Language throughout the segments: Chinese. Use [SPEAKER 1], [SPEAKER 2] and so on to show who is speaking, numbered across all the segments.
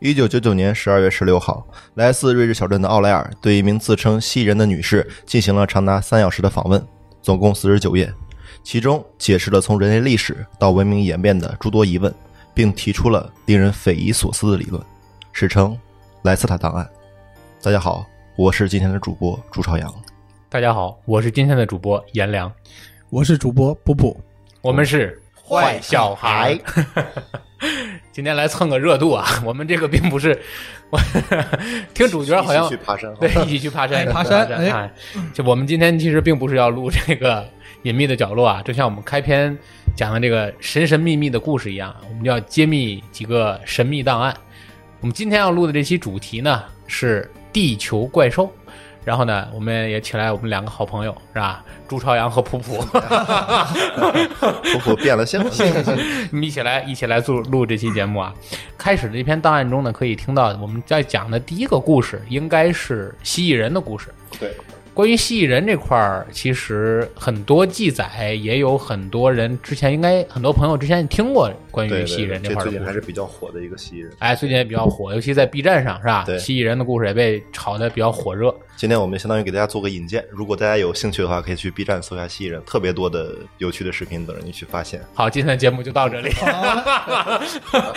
[SPEAKER 1] 一九九九年十二月十六号，来自瑞士小镇的奥莱尔对一名自称西人的女士进行了长达三小时的访问，总共四十九页，其中解释了从人类历史到文明演变的诸多疑问，并提出了令人匪夷所思的理论，史称“莱斯塔档案”。大家好，我是今天的主播朱朝阳。
[SPEAKER 2] 大家好，我是今天的主播颜良，
[SPEAKER 3] 我是主播布布，
[SPEAKER 2] 我们是
[SPEAKER 1] 坏小孩。
[SPEAKER 2] 今天来蹭个热度啊！我们这个并不是，我 听主角好像
[SPEAKER 1] 爬山
[SPEAKER 2] 对 一起去爬山，
[SPEAKER 3] 哎爬山哎
[SPEAKER 2] 哎，就我们今天其实并不是要录这个 隐秘的角落啊，就像我们开篇讲的这个神神秘秘的故事一样，我们要揭秘几个神秘档案。我们今天要录的这期主题呢是地球怪兽，然后呢，我们也请来我们两个好朋友 是吧？朱朝阳和普普，
[SPEAKER 1] 我我变了 性了。
[SPEAKER 2] 你 们一起来一起来做录这期节目啊！开始的这篇档案中呢，可以听到我们在讲的第一个故事应该是蜥蜴人的故事。
[SPEAKER 1] 对，
[SPEAKER 2] 关于蜥蜴人这块儿，其实很多记载，也有很多人之前应该很多朋友之前也听过关于
[SPEAKER 1] 对，
[SPEAKER 2] 蜥蜴人
[SPEAKER 1] 这
[SPEAKER 2] 块儿
[SPEAKER 1] 最
[SPEAKER 2] 的故
[SPEAKER 1] 近
[SPEAKER 2] 事。
[SPEAKER 1] 还是比较火的一个蜥蜴人。
[SPEAKER 2] 哎，最近也比较火，尤其在 B 站上是吧
[SPEAKER 1] 对？
[SPEAKER 2] 蜥蜴人的故事也被炒得比较火热。
[SPEAKER 1] 今天我们相当于给大家做个引荐，如果大家有兴趣的话，可以去 B 站搜一下蜥蜴人，特别多的有趣的视频等着你去发现。
[SPEAKER 2] 好，今天的节目就到这里。
[SPEAKER 1] 啊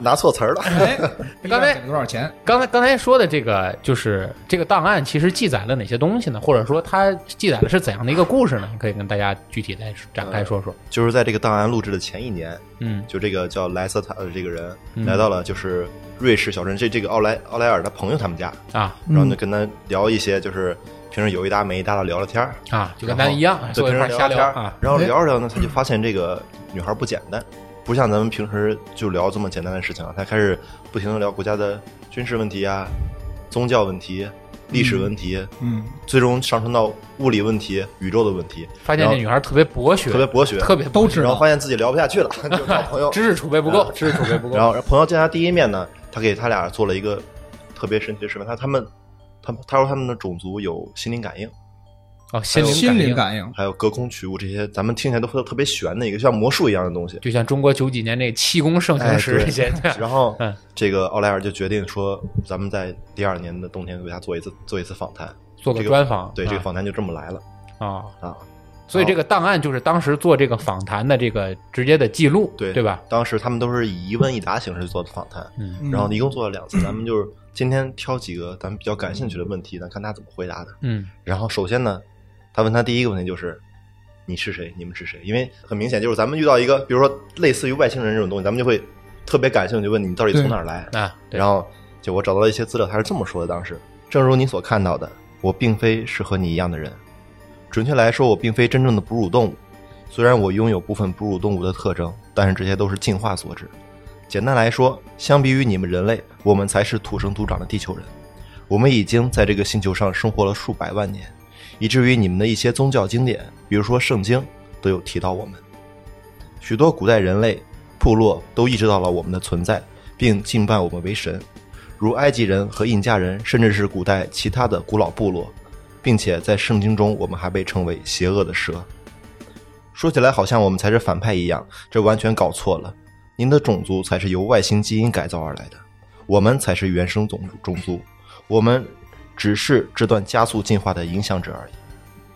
[SPEAKER 1] 拿错词儿了，
[SPEAKER 3] 哎，
[SPEAKER 2] 刚才
[SPEAKER 3] 给了多少钱？
[SPEAKER 2] 刚才刚才说的这个，就是这个档案其实记载了哪些东西呢？或者说它记载的是怎样的一个故事呢？可以跟大家具体再展
[SPEAKER 1] 嗯
[SPEAKER 2] 开说说。
[SPEAKER 1] 就是在这个档案录制的前一年，
[SPEAKER 2] 嗯
[SPEAKER 1] 就这个叫莱斯塔的这个人、
[SPEAKER 2] 嗯
[SPEAKER 1] 来到了就是瑞士小镇这这个奥莱奥莱尔的朋友他们家，
[SPEAKER 2] 啊
[SPEAKER 1] 然后就跟他聊一些就是平时有一搭没一搭的聊聊天儿，
[SPEAKER 2] 啊，就跟咱一样，
[SPEAKER 1] 就
[SPEAKER 2] 坐
[SPEAKER 1] 平
[SPEAKER 2] 一
[SPEAKER 1] 时
[SPEAKER 2] 块儿
[SPEAKER 1] 聊
[SPEAKER 2] 瞎
[SPEAKER 1] 天
[SPEAKER 2] 聊
[SPEAKER 1] 儿
[SPEAKER 2] 啊。
[SPEAKER 1] 然后聊着聊呢，他就发现这个女孩不简单，不像咱们平时就聊这么简单的事情了。啊他开始不停的聊国家的军事问题啊、宗教问题、历史问题，
[SPEAKER 3] 嗯，
[SPEAKER 1] 最终上升到物理问题、宇宙的问题，
[SPEAKER 2] 发现这女孩特别博学，
[SPEAKER 1] 特别博学，
[SPEAKER 2] 特别
[SPEAKER 3] 都知
[SPEAKER 1] 然后
[SPEAKER 3] 道。
[SPEAKER 1] 发现啊自己聊不下去了，就找朋友。
[SPEAKER 2] 知识储备不够，知识储备不够。
[SPEAKER 1] 然后朋友见他第一面呢，他给他俩做了一个特别神奇的示范，他他们。他他说他们的种族有心灵感应，
[SPEAKER 2] 哦，心灵
[SPEAKER 3] 心灵
[SPEAKER 2] 应，
[SPEAKER 3] 感应，
[SPEAKER 1] 还有隔空取物这些，咱们听起来都特特别玄的一个像魔术一样的东西。
[SPEAKER 2] 就像中国九几年那气功盛行时
[SPEAKER 1] 哎对
[SPEAKER 2] 这些， 对
[SPEAKER 1] 然后
[SPEAKER 2] 嗯，
[SPEAKER 1] 这个奥莱尔就决定说，咱们在第二年的冬天为他做一次做一次访谈。
[SPEAKER 2] 做个专访。
[SPEAKER 1] 对，这个
[SPEAKER 2] 啊
[SPEAKER 1] 访谈就这么来了
[SPEAKER 2] 啊，
[SPEAKER 1] 啊。
[SPEAKER 2] 所以这个档案就是当时做这个访谈的这个直接的记录，
[SPEAKER 1] 对
[SPEAKER 2] 对吧？
[SPEAKER 1] 当时他们都是以一问一答形式做的访谈，
[SPEAKER 2] 嗯
[SPEAKER 3] 嗯
[SPEAKER 1] 然后一共做了两次。咱们就是今天挑几个咱们比较感兴趣的问题，咱看他怎么回答的。
[SPEAKER 2] 嗯
[SPEAKER 1] 然后首先呢，他问他第一个问题就是。你是谁？你们是谁？因为很明显，就是咱们遇到一个，比如说类似于外星人这种东西，咱们就会特别感兴趣，问你到底从哪儿来。
[SPEAKER 2] 啊，对
[SPEAKER 1] 然后就我找到了一些资料，他是这么说的：当时，正如你所看到的，我并非是和你一样的人。准确来说，我并非真正的哺乳动物。虽然我拥有部分哺乳动物的特征，但是这些都是进化所致。简单来说，相比于你们人类，我们才是土生土长的地球人。我们已经在这个星球上生活了数百万年，以至于你们的一些宗教经典，比如说圣经，都有提到我们。许多古代人类部落都意识到了我们的存在，并敬拜我们为神，如埃及人和印加人，甚至是古代其他的古老部落，并且在圣经中，我们还被称为邪恶的蛇。说起来好像我们才是反派一样，这完全搞错了。您的种族才是由外星基因改造而来的，我们才是原生种种族，我们只是这段加速进化的影响者而已。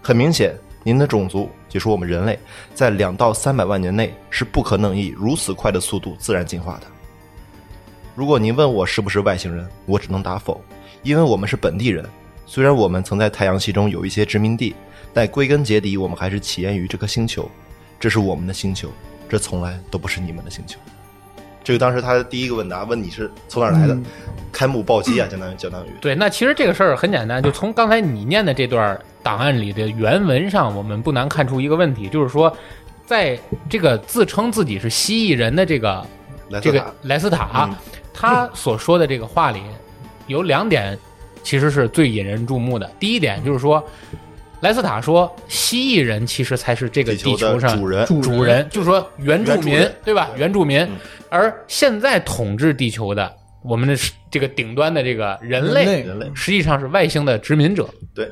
[SPEAKER 1] 很明显，您的种族，也就是我们人类，在两到三百万年内是不可能以如此快的速度自然进化的。如果您问我是不是外星人，我只能答否，因为我们是本地人。虽然我们曾在太阳系中有一些殖民地，但归根结底，我们还是起源于这颗星球。这是我们的星球，这从来都不是你们的星球。这个当时他的第一个问答问你是从哪儿来的，开幕暴击啊，相当于相当于
[SPEAKER 2] 对，那其实这个事儿很简单，就从刚才你念的这段档案里的原文上，我们不难看出一个问题，就是说，在这个自称自己是蜥蜴人的这个
[SPEAKER 1] 莱
[SPEAKER 2] 这
[SPEAKER 1] 斯
[SPEAKER 2] 个
[SPEAKER 1] 塔，
[SPEAKER 2] 莱斯塔，啊
[SPEAKER 1] 嗯
[SPEAKER 2] 他所说的这个话里有两点，其实是最引人注目的。第一
[SPEAKER 1] 嗯
[SPEAKER 2] 点就是说，莱斯塔说蜥蜴人其实才是这个地
[SPEAKER 1] 地球
[SPEAKER 2] 球
[SPEAKER 1] 的
[SPEAKER 2] 上
[SPEAKER 1] 主人，
[SPEAKER 2] 主人，就是说原住
[SPEAKER 1] 原住
[SPEAKER 2] 民
[SPEAKER 1] 人，
[SPEAKER 2] 对吧？
[SPEAKER 1] 对
[SPEAKER 2] 原住民
[SPEAKER 1] 嗯。
[SPEAKER 2] 而现在统治地球的，我们的是这个顶端的这个人
[SPEAKER 3] 人
[SPEAKER 2] 类
[SPEAKER 3] 类，
[SPEAKER 1] 人类
[SPEAKER 2] 实际上是外星的殖民者。
[SPEAKER 1] 对。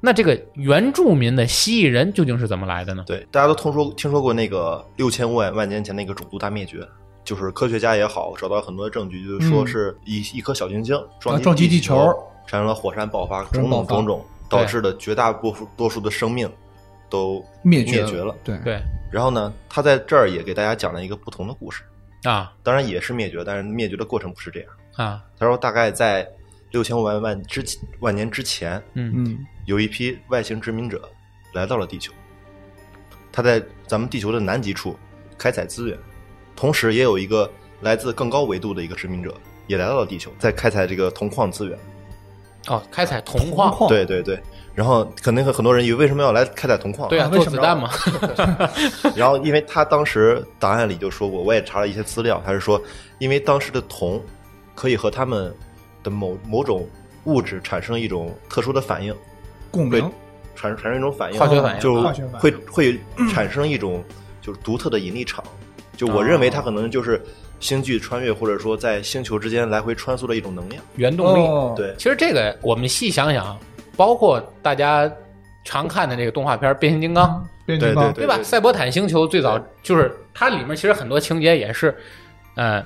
[SPEAKER 2] 那这个原住民的蜥蜴人究竟是怎么来的呢？
[SPEAKER 1] 对，大家都听说听说过那个六千万万年前那个种族大灭绝，就是科学家也好，找到很多证据，就是说
[SPEAKER 3] 嗯啊
[SPEAKER 1] 是一、一颗小行星撞击
[SPEAKER 3] 撞击
[SPEAKER 1] 地
[SPEAKER 3] 地球
[SPEAKER 1] 产生了火山爆发，
[SPEAKER 3] 山
[SPEAKER 1] 种
[SPEAKER 3] 爆
[SPEAKER 1] 种
[SPEAKER 3] 发
[SPEAKER 1] 种种，导致的绝大多数多数的生命都
[SPEAKER 3] 灭
[SPEAKER 1] 绝
[SPEAKER 3] 绝
[SPEAKER 1] 了。
[SPEAKER 3] 对
[SPEAKER 2] 对
[SPEAKER 1] 然后呢，他在这儿也给大家讲了一个不同的故事，
[SPEAKER 2] 啊
[SPEAKER 1] 当然也是灭绝，但是灭绝的过程不是这样。
[SPEAKER 2] 啊，
[SPEAKER 1] 他说，大概在六千五百万之前万年之前，
[SPEAKER 2] 嗯
[SPEAKER 3] 嗯
[SPEAKER 1] 有一批外星殖民者来到了地球，他在咱们地球的南极处开采资源，同时也有一个来自更高维度的一个殖民者也来到了地球，在开采这个铜矿资源。
[SPEAKER 2] 哦，开
[SPEAKER 1] 啊
[SPEAKER 2] 采铜矿，
[SPEAKER 3] 矿
[SPEAKER 1] 对对对，然后肯定很多人以为为什么要来开采铜矿？
[SPEAKER 2] 对啊，
[SPEAKER 3] 为
[SPEAKER 2] 做
[SPEAKER 3] 什
[SPEAKER 2] 子
[SPEAKER 3] 么
[SPEAKER 2] 弹嘛，
[SPEAKER 1] 然后，因为他当时档案里就说过，我也查了一些资料，他是说，因为当时的铜可以和他们的某某种物质产生一种特殊的反应，
[SPEAKER 3] 共
[SPEAKER 1] 对
[SPEAKER 3] 鸣
[SPEAKER 1] 产产生一种反应，
[SPEAKER 2] 化学反应
[SPEAKER 1] 就
[SPEAKER 3] 化学反应
[SPEAKER 1] 会会产生一种就是独特的引力场。就我认为
[SPEAKER 2] 哦
[SPEAKER 1] 它可能就是星际穿越，或者说在星球之间来回穿梭的一种能量。
[SPEAKER 2] 原动力。
[SPEAKER 3] 哦
[SPEAKER 1] 对
[SPEAKER 2] 其实这个我们细想想，包括大家常看的这个动画片《变形金刚》，
[SPEAKER 3] 啊变形金刚
[SPEAKER 1] 对
[SPEAKER 2] 对吧？
[SPEAKER 1] 对
[SPEAKER 2] 赛博坦星球最早
[SPEAKER 1] 对
[SPEAKER 2] 就是它里面其实很多情节也是，呃，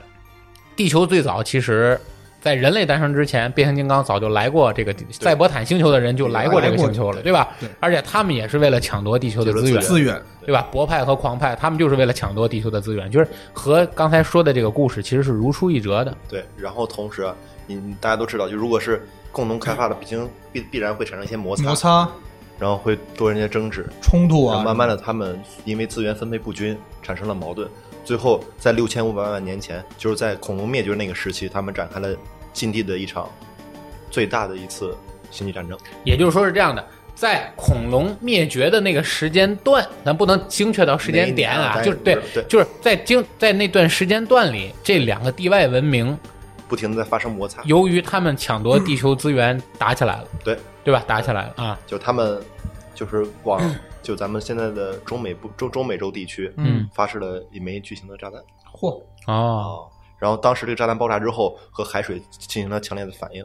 [SPEAKER 2] 地球最早其实。在人类诞生之前，变形金刚早就来过这个地赛博坦星球的人就来过这个星球了，对吧
[SPEAKER 3] 对？
[SPEAKER 2] 而且他们也是为了抢夺地球的
[SPEAKER 1] 就是
[SPEAKER 2] 资源，
[SPEAKER 3] 资源
[SPEAKER 2] 对吧？博派和狂派他们就是为了抢夺地球的资源，就是和刚才说的这个故事其实是如出一辙的。
[SPEAKER 1] 对，然后同时啊，你你大家都知道，就如果是共同开发的，毕竟必必然会产生一些摩擦，
[SPEAKER 3] 摩擦
[SPEAKER 1] 然后会多人家争执，
[SPEAKER 3] 冲突
[SPEAKER 1] 然
[SPEAKER 3] 啊，
[SPEAKER 1] 后慢慢的，他们因为资源分配不均产生了矛盾，最后在六千五百万年前，就是在恐龙灭绝那个时期，他们展开了近地的一场最大的一次星际战争。
[SPEAKER 2] 也就是说是这样的，在恐龙灭绝的那个时间段，咱不能精确到时间点啊，
[SPEAKER 1] 哪一年啊
[SPEAKER 2] 就是对
[SPEAKER 1] 咱也不知道，对
[SPEAKER 2] 就是在经在那段时间段里，这两个地外文明
[SPEAKER 1] 不停的在发生摩擦。
[SPEAKER 2] 由于他们抢夺地球资源打起来了，
[SPEAKER 1] 对，
[SPEAKER 2] 对吧？打起来了啊，
[SPEAKER 1] 就他们就是往就咱们现在的中美部中中美洲地区，
[SPEAKER 2] 嗯，
[SPEAKER 1] 发射了一枚巨型的炸弹啊
[SPEAKER 3] 嚯，
[SPEAKER 2] 哦，
[SPEAKER 1] 然后当时这个炸弹爆炸之后，和海水进行了强烈的反应，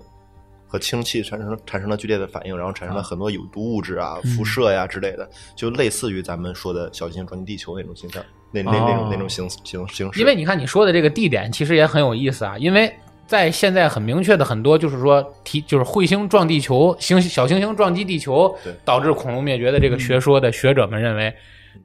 [SPEAKER 1] 和氢气产生产生了剧烈的反应，然后产生了很多有毒物质啊、
[SPEAKER 2] 嗯
[SPEAKER 1] 辐射呀、之类的，就类似于咱们说的小行星撞击地球那种形象，那那那
[SPEAKER 2] 哦
[SPEAKER 1] 种那种形形形式。
[SPEAKER 2] 因为你看你说的这个地点其实也很有意思啊，因为在现在很明确的很多就是说提就是彗星撞地球、星小行星撞击地球
[SPEAKER 1] 对
[SPEAKER 2] 导致恐龙灭绝的这个学说的学者们认为，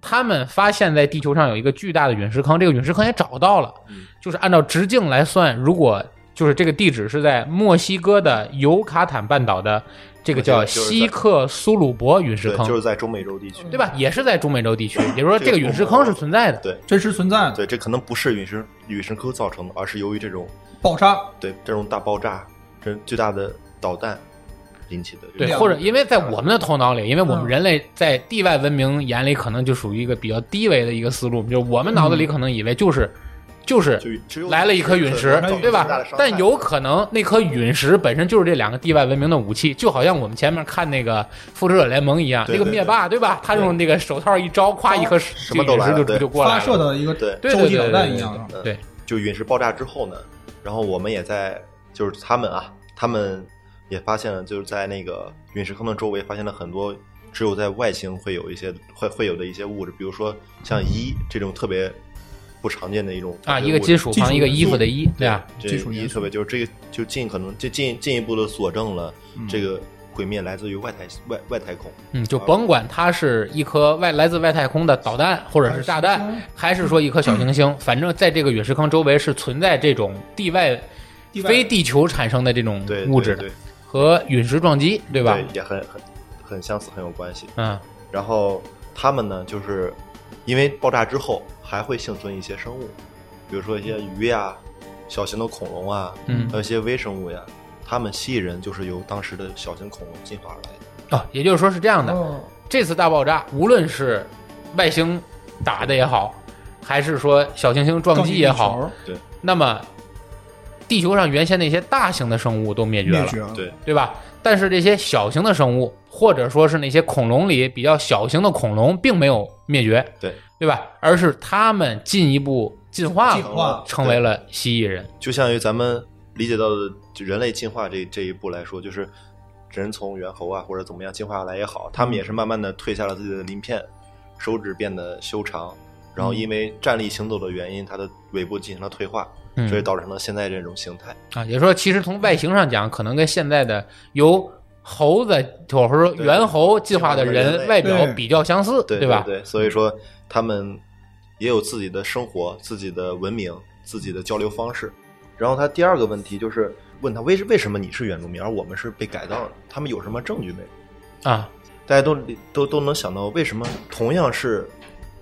[SPEAKER 2] 他们发现在地球上有一个巨大的陨石坑，这个陨石坑也找到了，
[SPEAKER 1] 嗯
[SPEAKER 2] 就是按照直径来算，如果就是这个地址是在墨西哥的尤卡坦半岛的这个叫
[SPEAKER 1] 就是在
[SPEAKER 2] 西克苏鲁伯陨石
[SPEAKER 1] 对，
[SPEAKER 2] 坑，
[SPEAKER 1] 就是在中美洲地区，
[SPEAKER 2] 对吧？也是在中美洲地区，也就是说这个陨石坑是存在的。
[SPEAKER 1] 对
[SPEAKER 3] 真实存在的
[SPEAKER 1] 对，这可能不是陨石陨石坑造成的，而是由于这种
[SPEAKER 3] 爆炸，
[SPEAKER 1] 对这种大爆炸、这巨大的导弹引起的这种。
[SPEAKER 2] 对，
[SPEAKER 3] 量
[SPEAKER 2] 或者因为在我们的头脑里，因为我
[SPEAKER 3] 嗯
[SPEAKER 2] 们人类在地外文明眼里可能就属于一个比较低维的一个思路，就是我们脑
[SPEAKER 3] 嗯
[SPEAKER 2] 子里可能以为就是就是
[SPEAKER 1] 就只有
[SPEAKER 2] 来了一颗陨石
[SPEAKER 1] 可能，造
[SPEAKER 2] 对
[SPEAKER 1] 成巨大
[SPEAKER 2] 吧
[SPEAKER 1] 的伤？害
[SPEAKER 2] 但有可能那颗陨石本身就是这两个地外文明的武器，就好像我们前面看那个复仇者联盟一样，
[SPEAKER 1] 对
[SPEAKER 2] 那个
[SPEAKER 1] 对
[SPEAKER 2] 灭霸对吧？他用那个手套一招，咵一颗什
[SPEAKER 1] 么都来了
[SPEAKER 2] 就
[SPEAKER 1] 对
[SPEAKER 2] 就过来
[SPEAKER 3] 发射
[SPEAKER 2] 了。
[SPEAKER 3] 的一个
[SPEAKER 1] 对
[SPEAKER 2] 对
[SPEAKER 3] 洲
[SPEAKER 2] 对
[SPEAKER 3] 际导
[SPEAKER 2] 对
[SPEAKER 3] 弹一
[SPEAKER 2] 对
[SPEAKER 3] 样，
[SPEAKER 1] 嗯
[SPEAKER 2] 对，
[SPEAKER 1] 就陨石爆炸之后呢，然后我们也在就是他们啊，他们也发现了，就是在那个陨石坑的周围发现了很多只有在外星会有一些会会有的一些物质，比如说像一这种特别不常见的一种
[SPEAKER 2] 嗯啊，
[SPEAKER 1] 化学
[SPEAKER 2] 一个
[SPEAKER 1] 物质
[SPEAKER 2] 金属
[SPEAKER 3] 技术
[SPEAKER 2] 旁一个衣服的衣，对吧？
[SPEAKER 1] 这
[SPEAKER 3] 技术
[SPEAKER 1] 一
[SPEAKER 3] 元素
[SPEAKER 1] 特别就是这个就尽可能就进进一步的索证了
[SPEAKER 3] 嗯
[SPEAKER 1] 这个毁灭来自于外太外外太空。
[SPEAKER 2] 嗯，就甭管它是一颗外来自外太空的导弹，或者是炸弹，还是说一颗小行星，反正在这个陨石坑周围是存在这种地外
[SPEAKER 3] 地外
[SPEAKER 2] 非地球产生的这种
[SPEAKER 1] 对
[SPEAKER 2] 物质的
[SPEAKER 1] 对
[SPEAKER 2] 和陨石撞击，
[SPEAKER 1] 对
[SPEAKER 2] 对吧？
[SPEAKER 1] 对也很很很相似，很有关系。
[SPEAKER 2] 嗯，
[SPEAKER 1] 然后他们呢，就是因为爆炸之后还会幸存一些生物，比如说一些鱼呀、小型的恐龙啊，
[SPEAKER 2] 嗯
[SPEAKER 1] 还有一些微生物呀，它们蜥蜴人就是由当时的小型恐龙进化而来的。
[SPEAKER 2] 哦，也就是说是这样的，
[SPEAKER 3] 哦，
[SPEAKER 2] 这次大爆炸，无论是外星打的也好，还是说小行星撞击也好，
[SPEAKER 3] 撞击
[SPEAKER 2] 那么地球上原先那些大型的生物都灭
[SPEAKER 3] 地
[SPEAKER 2] 绝
[SPEAKER 3] 球，
[SPEAKER 2] 了
[SPEAKER 3] 灭。绝了，
[SPEAKER 1] 对，
[SPEAKER 2] 对吧？但是这些小型的生物，或者说是那些恐龙里比较小型的恐龙，并没有灭绝，
[SPEAKER 1] 对，
[SPEAKER 2] 对吧？而是它们进一步进化
[SPEAKER 3] 进
[SPEAKER 2] 了，
[SPEAKER 3] 化
[SPEAKER 2] 成为了蜥蜴人。
[SPEAKER 1] 就像于咱们理解到的就人类进化这这一步来说，就是人从猿猴啊或者怎么样进化而来也好，他们也是慢慢的退下了自己的鳞片，手指变得修长，然后因为站立行走的原因，它的尾部进行了退化，
[SPEAKER 2] 嗯
[SPEAKER 1] 所以导致成了现在这种形态。
[SPEAKER 2] 啊，也就是说，其实从外形上讲，可能跟现在的由猴子或者说
[SPEAKER 1] 对
[SPEAKER 2] 猿猴进化的
[SPEAKER 1] 进化的
[SPEAKER 2] 人
[SPEAKER 1] 人类
[SPEAKER 2] 外表
[SPEAKER 3] 对
[SPEAKER 2] 比较相似，
[SPEAKER 1] 对
[SPEAKER 2] 吧？
[SPEAKER 1] 对，所以说他们也有自己的生活、自己的文明、自己的交流方式。然后他第二个问题就是问他为为什么你是原住民，而我们是被改造的？他们有什么证据没有？
[SPEAKER 2] 啊，
[SPEAKER 1] 大家都都都能想到，为什么同样是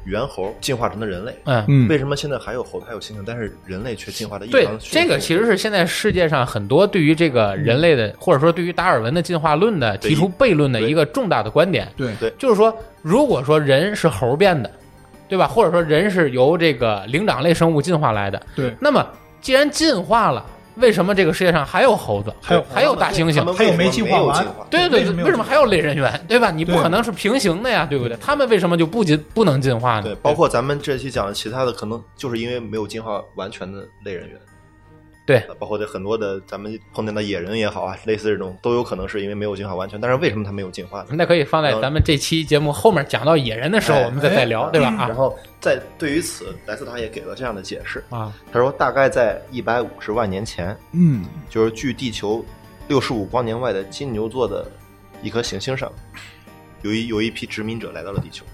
[SPEAKER 1] 猿猴进化成的人类，
[SPEAKER 2] 嗯，
[SPEAKER 3] 嗯
[SPEAKER 1] 为什么现在还有猴子还有猩猩，但是人类却进化的异
[SPEAKER 2] 对
[SPEAKER 1] 常，迅
[SPEAKER 2] 这个
[SPEAKER 1] 速
[SPEAKER 2] 其实是现在世界上很多对于这个人类的，或者说对于达尔文的进化论的
[SPEAKER 1] 对
[SPEAKER 2] 提出悖论的
[SPEAKER 1] 嗯对
[SPEAKER 2] 一个重大的观点，
[SPEAKER 3] 对
[SPEAKER 1] 对
[SPEAKER 2] 就是说，如果说人是猴变的，对吧？或者说人是由这个灵长类生物进化来的，
[SPEAKER 3] 对，
[SPEAKER 2] 那么既然进化了，为什么这个世界上还有猴子？
[SPEAKER 3] 还有
[SPEAKER 2] 还有大猩猩
[SPEAKER 1] 他们为
[SPEAKER 3] 还有
[SPEAKER 1] 什么
[SPEAKER 3] 没
[SPEAKER 1] 没
[SPEAKER 3] 进化完
[SPEAKER 1] 进化
[SPEAKER 2] 对对
[SPEAKER 3] 为什
[SPEAKER 2] 对，
[SPEAKER 3] 么有
[SPEAKER 2] 为什么还有类人猿，对吧？你不
[SPEAKER 3] 对
[SPEAKER 2] 可能是平行的呀，对不对？他们为什么就不进不能进化
[SPEAKER 1] 对，
[SPEAKER 2] 呢？
[SPEAKER 1] 包括咱们这期讲的其他的，可能就是因为没有进化完全的类人猿，呃
[SPEAKER 2] 对，
[SPEAKER 1] 包括这很多的咱们碰见的野人也好啊，类似这种都有可能是因为没有进化完全。但是为什么它没有进化呢？
[SPEAKER 2] 那可以放在
[SPEAKER 1] 嗯
[SPEAKER 2] 咱们这期节目后面讲到野人的时候，
[SPEAKER 1] 哎
[SPEAKER 2] 我们再再聊，
[SPEAKER 1] 哎
[SPEAKER 2] 对吧？啊
[SPEAKER 1] 然后在对于此，莱斯塔也给了这样的解释，
[SPEAKER 2] 啊，
[SPEAKER 1] 他说大概在一百五十万年前，
[SPEAKER 3] 嗯
[SPEAKER 1] 就是距地球六十五光年外的金牛座的一颗行星上，有一有一批殖民者来到了地球。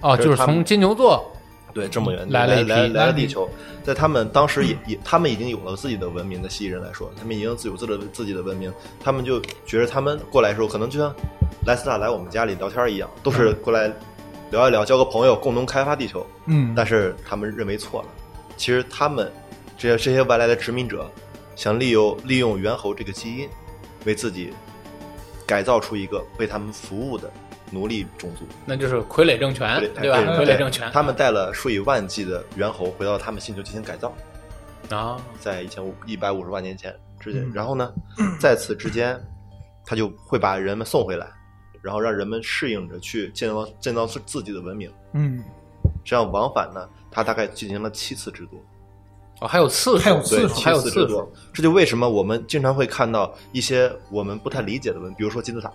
[SPEAKER 2] 哦，就
[SPEAKER 1] 就是是他们
[SPEAKER 2] 从金牛座
[SPEAKER 1] 对，这么远
[SPEAKER 2] 来了
[SPEAKER 1] 来
[SPEAKER 2] 一批
[SPEAKER 1] 来来了地球，在他们当时也也，他们已经有了自己的文明的蜥蜴人来说，他们已经自有自己的自己的文明，他们就觉得他们过来的时候，可能就像莱斯塔来我们家里聊天一样，都是过来聊一聊，交个朋友，共同开发地球。
[SPEAKER 3] 嗯，
[SPEAKER 1] 但是他们认为错了，其实他们这些这些外来的殖民者想利用利用猿猴这个基因，为自己改造出一个为他们服务的奴隶种族。
[SPEAKER 2] 那就是傀儡政权，对
[SPEAKER 1] 对哎对
[SPEAKER 2] 吧？傀
[SPEAKER 1] 对
[SPEAKER 2] 儡政权
[SPEAKER 1] 他们带了数以万计的猿猴回到他们星球进行改造，
[SPEAKER 2] 啊，
[SPEAKER 1] 在一千五一百五十万年前之间
[SPEAKER 3] 嗯，
[SPEAKER 1] 然后呢，在此之间，他就会把人们送回来，然后让人们适应着去建造建造自自己的文明。
[SPEAKER 3] 嗯，
[SPEAKER 1] 这样往返呢，他大概进行了七次之多，
[SPEAKER 2] 哦，还有次数，
[SPEAKER 3] 还有次
[SPEAKER 1] 对，
[SPEAKER 3] 数
[SPEAKER 1] 七
[SPEAKER 2] 还有
[SPEAKER 1] 次
[SPEAKER 2] 次
[SPEAKER 1] 之
[SPEAKER 2] 数
[SPEAKER 1] 多。这就为什么我们经常会看到一些我们不太理解的文，比如说金字塔，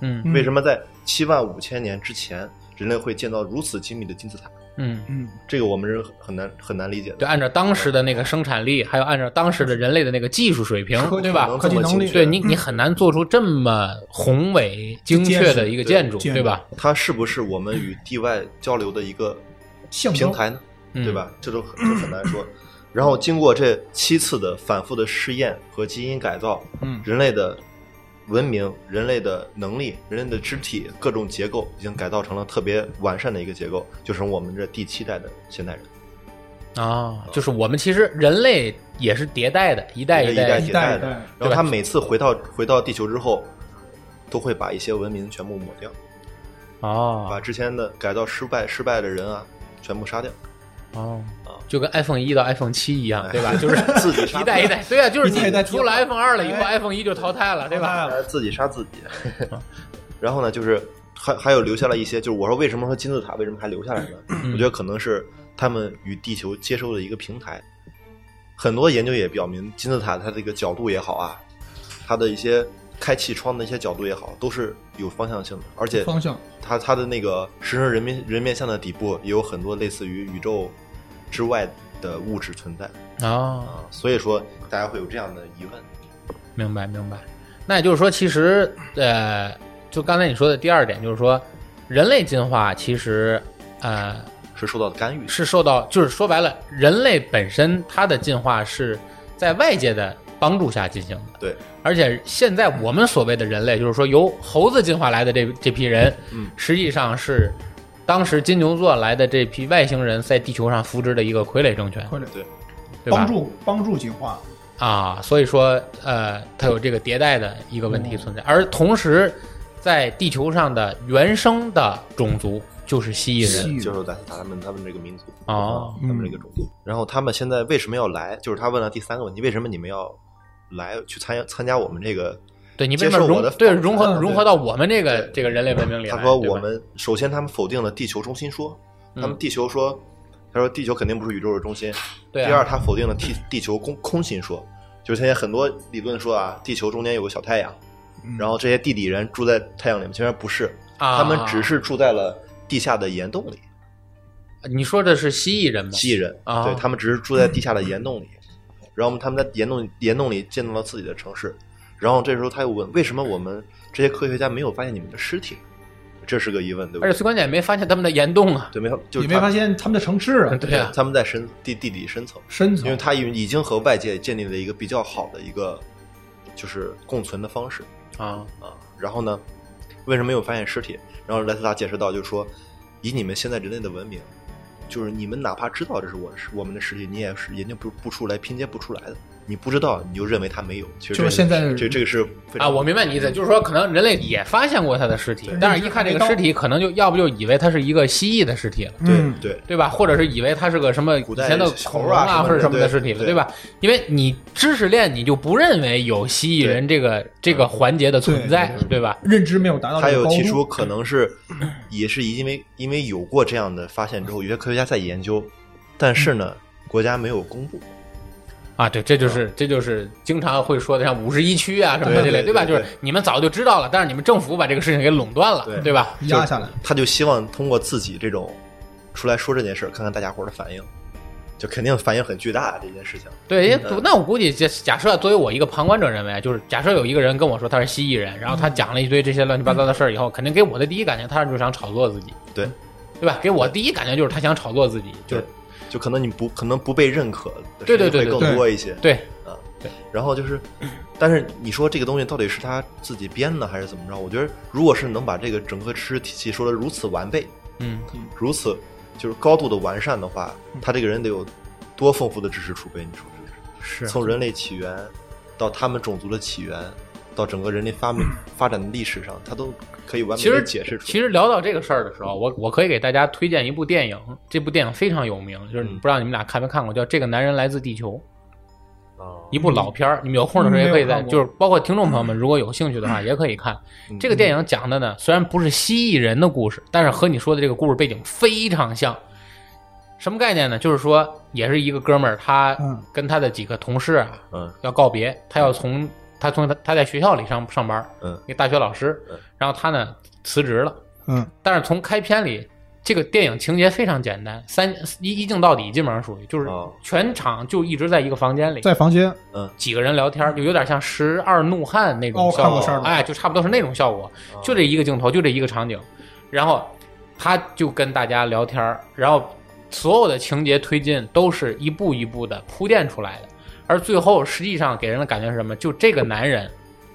[SPEAKER 2] 嗯
[SPEAKER 1] 为什么在七万五千年之前，人类会建造如此精密的金字塔？
[SPEAKER 2] 嗯，
[SPEAKER 3] 嗯
[SPEAKER 1] 这个我们人很难很难理解的。
[SPEAKER 2] 对，按照当时的那个生产力，还有按照当时的人类的那个技术水平，
[SPEAKER 3] 科技
[SPEAKER 2] 对吧？
[SPEAKER 1] 能
[SPEAKER 3] 科技
[SPEAKER 1] 这么
[SPEAKER 3] 能力
[SPEAKER 1] 精确
[SPEAKER 2] 对你，你很难做出这么宏伟、精确的一个建筑，
[SPEAKER 3] 建筑
[SPEAKER 2] 对吧？啊
[SPEAKER 1] 它是不是我们与地外交流的一个
[SPEAKER 3] 象征
[SPEAKER 1] 平台呢？
[SPEAKER 2] 嗯
[SPEAKER 1] 对吧？这都很这很难说。然后经过这七次的反复的试验和基因改造，
[SPEAKER 3] 嗯
[SPEAKER 1] 人类的文明、人类的能力、人类的肢体各种结构已经改造成了特别完善的一个结构，就是我们这第七代的现代人，
[SPEAKER 2] 啊，就是我们其实人类也是迭代的，一代
[SPEAKER 1] 一
[SPEAKER 2] 代
[SPEAKER 1] 代
[SPEAKER 3] 一
[SPEAKER 1] 迭
[SPEAKER 3] 代
[SPEAKER 1] 代的
[SPEAKER 3] 一代。
[SPEAKER 1] 然后他每次回到回到地球之后，都会把一些文明全部抹掉，
[SPEAKER 2] 哦
[SPEAKER 1] 把之前的改造失败失败的人啊全部杀掉。
[SPEAKER 2] 哦
[SPEAKER 1] 啊，
[SPEAKER 2] 就跟 iPhone 一到 iPhone 七一样，对
[SPEAKER 1] 哎
[SPEAKER 2] 吧？就是
[SPEAKER 1] 自己杀
[SPEAKER 2] 一代一代，对啊，就是
[SPEAKER 3] 一代一代
[SPEAKER 2] 你出了
[SPEAKER 3] 淘汰
[SPEAKER 2] iPhone 二了以后
[SPEAKER 3] 哎
[SPEAKER 2] ，iPhone 一就淘汰了，对吧？
[SPEAKER 1] 呃，自己杀自己。然后呢，就是还还有留下了一些，就是我说为什么说金字塔为什么还留下来呢？我觉得可能是他们与地球接收的一个平台。很多研究也表明，金字塔它这个角度也好啊，它的一些开气窗的一些角度也好，都是有方向性的，而且
[SPEAKER 3] 方向
[SPEAKER 1] 它它的那个石人人面人面像的底部也有很多类似于宇宙之外的物质存在
[SPEAKER 2] 哦，
[SPEAKER 1] 啊，所以说大家会有这样的疑问。
[SPEAKER 2] 明白明白。那也就是说，其实呃，就刚才你说的第二点，就是说人类进化其实呃
[SPEAKER 1] 是受到干预的，
[SPEAKER 2] 是受到，就是说白了，人类本身它的进化是在外界的帮助下进行的。
[SPEAKER 1] 对，
[SPEAKER 2] 而且现在我们所谓的人类，就是说由猴子进化来的这这批人，
[SPEAKER 1] 嗯
[SPEAKER 2] 实际上是当时金牛座来的这批外星人在地球上扶植的一个傀儡政权，
[SPEAKER 3] 或者
[SPEAKER 1] 对
[SPEAKER 2] 对吧？
[SPEAKER 3] 帮助帮助进化，
[SPEAKER 2] 啊，所以说呃，它有这个迭代的一个问
[SPEAKER 1] 嗯
[SPEAKER 2] 题存在，而同时在地球上的原生的种族就是蜥蜴人
[SPEAKER 3] 蜥蜴
[SPEAKER 1] 接受莱斯塔他们他们这个民族
[SPEAKER 2] 哦
[SPEAKER 1] 他们这个种族。然后他们现在为什么要来？就是他问了第三个问题：为什么你们要来去参参加我们这个？
[SPEAKER 2] 对你为什么
[SPEAKER 1] 接受我
[SPEAKER 2] 融
[SPEAKER 1] 的
[SPEAKER 2] 对
[SPEAKER 1] 访谈啊
[SPEAKER 2] 融合
[SPEAKER 3] 对
[SPEAKER 2] 融合到我们这个这个人类文明里来？
[SPEAKER 1] 他说
[SPEAKER 2] 对吧
[SPEAKER 1] 我们首先他们否定了地球中心说，
[SPEAKER 2] 嗯
[SPEAKER 1] 他们地球说，他说地球肯定不是宇宙的中心。
[SPEAKER 2] 对啊
[SPEAKER 1] 第二，他否定了地地球空空心说，就是现在很多理论说啊，地球中间有个小太阳，
[SPEAKER 3] 嗯
[SPEAKER 1] 然后这些地底人住在太阳里面，其实不是，
[SPEAKER 2] 啊
[SPEAKER 1] 他们只是住在了地下的岩洞里。
[SPEAKER 2] 你说的是蜥蜴人吗？
[SPEAKER 1] 蜥蜴人，
[SPEAKER 2] 啊
[SPEAKER 1] 对他们只是住在地下的岩洞里，然后他们在岩洞岩洞里建造了自己的城市，然后这时候他又问为什么我们这些科学家没有发现你们的尸体，这是个疑问，对不
[SPEAKER 2] 而
[SPEAKER 1] 对
[SPEAKER 2] 且？最关键也没发现他们的岩洞啊。
[SPEAKER 1] 对，没有，就是
[SPEAKER 3] 你没
[SPEAKER 1] 他
[SPEAKER 3] 发现他们的城市 啊，
[SPEAKER 2] 对啊，
[SPEAKER 1] 他们在深地地底深层，
[SPEAKER 3] 深层
[SPEAKER 1] 因为他已已经和外界建立了一个比较好的一个就是共存的方式
[SPEAKER 2] 啊，
[SPEAKER 1] 啊。然后呢，为什么没有发现尸体？然后莱斯塔解释到，就是说，以你们现在人类的文明，就是你们哪怕知道这是我是我们的尸体，你也是研究不不出来、拼接不出来的。你不知道，你就认为它没有。其实
[SPEAKER 3] 就
[SPEAKER 1] 这
[SPEAKER 3] 是现在
[SPEAKER 1] 这这个是非常嗯
[SPEAKER 2] 啊，我明白你意思，就是说可能人类也发现过他的尸体
[SPEAKER 1] 对，
[SPEAKER 2] 但是一看这个尸体，可能就要不就以为他是一个蜥蜴的尸体了。
[SPEAKER 1] 对、
[SPEAKER 3] 嗯
[SPEAKER 1] 对
[SPEAKER 2] 对吧？或者是以为他是个什么以
[SPEAKER 1] 古代
[SPEAKER 2] 前的
[SPEAKER 1] 恐
[SPEAKER 2] 恐龙
[SPEAKER 1] 龙啊
[SPEAKER 2] 啊，或者
[SPEAKER 1] 什
[SPEAKER 2] 什
[SPEAKER 1] 么
[SPEAKER 2] 么
[SPEAKER 1] 的
[SPEAKER 2] 的尸体了，
[SPEAKER 1] 对
[SPEAKER 2] 对吧？因为你知识链你就不认为有蜥蜴人这个这个环节的存在
[SPEAKER 3] 对，
[SPEAKER 2] 对吧？
[SPEAKER 3] 认知没有达到
[SPEAKER 1] 他
[SPEAKER 3] 这个
[SPEAKER 1] 有
[SPEAKER 3] 高
[SPEAKER 1] 提出
[SPEAKER 3] 度，嗯
[SPEAKER 1] 可能是，也是因为因为有过这样的发现之后，有些科学家在研究，但是呢，
[SPEAKER 3] 嗯
[SPEAKER 1] 国家没有公布。
[SPEAKER 2] 啊，对，这就是这就是经常会说的，像五十一区啊什么
[SPEAKER 1] 嗯
[SPEAKER 2] 的
[SPEAKER 1] 对
[SPEAKER 2] 这类，
[SPEAKER 1] 对
[SPEAKER 2] 吧？
[SPEAKER 1] 对
[SPEAKER 2] 就是
[SPEAKER 1] 对
[SPEAKER 2] 你们早就知道了，但是你们政府把这个事情给垄断了
[SPEAKER 1] 对，
[SPEAKER 2] 对吧？
[SPEAKER 3] 压下来，
[SPEAKER 1] 他就希望通过自己这种出来说这件事儿，看看大家伙儿的反应，就肯定反应很巨大这件事情。
[SPEAKER 2] 对，因为
[SPEAKER 1] 嗯
[SPEAKER 2] 那我估计，假假设作为我一个旁观者认为，啊就是假设有一个人跟我说他是蜥蜴人，然后他讲了一堆这些乱七八糟的事儿以后，肯定给我的第一感觉，他就是想炒作自己，
[SPEAKER 1] 对，
[SPEAKER 2] 对吧？给我第一感觉就是他想炒作自己，就是
[SPEAKER 1] 对，就可能你不可能不被认可的
[SPEAKER 2] 对
[SPEAKER 1] 事
[SPEAKER 2] 对
[SPEAKER 1] 情
[SPEAKER 2] 对
[SPEAKER 1] 会
[SPEAKER 2] 对
[SPEAKER 1] 更多一些。
[SPEAKER 2] 对，
[SPEAKER 1] 啊
[SPEAKER 2] 对，
[SPEAKER 1] 然后就是，但是你说这个东西到底是他自己编的还是怎么着？我觉得，如果是能把这个整个知识体系说的如此完备，
[SPEAKER 2] 嗯，
[SPEAKER 1] 如此就是高度的完善的话，他这个人得有多丰富的知识储备？你说是不是？
[SPEAKER 2] 是
[SPEAKER 3] 啊
[SPEAKER 1] 从人类起源到他们种族的起源，到整个人类发
[SPEAKER 3] 嗯
[SPEAKER 1] 明发展的历史上，他都可以完美
[SPEAKER 2] 其
[SPEAKER 1] 的
[SPEAKER 2] 实
[SPEAKER 1] 解释出来。
[SPEAKER 2] 其实聊到这个事儿的时候，我我可以给大家推荐一部电影，这部电影非常有名，就是你
[SPEAKER 1] 嗯
[SPEAKER 2] 不知道你们俩看没看过，叫《这个男人来自地球》，
[SPEAKER 1] 啊
[SPEAKER 2] 一部老片儿。你们有空的时候也可以
[SPEAKER 3] 嗯没有
[SPEAKER 2] 在，
[SPEAKER 3] 看过
[SPEAKER 2] 就是包括听众朋友们，如果有兴趣的 话，也可以看
[SPEAKER 1] 嗯
[SPEAKER 2] 这个电影。讲的呢，虽然不是蜥蜴人的故事，但是和你说的这个故事背景非常像。什么概念呢？就是说，也是一个哥们儿，他
[SPEAKER 3] 嗯
[SPEAKER 2] 跟他的几个同事啊，
[SPEAKER 1] 嗯
[SPEAKER 2] 要告别，他要从他从他他在学校里上上班，
[SPEAKER 1] 嗯，
[SPEAKER 2] 一个大学老师
[SPEAKER 1] 嗯，
[SPEAKER 2] 然后他呢辞职了。
[SPEAKER 3] 嗯，
[SPEAKER 2] 但是从开篇里，这个电影情节非常简单，三一一镜到底，基本上属于就是
[SPEAKER 1] 哦
[SPEAKER 2] 全场就一直在一个房间里，
[SPEAKER 3] 在房间
[SPEAKER 2] 几个人聊天，就有点像《十二怒汉》那种
[SPEAKER 3] 哦
[SPEAKER 2] 效
[SPEAKER 3] 看过
[SPEAKER 2] 果，
[SPEAKER 3] 事儿了
[SPEAKER 2] 哎，就差不多是那种效果，
[SPEAKER 3] 哦
[SPEAKER 2] 就这一个镜头，就这一个场景，然后他就跟大家聊天，然后所有的情节推进都是一步一步的铺垫出来的，而最后实际上给人的感觉是什么？就这个男人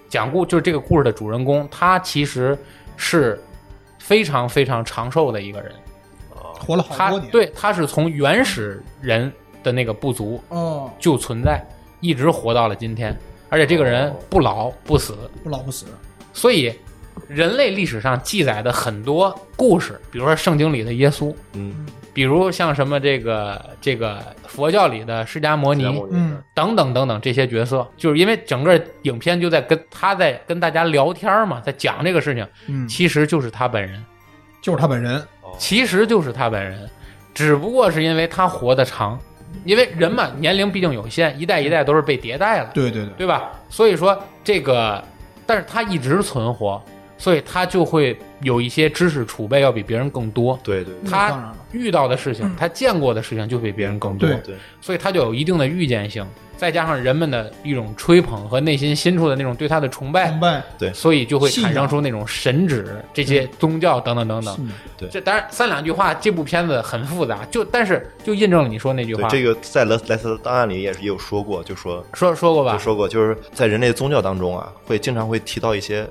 [SPEAKER 2] 讲故，就是这个故事的主人公，他其实是非常非常长寿的一个人，
[SPEAKER 3] 活了好
[SPEAKER 2] 他
[SPEAKER 3] 多年，，
[SPEAKER 2] 对他是从原始人的那个部族
[SPEAKER 3] 哦，
[SPEAKER 2] 就存在，一直活到了今天，而且这个人不老不死，
[SPEAKER 3] 不老不死，
[SPEAKER 2] 所以人类历史上记载的很多故事，比如说圣经里的耶稣，
[SPEAKER 1] 嗯，
[SPEAKER 2] 比如像什么这个这个佛教里的释迦摩尼
[SPEAKER 1] 然后
[SPEAKER 3] 嗯，
[SPEAKER 2] 等等等等这些角色，就是因为整个影片就在跟他在跟大家聊天嘛，在讲这个事情，
[SPEAKER 3] 嗯，
[SPEAKER 2] 其实就是他本人，
[SPEAKER 3] 就是他本人，
[SPEAKER 2] 其实就是他本人，只不过是因为他活得长。因为人嘛，年龄毕竟有限，一代一代都是被迭代了。
[SPEAKER 3] 对对对，
[SPEAKER 2] 对吧？所以说这个，但是他一直存活，所以他就会有一些知识储备要比别人更多。
[SPEAKER 1] 对对对
[SPEAKER 3] 那当然
[SPEAKER 2] 他
[SPEAKER 3] 了嗯
[SPEAKER 2] 遇到的事情，他见过的事情就比别人更多，
[SPEAKER 3] 对
[SPEAKER 1] 对，
[SPEAKER 2] 所以他就有一定的预见性，再加上人们的一种吹捧和内心深处的那种对他的崇拜
[SPEAKER 3] 明，白，
[SPEAKER 2] 所以就会产
[SPEAKER 3] 信
[SPEAKER 2] 生
[SPEAKER 3] 仰
[SPEAKER 2] 出那种神旨、这些宗教等等等等。
[SPEAKER 3] 嗯
[SPEAKER 2] 这当然三两句话，这部片子很复杂，就但是就印证了你说那句
[SPEAKER 1] 对
[SPEAKER 2] 话，
[SPEAKER 1] 这个在莱莱斯档案里也是也有说过，就说
[SPEAKER 2] 说说过吧
[SPEAKER 1] 就？说过，就是在人类宗教当中啊，会经常会提到一些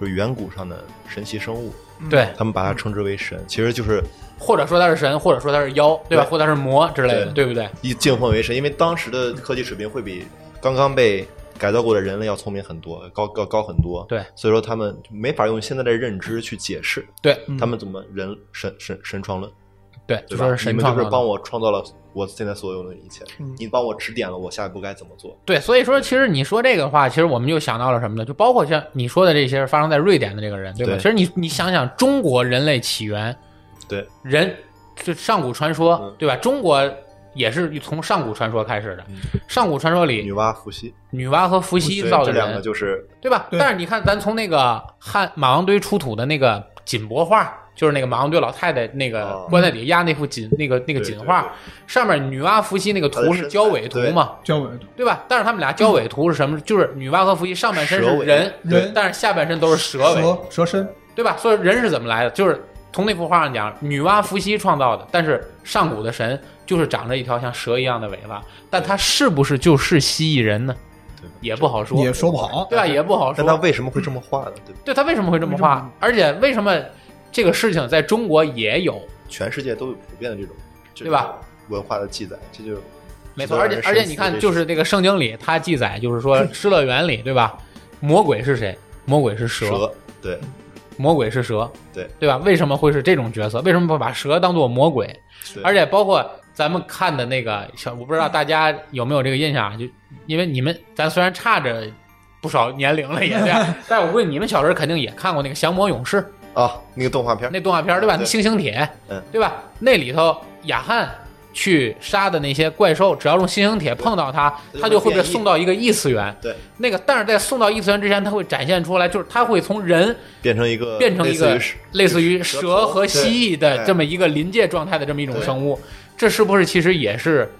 [SPEAKER 1] 就是远古上的神奇生物，
[SPEAKER 3] 嗯
[SPEAKER 2] 对，
[SPEAKER 1] 他们把它称之为神，其实就是
[SPEAKER 2] 或者说他是神，或者说他是妖，对吧？
[SPEAKER 1] 对
[SPEAKER 2] 或者他是魔之类的，
[SPEAKER 1] 对
[SPEAKER 2] 对不对？
[SPEAKER 1] 以敬奉为神，因为当时的科技水平会比刚刚被改造过的人类要聪明很多，高高高很多。
[SPEAKER 2] 对，
[SPEAKER 1] 所以说他们没法用现在的认知去解释
[SPEAKER 2] 对，
[SPEAKER 3] 嗯
[SPEAKER 1] 他们怎么人神神神创论，
[SPEAKER 2] 对，
[SPEAKER 1] 对
[SPEAKER 2] 说
[SPEAKER 1] 吧
[SPEAKER 2] 是？
[SPEAKER 1] 你
[SPEAKER 2] 神
[SPEAKER 1] 们
[SPEAKER 2] 创
[SPEAKER 1] 就是
[SPEAKER 2] 造
[SPEAKER 1] 帮
[SPEAKER 2] 的。
[SPEAKER 1] 我创造了我现在所有的一切，
[SPEAKER 3] 嗯
[SPEAKER 1] 你帮我指点了我下一步该怎么做。
[SPEAKER 2] 对，所以说其实你说这个话，其实我们就想到了什么呢？就包括像你说的这些发生在瑞典的这个人，对吧？
[SPEAKER 1] 对
[SPEAKER 2] 其实你你想想，中国人类起源，
[SPEAKER 1] 对
[SPEAKER 2] 人就上古传说，
[SPEAKER 1] 嗯
[SPEAKER 2] 对吧？中国也是从上古传说开始的。
[SPEAKER 1] 嗯
[SPEAKER 2] 上古传说里，
[SPEAKER 1] 女
[SPEAKER 2] 女
[SPEAKER 1] 娲、伏羲，
[SPEAKER 2] 娲和伏羲
[SPEAKER 1] 对
[SPEAKER 2] 造
[SPEAKER 1] 这
[SPEAKER 2] 的
[SPEAKER 1] 两个
[SPEAKER 2] 人，
[SPEAKER 1] 就是
[SPEAKER 2] 对吧？
[SPEAKER 3] 对
[SPEAKER 2] 但是你看，咱从那个汉马王堆出土的那个锦帛画，就是那个马王堆老太太那个
[SPEAKER 1] 哦
[SPEAKER 2] 棺材底下压那幅锦那个那个
[SPEAKER 1] 对
[SPEAKER 2] 锦
[SPEAKER 1] 对
[SPEAKER 2] 画
[SPEAKER 1] 对，
[SPEAKER 2] 上面女娲伏羲那个
[SPEAKER 1] 她
[SPEAKER 2] 图
[SPEAKER 1] 的
[SPEAKER 2] 是
[SPEAKER 1] 身
[SPEAKER 2] 交
[SPEAKER 1] 材
[SPEAKER 2] 尾图
[SPEAKER 1] 对
[SPEAKER 2] 嘛，
[SPEAKER 3] 交尾
[SPEAKER 2] 对吧？但是他们俩交尾图是什么？就是女娲和伏羲上半身
[SPEAKER 1] 蛇
[SPEAKER 2] 是
[SPEAKER 1] 尾
[SPEAKER 2] 人，嗯
[SPEAKER 3] 人
[SPEAKER 2] 但是下半身都是蛇尾，
[SPEAKER 3] 蛇蛇身，
[SPEAKER 2] 对吧？所以人是怎么来的？就是从那幅画上讲，女娲、伏羲创造的，但是上古的神就是长着一条像蛇一样的尾巴，但他是不是就是蜥蜴人呢？也不好说，
[SPEAKER 3] 也说不好。
[SPEAKER 2] 对吧？也不好说。
[SPEAKER 1] 但他为什么会这么画呢？对吧？
[SPEAKER 2] 对他为什么会这么画？而且为什么这个事情在中国也有？
[SPEAKER 1] 全世界都有普遍的这种，
[SPEAKER 2] 对吧？
[SPEAKER 1] 文化的记载，这就
[SPEAKER 2] 没错，而且而且你看，就是是那个圣经里，它记载就是 说，失乐园里，对吧？魔鬼是谁？魔鬼是蛇，嗯
[SPEAKER 1] 蛇，对，
[SPEAKER 2] 魔鬼是蛇，
[SPEAKER 1] 对
[SPEAKER 2] 对吧？为什么会是这种角色？为什么不把蛇当做魔鬼？
[SPEAKER 1] 对
[SPEAKER 2] 而且包括咱们看的那个小，我不知道大家有没有这个印象啊？就因为你们，咱虽然差着不少年龄了，也这 样，但是我估计你们小时候肯定也看过那个《降魔勇士》
[SPEAKER 1] 啊，那个动画片儿
[SPEAKER 2] 那动画片儿，对吧？
[SPEAKER 1] 啊对
[SPEAKER 2] 那星星铁，
[SPEAKER 1] 嗯
[SPEAKER 2] 对吧？那里头雅汉去杀的那些怪兽，只要用星星铁碰到它，
[SPEAKER 1] 对
[SPEAKER 2] 它就会
[SPEAKER 1] 它就会
[SPEAKER 2] 被
[SPEAKER 1] 变异
[SPEAKER 2] 送到一个异次元。
[SPEAKER 1] 对，
[SPEAKER 2] 那个，但是在送到异次元之前，它会展现出来，就是它会从人
[SPEAKER 1] 变成一个
[SPEAKER 2] 变成一个
[SPEAKER 1] 呃类似于
[SPEAKER 2] 类似于
[SPEAKER 1] 蛇
[SPEAKER 2] 蛇
[SPEAKER 1] 头
[SPEAKER 2] 和蜥蜴的
[SPEAKER 1] 对哎
[SPEAKER 2] 这么一个临界状态的这么一种
[SPEAKER 1] 对
[SPEAKER 2] 生物，这是不是其实也是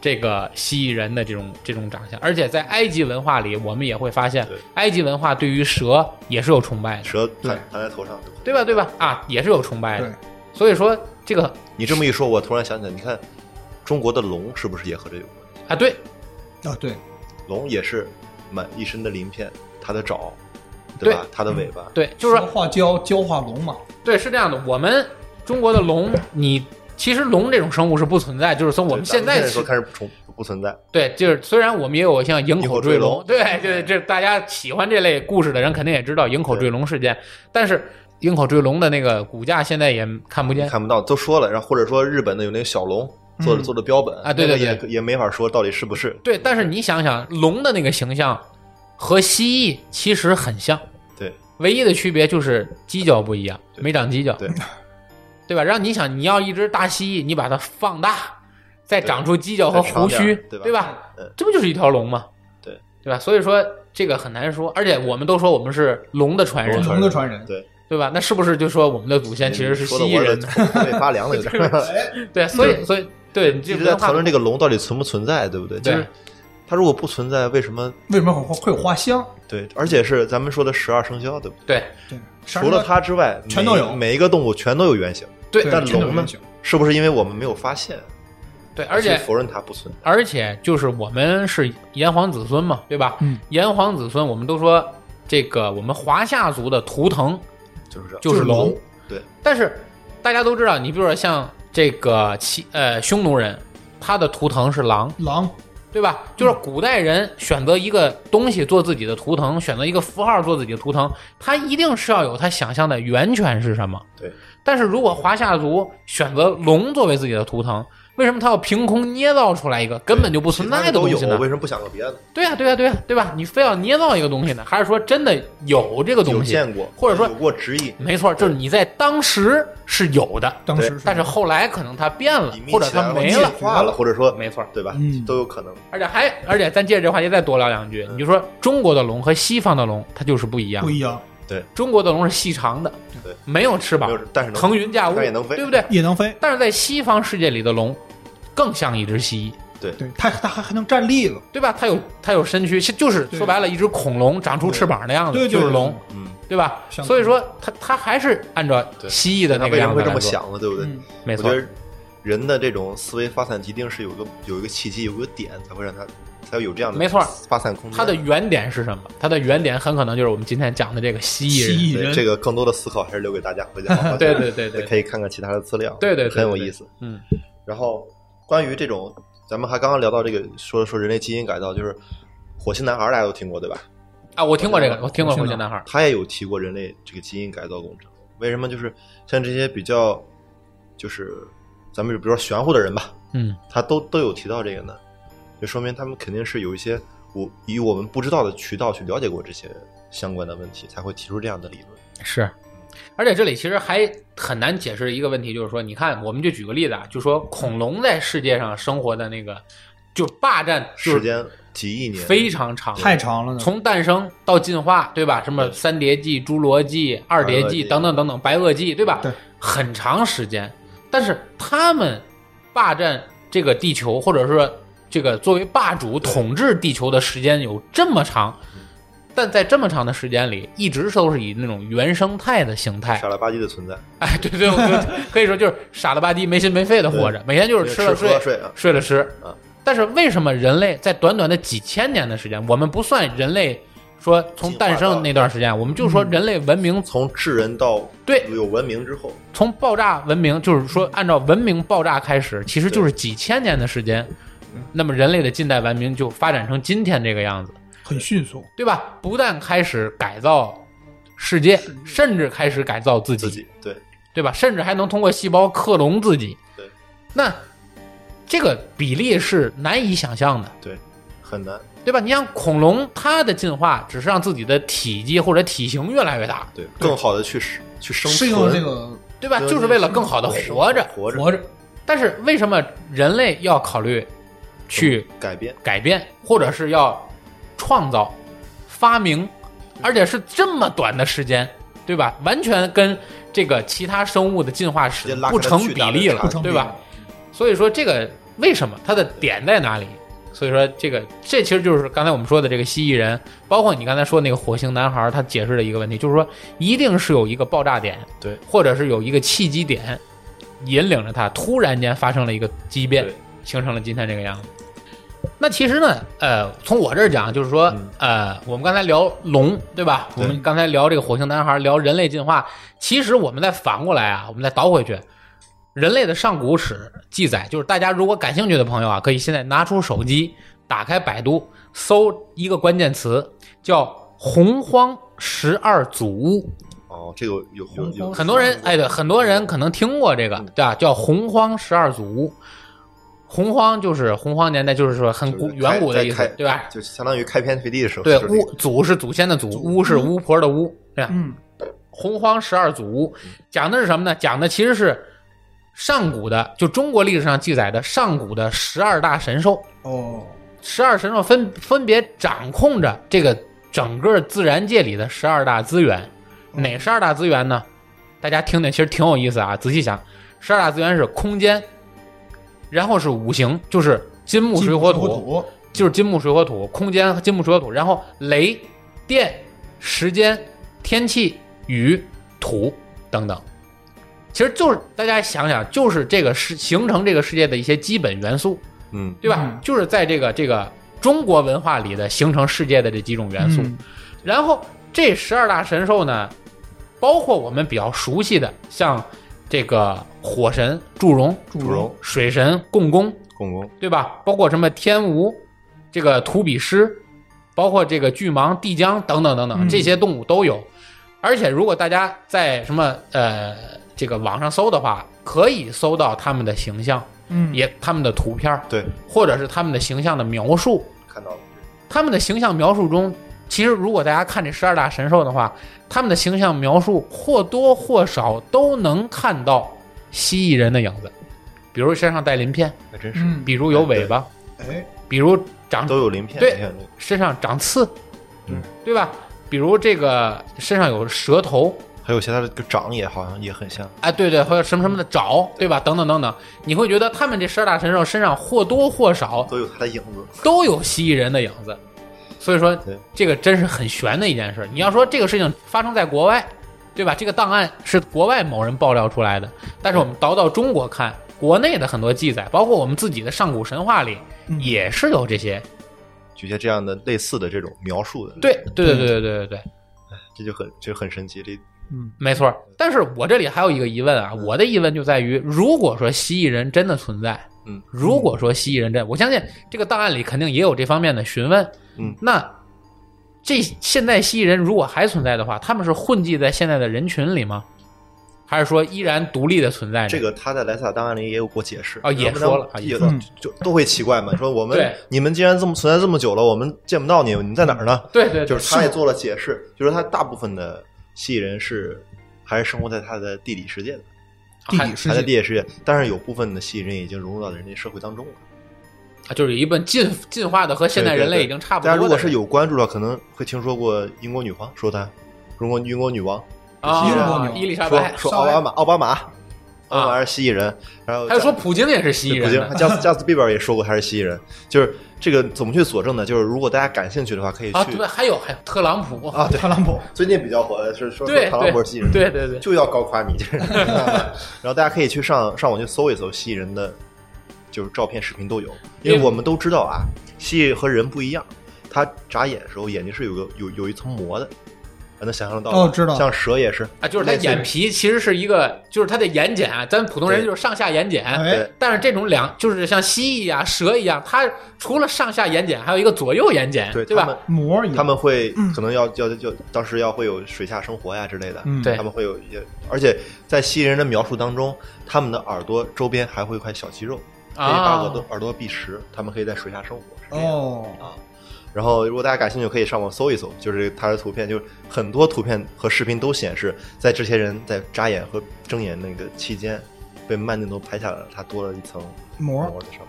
[SPEAKER 2] 这个蜥蜴人的这种这种长相？而且在埃及文化里，我们也会发现
[SPEAKER 1] 对，
[SPEAKER 2] 埃及文化对于蛇也是有崇拜的，
[SPEAKER 1] 蛇
[SPEAKER 3] 对
[SPEAKER 1] 盘盘在头上，
[SPEAKER 2] 对吧？对吧？啊，也是有崇拜
[SPEAKER 3] 对
[SPEAKER 2] 的。，所以说这个
[SPEAKER 1] 你这么一说，我突然想起来，你看中国的龙是不是也和这有关？
[SPEAKER 2] 啊，对
[SPEAKER 3] 啊对，
[SPEAKER 1] 龙也是满一身的鳞片，它的爪，对吧？它的尾巴，
[SPEAKER 2] 对，嗯就是
[SPEAKER 3] 蛇化蛟，蛟化龙嘛。
[SPEAKER 2] 对，是这样的。我们中国的龙，你其实龙这种生物是不存在，就是从我们
[SPEAKER 1] 对
[SPEAKER 2] 现在
[SPEAKER 1] 咱们
[SPEAKER 2] 起
[SPEAKER 1] 说开始不重不存在，
[SPEAKER 2] 对，就是虽然我们也有像营口坠龙，
[SPEAKER 1] 营口
[SPEAKER 2] 对
[SPEAKER 1] 坠龙
[SPEAKER 2] 对，这大家喜欢这类故事的人肯定也知道营口坠龙事件，但是营口坠龙的那个骨架现在也看不见。
[SPEAKER 1] 看不到，都说了，然后或者说日本的有那个小龙做的
[SPEAKER 3] 嗯
[SPEAKER 1] 做的标本
[SPEAKER 2] 啊对对
[SPEAKER 1] 那个也也没法说到底是不是，
[SPEAKER 2] 对，但是你想想，龙的那个形象和蜥蜴其实很像，
[SPEAKER 1] 对
[SPEAKER 2] 唯一的区别就是犄角不一样，
[SPEAKER 1] 对
[SPEAKER 2] 没长犄角，
[SPEAKER 1] 对
[SPEAKER 2] 对吧？然后你想，你要一只大蜥蜴，你把它放大，再长出犄角和胡
[SPEAKER 1] 再
[SPEAKER 2] 须，
[SPEAKER 1] 长点儿
[SPEAKER 2] 对
[SPEAKER 1] 对
[SPEAKER 2] 吧
[SPEAKER 1] 吧？嗯
[SPEAKER 2] 这不就是一条龙吗？
[SPEAKER 1] 对
[SPEAKER 2] 对吧？所以说这个很难说，而且我们都说我们是龙的传人
[SPEAKER 1] 龙，
[SPEAKER 3] 龙的传人
[SPEAKER 1] 对，
[SPEAKER 2] 对吧？那是不是就说我们的祖先其实是
[SPEAKER 1] 说
[SPEAKER 2] 蜥
[SPEAKER 1] 的
[SPEAKER 2] 蜴
[SPEAKER 1] 我
[SPEAKER 2] 人？ 哎
[SPEAKER 1] 胃发凉了有点儿。
[SPEAKER 2] 对，所以所以对，你
[SPEAKER 1] 一
[SPEAKER 2] 这
[SPEAKER 1] 直在
[SPEAKER 2] 文化
[SPEAKER 1] 讨论这个龙到底存不存在，对不对？就
[SPEAKER 2] 对
[SPEAKER 1] 是它如果不存在，为什么？
[SPEAKER 3] 为什么会会有花香？
[SPEAKER 1] 对，而且是咱们说的十二生肖，对不对？
[SPEAKER 2] 对
[SPEAKER 3] 对，
[SPEAKER 1] 除了它之外，
[SPEAKER 3] 全都有
[SPEAKER 1] 每每一个动物全都有原型，
[SPEAKER 2] 对
[SPEAKER 3] 对
[SPEAKER 1] 但
[SPEAKER 3] 全都有
[SPEAKER 1] 龙呢
[SPEAKER 3] 原型
[SPEAKER 1] 是不是因为我们没有发现，
[SPEAKER 2] 对，而且
[SPEAKER 1] 去否认它不存在？
[SPEAKER 2] 而且就是我们是炎黄子孙嘛，对吧？
[SPEAKER 3] 嗯
[SPEAKER 2] 炎黄子孙，我们都说这个我们华夏族的图腾
[SPEAKER 1] 就是这样，
[SPEAKER 2] 就是龙，
[SPEAKER 3] 龙
[SPEAKER 1] 对
[SPEAKER 2] 但是大家都知道，你比如说像这个其呃匈奴人，他的图腾是狼，
[SPEAKER 3] 狼，
[SPEAKER 2] 对吧？就是古代人选择一个东西做自己的图腾，选择一个符号做自己的图腾，他一定是要有他想象的源泉是什么。
[SPEAKER 1] 对。
[SPEAKER 2] 但是如果华夏族选择龙作为自己的图腾，为什么他要凭空捏造出来一个根本就不存在
[SPEAKER 1] 其他
[SPEAKER 2] 的
[SPEAKER 1] 的
[SPEAKER 2] 东
[SPEAKER 1] 都有，
[SPEAKER 2] 西呢？
[SPEAKER 1] 为什么不想个别的？
[SPEAKER 2] 对呀、对呀、对呀、对吧？你非要捏造一个东西呢？还是说真的有这个
[SPEAKER 1] 有
[SPEAKER 2] 东西？
[SPEAKER 1] 见过，
[SPEAKER 2] 或者说
[SPEAKER 1] 有过质疑，
[SPEAKER 2] 没错，就是你在当时是有的，
[SPEAKER 3] 当时
[SPEAKER 2] 但是后来可能它变了
[SPEAKER 1] 隐，秘
[SPEAKER 2] 或者
[SPEAKER 1] 起来
[SPEAKER 2] 它
[SPEAKER 1] 了
[SPEAKER 2] 没
[SPEAKER 1] 进
[SPEAKER 2] 了，
[SPEAKER 1] 化了，或者说
[SPEAKER 2] 没错。
[SPEAKER 1] 对吧
[SPEAKER 3] 嗯？
[SPEAKER 1] 都有可能。
[SPEAKER 2] 而且还，而且咱借着这话题再多聊两
[SPEAKER 1] 嗯
[SPEAKER 2] 句。你就说中国的龙和西方的龙，它就是不一样
[SPEAKER 3] 不。一样，
[SPEAKER 2] 中国的龙是细长的
[SPEAKER 1] 对，
[SPEAKER 2] 没有翅膀
[SPEAKER 1] 没有，但是能
[SPEAKER 2] 腾云驾雾，
[SPEAKER 1] 但也能飞
[SPEAKER 2] 对不对？
[SPEAKER 3] 也能飞。
[SPEAKER 2] 但是在西方世界里的龙，更像一只蜥蜴，
[SPEAKER 3] 对，它它还还能站立了。
[SPEAKER 2] 对吧？它有它有身躯，其实就是
[SPEAKER 3] 对
[SPEAKER 2] 说白了，一只恐龙长出翅膀的样子，
[SPEAKER 3] 对对
[SPEAKER 2] 啊就
[SPEAKER 3] 对
[SPEAKER 2] 是龙，
[SPEAKER 1] 嗯，
[SPEAKER 2] 对吧？
[SPEAKER 3] 像
[SPEAKER 2] 所以说，它它还是按照
[SPEAKER 1] 对
[SPEAKER 2] 蜥蜴的
[SPEAKER 1] 他
[SPEAKER 2] 那个
[SPEAKER 1] 为什
[SPEAKER 2] 样
[SPEAKER 1] 么
[SPEAKER 2] 子
[SPEAKER 1] 会这
[SPEAKER 2] 来
[SPEAKER 1] 么
[SPEAKER 2] 做，
[SPEAKER 1] 想呢？对不对？
[SPEAKER 3] 嗯
[SPEAKER 2] 没
[SPEAKER 1] 我
[SPEAKER 2] 错
[SPEAKER 1] 觉。得人的这种思维发散一定是有一个有一个契机，有一个点才会让他才会有这样的
[SPEAKER 2] 没错
[SPEAKER 1] 发散空间。啊
[SPEAKER 2] 它的原点是什么？它的原点很可能就是我们今天讲的这个蜥蜴人。。
[SPEAKER 3] 蜥蜴
[SPEAKER 1] 对
[SPEAKER 3] 人
[SPEAKER 1] 这个更多的思考还是留给大家回家
[SPEAKER 2] 对对对对
[SPEAKER 1] 可以看看其他的资料，
[SPEAKER 2] 对对对对
[SPEAKER 1] 很有意思。
[SPEAKER 2] 嗯，
[SPEAKER 1] 然后关于这种，咱们还刚刚聊到这个，说说人类基因改造，就是火星男孩大家都听过对吧？
[SPEAKER 2] 啊，我听过这个，我听过《火
[SPEAKER 3] 我听过
[SPEAKER 2] 箭男孩》。
[SPEAKER 1] 他也有提过人类这个基因改造工程。为什么？就是像这些比较，就是咱们比如说玄乎的人吧，
[SPEAKER 2] 嗯，
[SPEAKER 1] 他都都有提到这个呢，就说明他们肯定是有一些我以我们不知道的渠道去了解过这些相关的问题，才会提出这样的理论。
[SPEAKER 2] 是。而且这里其实还很难解释一个问题，就是说，你看，我们就举个例子啊，就说恐龙在世界上生活的那个，就霸占就是
[SPEAKER 1] 时间几亿年，
[SPEAKER 2] 非常长，
[SPEAKER 3] 太长了呢。
[SPEAKER 2] 啊从诞生到进化，嗯对吧？什么三叠纪、侏罗纪、二叠
[SPEAKER 1] 白垩
[SPEAKER 2] 纪
[SPEAKER 1] 纪
[SPEAKER 2] 等等等等，白垩纪，对吧？
[SPEAKER 3] 对，
[SPEAKER 2] 很长时间。但是他们霸占这个地球，或者说这个作为霸主统治地球的时间有这么长，但在这么长的时间里，一直都是以那种原生态的形态
[SPEAKER 1] 傻，了吧唧的存在，
[SPEAKER 2] 哎，对对，我就可以说就是傻了吧唧、没心没肺的活着，每天就是吃了
[SPEAKER 1] 喝
[SPEAKER 2] 睡，
[SPEAKER 1] 睡啊，
[SPEAKER 2] 睡了吃
[SPEAKER 1] 啊。
[SPEAKER 2] 但是为什么人类在短短的几千年的时间，我们不算人类说从
[SPEAKER 1] 进
[SPEAKER 2] 诞
[SPEAKER 1] 化到
[SPEAKER 2] 生那段时间，我们就说人类文明从
[SPEAKER 1] 从智人到
[SPEAKER 2] 对
[SPEAKER 1] 有文明之后，
[SPEAKER 2] 从爆炸文明，就是说按照文明爆炸开始，其实就是几千年的时间。那么人类的近代文明就发展成今天这个样子，
[SPEAKER 3] 很迅速，
[SPEAKER 2] 对吧？不但开始改造世界，甚至开始改造自己
[SPEAKER 1] 自，己对
[SPEAKER 2] 对吧？甚至还能通过细胞克隆自己。
[SPEAKER 1] 对，
[SPEAKER 2] 那这个比例是难以想象的。
[SPEAKER 1] 对很难，
[SPEAKER 2] 对吧？你像恐龙，它的进化只是让自己的体积或者体型越来越大，
[SPEAKER 1] 对更好的去适去生
[SPEAKER 3] 适
[SPEAKER 1] 存
[SPEAKER 3] 应这个
[SPEAKER 2] 对吧？
[SPEAKER 1] 对
[SPEAKER 2] 就是为了更好的
[SPEAKER 1] 对生
[SPEAKER 2] 活着。
[SPEAKER 1] 活着
[SPEAKER 3] 活着，
[SPEAKER 2] 但是为什么人类要考虑去
[SPEAKER 1] 改变，
[SPEAKER 2] 改变，或者是要创造、发明，而且是这么短的时间，对吧？完全跟这个其他生物的进化
[SPEAKER 1] 直
[SPEAKER 2] 史
[SPEAKER 1] 接拉开
[SPEAKER 2] 不
[SPEAKER 1] 了
[SPEAKER 2] 成
[SPEAKER 1] 巨
[SPEAKER 2] 比
[SPEAKER 1] 大的
[SPEAKER 2] 例了
[SPEAKER 1] 差
[SPEAKER 3] 不，成
[SPEAKER 2] 对吧？所以说这个为什么它的点在哪里？所以说这个这其实就是刚才我们说的这个蜥蜴人，包括你刚才说那个火星男孩，他解释的一个问题，就是说一定是有一个爆炸点，
[SPEAKER 1] 对，
[SPEAKER 2] 或者是有一个契机点引领着他突然间发生了一个畸变
[SPEAKER 1] 对，
[SPEAKER 2] 形成了今天这个样子。那其实呢，呃，从我这儿讲，就是说，
[SPEAKER 1] 嗯
[SPEAKER 2] 呃，我们刚才聊龙，对吧？我
[SPEAKER 1] 对
[SPEAKER 2] 们刚才聊这个火星男孩，聊人类进化，其实我们再反过来啊，我们再倒回去，人类的上古史记载，就是大家如果感兴趣的朋友啊，可以现在拿出手机，打开百度，搜一个关键词，叫“洪荒十二祖屋
[SPEAKER 1] 哦，这个有有有”。
[SPEAKER 2] 很多人哎，对，很多人可能听过这个，
[SPEAKER 1] 嗯
[SPEAKER 2] 对吧？叫“洪荒十二祖屋”。洪荒就是洪荒年代，就是说很古
[SPEAKER 1] 就是开
[SPEAKER 2] 远古的意
[SPEAKER 1] 在开，
[SPEAKER 2] 思对吧？
[SPEAKER 1] 就相当于开篇辟地的时候，
[SPEAKER 2] 对，
[SPEAKER 1] 就是
[SPEAKER 2] 巫祖是祖先的祖，巫是巫婆的巫，对吧？
[SPEAKER 3] 嗯，
[SPEAKER 2] 洪荒十二祖屋，
[SPEAKER 1] 嗯
[SPEAKER 2] 讲的是什么呢？讲的其实是上古的，就中国历史上记载的上古的十二大神兽。
[SPEAKER 3] 哦，
[SPEAKER 2] 十二神兽分分别掌控着这个整个自然界里的十二大资源，
[SPEAKER 3] 嗯
[SPEAKER 2] 哪十二大资源呢？大家听听，其实挺有意思啊。仔细想，十二大资源是空间，然后是五行，就是金木水火土，
[SPEAKER 3] 土，
[SPEAKER 2] 就是金木水火土，空间和金木水火土，然后雷、电、时间、天气、雨、土等等。其实就是大家想想，就是这个世形成这个世界的一些基本元素，
[SPEAKER 1] 嗯，
[SPEAKER 2] 对吧？
[SPEAKER 3] 嗯
[SPEAKER 2] 就是在这个这个中国文化里的形成世界的这几种元素。
[SPEAKER 3] 嗯
[SPEAKER 2] 然后这十二大神兽呢，包括我们比较熟悉的，像这个火神祝融、
[SPEAKER 1] 主荣、
[SPEAKER 2] 水神共工，
[SPEAKER 1] 共工，
[SPEAKER 2] 对吧？包括什么天吴、这个图比狮，包括这个巨蟒、帝江等等等等，
[SPEAKER 3] 嗯
[SPEAKER 2] 这些动物都有。而且，如果大家在什么呃这个网上搜的话，可以搜到他们的形象，
[SPEAKER 3] 嗯，
[SPEAKER 2] 也他们的图片儿，
[SPEAKER 1] 对，
[SPEAKER 2] 或者是他们的形象的描述。
[SPEAKER 1] 看到了，
[SPEAKER 2] 他们的形象描述中，其实如果大家看这十二大神兽的话，他们的形象描述或多或少都能看到蜥蜴人的影子，比如身上带鳞片，
[SPEAKER 1] 还真是
[SPEAKER 3] 嗯，
[SPEAKER 2] 比如有尾巴，
[SPEAKER 3] 哎，
[SPEAKER 2] 比如长
[SPEAKER 1] 都有鳞片，
[SPEAKER 2] 对
[SPEAKER 1] 你看这个
[SPEAKER 2] 身上长刺，
[SPEAKER 1] 嗯，
[SPEAKER 2] 对吧？比如这个身上有蛇头，
[SPEAKER 1] 还有其他的个掌也好像也很像，
[SPEAKER 2] 哎，对对，或者什么什么的爪，对吧？等等等等，你会觉得他们这十二大神兽身上或多或少
[SPEAKER 1] 都有它的影子，
[SPEAKER 2] 都有蜥蜴人的影子，所以说
[SPEAKER 1] 对
[SPEAKER 2] 这个真是很悬的一件事。你要说这个事情发生在国外，对吧？这个档案是国外某人爆料出来的，但是我们倒到中国看，国内的很多记载，包括我们自己的上古神话里，
[SPEAKER 3] 嗯
[SPEAKER 2] 也是有这些。
[SPEAKER 1] 举些这样的类似的这种描述的，
[SPEAKER 2] 对对对对对对对对。
[SPEAKER 1] 这就很这就很神奇，这
[SPEAKER 3] 嗯，
[SPEAKER 2] 没错儿，但是我这里还有一个疑问啊，我的疑问就在于，如果说蜥蜴人真的存在，
[SPEAKER 1] 嗯，
[SPEAKER 2] 如果说蜥蜴人真，我相信这个档案里肯定也有这方面的询问，
[SPEAKER 1] 嗯，
[SPEAKER 2] 那这现在蜥蜴人如果还存在的话，他们是混迹在现在的人群里吗？还是说依然独立的存在着？
[SPEAKER 1] 这个他在莱斯塔档案里也有过解释
[SPEAKER 2] 哦也
[SPEAKER 1] 要不然
[SPEAKER 2] 说了啊也
[SPEAKER 1] 也
[SPEAKER 2] 说
[SPEAKER 3] 了
[SPEAKER 1] 就就都会奇怪嘛，说我们
[SPEAKER 2] 对
[SPEAKER 1] 你们既然这么存在这么久了，我们见不到你，你在哪儿呢？
[SPEAKER 2] 对对，对
[SPEAKER 1] 就是他也做了解释，就是他大部分的蜥蜴人是还是生活在他的地理世界的，
[SPEAKER 3] 地
[SPEAKER 2] 还
[SPEAKER 3] 理世
[SPEAKER 1] 还在
[SPEAKER 3] 界
[SPEAKER 1] 地理世界，但是有部分的蜥蜴人已经融入到人类社会当中了，
[SPEAKER 2] 啊，就是有一本进进化的和现代人类已经差不多
[SPEAKER 1] 大家
[SPEAKER 2] 的人。
[SPEAKER 1] 如果是有关注的，可能会听说过英国女皇，说她，中国英国女王，蜥蜴人
[SPEAKER 2] 啊
[SPEAKER 3] 啊，
[SPEAKER 2] 伊丽莎白
[SPEAKER 1] 说，说奥巴马，奥巴马，奥巴马是蜥蜴人，然后
[SPEAKER 2] 还有说普京也是蜥蜴
[SPEAKER 1] 普
[SPEAKER 2] 人
[SPEAKER 1] 京，
[SPEAKER 2] 的
[SPEAKER 1] 加斯加斯比尔也说过他是蜥蜴人，就是这个怎么去佐证呢？就是如果大家感兴趣的话，可以
[SPEAKER 2] 啊，
[SPEAKER 1] 去
[SPEAKER 2] 对，还有还有特朗普，
[SPEAKER 1] 啊，对，
[SPEAKER 3] 特朗普
[SPEAKER 1] 最近比较火的是说
[SPEAKER 2] 对
[SPEAKER 1] 特朗普是蜥蜴人，
[SPEAKER 2] 对对对，
[SPEAKER 1] 就要高夸你，就是。然后大家可以去上上网去搜一搜蜥蜴人的，就是照片、视频都有，因为我们都知道啊，蜥蜴和人不一样，它眨眼的时候眼睛是有个有有一层膜的，还能想象得到吗
[SPEAKER 3] 哦知道
[SPEAKER 1] 像蛇也是，
[SPEAKER 2] 啊，就是他
[SPEAKER 1] 类似于
[SPEAKER 2] 眼皮其实是一个，就是他的眼睑啊，咱普通人
[SPEAKER 1] 对
[SPEAKER 2] 就是上下眼睑，
[SPEAKER 3] 哎
[SPEAKER 1] 对，
[SPEAKER 2] 但是这种两就是像蜥蜴啊、蛇一样，它除了上下眼睑，还有一个左右眼睑，
[SPEAKER 1] 对
[SPEAKER 2] 对
[SPEAKER 1] 他
[SPEAKER 2] 吧
[SPEAKER 1] 们？
[SPEAKER 3] 膜一样，
[SPEAKER 1] 他们会可能要要要当时要会有水下生活呀之类的，
[SPEAKER 3] 嗯
[SPEAKER 2] 对
[SPEAKER 1] 他们会有一些，而且在蜥蜴人的描述当中，他们的耳朵周边还会有一块小肌肉，可以把
[SPEAKER 2] 啊
[SPEAKER 1] 耳朵耳朵避食，他们可以在水下生活。是这样
[SPEAKER 3] 哦，
[SPEAKER 1] 然后，如果大家感兴趣，可以上网搜一搜，就是它的图片，就是很多图片和视频都显示，在这些人在眨眼和睁眼那个期间，被慢镜头拍下来了，它多了一层
[SPEAKER 3] 膜
[SPEAKER 1] 膜在上面。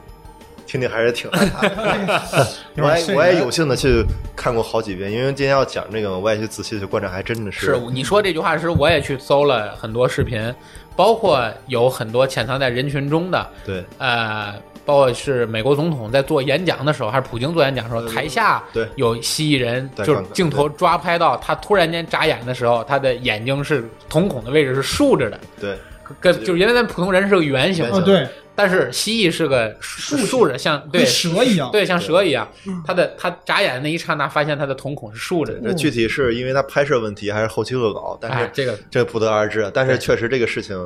[SPEAKER 1] 听听还是 挺害 怕的。
[SPEAKER 3] 有
[SPEAKER 1] 我
[SPEAKER 3] 点
[SPEAKER 1] 也
[SPEAKER 3] 瘆
[SPEAKER 1] 我也
[SPEAKER 3] 人啊
[SPEAKER 1] 有幸的去看过好几遍，因为今天要讲这个嘛，我也去仔细去观察，还真的
[SPEAKER 2] 是你说这句话时，我也去搜了很多视频，包括有很多潜藏在人群中的，
[SPEAKER 1] 对
[SPEAKER 2] 呃，包括是美国总统在做演讲的时候，还是普京做演讲的时候，
[SPEAKER 1] 呃
[SPEAKER 2] 台下
[SPEAKER 1] 对
[SPEAKER 2] 有蜥蜴人，
[SPEAKER 1] 在
[SPEAKER 2] 就是
[SPEAKER 1] 看看
[SPEAKER 2] 镜头抓拍到他突然间眨眼的时候，他的眼睛是瞳孔的位置是竖着的，
[SPEAKER 1] 对
[SPEAKER 2] 跟就是原来咱普通人是个圆形
[SPEAKER 1] 圆
[SPEAKER 2] 的
[SPEAKER 3] 哦，
[SPEAKER 1] 形，
[SPEAKER 3] 对，
[SPEAKER 2] 但是蜥蜴是个竖
[SPEAKER 3] 竖嗯
[SPEAKER 2] 竖着，像对
[SPEAKER 3] 跟蛇一样，
[SPEAKER 2] 对像蛇一样，它的它眨眼的那一刹那，发现它的瞳孔是竖着的。
[SPEAKER 1] 这具体是因为它拍摄问题还是后期恶搞，但
[SPEAKER 2] 嗯哎
[SPEAKER 1] 是，
[SPEAKER 2] 这个
[SPEAKER 1] 这不得而知。啊但是确实这个事情，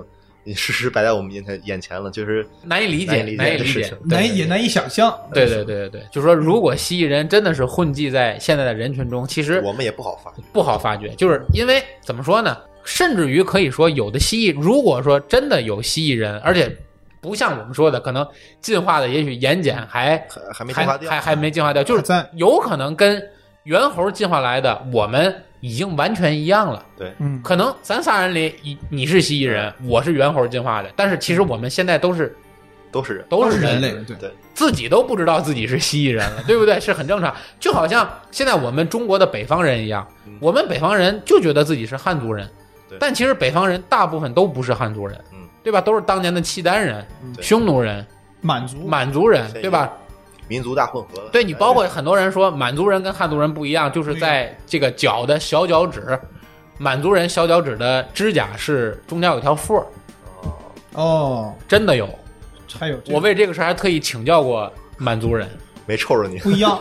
[SPEAKER 1] 你事实摆在我们眼前眼前了，就是
[SPEAKER 2] 难以理
[SPEAKER 1] 难
[SPEAKER 2] 解
[SPEAKER 1] 以理，解
[SPEAKER 2] 难以
[SPEAKER 1] 的
[SPEAKER 2] 理
[SPEAKER 1] 事
[SPEAKER 2] 解
[SPEAKER 1] 情，
[SPEAKER 2] 对
[SPEAKER 3] 难以也难以想象，
[SPEAKER 2] 对对对对对，就说如果蜥蜴人真的是混迹在现在的人群中，其实
[SPEAKER 1] 我们也不好发现。
[SPEAKER 2] 不好发掘，就是因为怎么说呢？甚至于可以说，有的蜥蜴，如果说真的有蜥蜴人，而且不像我们说的，可能进化的也许眼睑还
[SPEAKER 1] 还还没进
[SPEAKER 2] 还
[SPEAKER 1] 化掉，
[SPEAKER 2] 还还没进化掉，就是
[SPEAKER 3] 还在
[SPEAKER 2] 有可能跟猿猴进化来的，我们已经完全一样了。
[SPEAKER 1] 对，
[SPEAKER 3] 嗯，
[SPEAKER 2] 可能咱仨人里，你你是蜥蜴人，我是猿猴进化的，但是其实我们现在都是
[SPEAKER 1] 都是人。
[SPEAKER 2] 都
[SPEAKER 3] 是
[SPEAKER 2] 人
[SPEAKER 3] 人类，对，
[SPEAKER 1] 对，
[SPEAKER 2] 自己都不知道自己是蜥蜴人了，对不对？是很正常。就好像现在我们中国的北方人一样
[SPEAKER 1] 嗯，
[SPEAKER 2] 我们北方人就觉得自己是汉族人
[SPEAKER 1] 对，
[SPEAKER 2] 但其实北方人大部分都不是汉族人
[SPEAKER 1] 嗯，
[SPEAKER 2] 对吧？都是当年的契丹人
[SPEAKER 3] 嗯、
[SPEAKER 1] 对
[SPEAKER 2] 匈奴人、
[SPEAKER 3] 满足，
[SPEAKER 2] 满族人，
[SPEAKER 1] 对
[SPEAKER 2] 对吧？
[SPEAKER 1] 民族大混合了。
[SPEAKER 2] 对你，包括很多人说满族人跟汉族人不一样，就是在这个脚的小脚趾，满族人小脚趾的指甲是中间有条缝儿，
[SPEAKER 1] 哦
[SPEAKER 3] 哦，
[SPEAKER 2] 真的有。
[SPEAKER 3] 还有这
[SPEAKER 2] 我为这个事儿还特意请教过满族人。
[SPEAKER 1] 没臭着 你。
[SPEAKER 3] 不一样，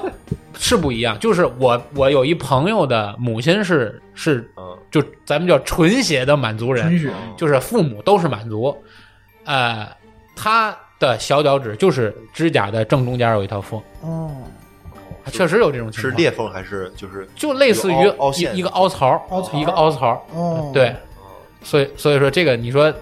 [SPEAKER 2] 是不一样，就是我我有一朋友的母亲是是
[SPEAKER 1] 嗯，
[SPEAKER 2] 就咱们叫纯血的满族
[SPEAKER 3] 允
[SPEAKER 2] 人，
[SPEAKER 3] 许
[SPEAKER 2] 就是父母都是满族，呃，他的小脚趾就是指甲的正中间有一条缝，
[SPEAKER 3] 哦，
[SPEAKER 2] 确实有这种情
[SPEAKER 1] 是
[SPEAKER 2] 况，
[SPEAKER 1] 裂缝还是就是？
[SPEAKER 2] 就类似于
[SPEAKER 1] 有凹凹陷
[SPEAKER 2] 一一个凹槽，
[SPEAKER 3] 凹槽
[SPEAKER 2] 一个凹槽，
[SPEAKER 3] 哦，
[SPEAKER 2] 对，，所以所以说这个你说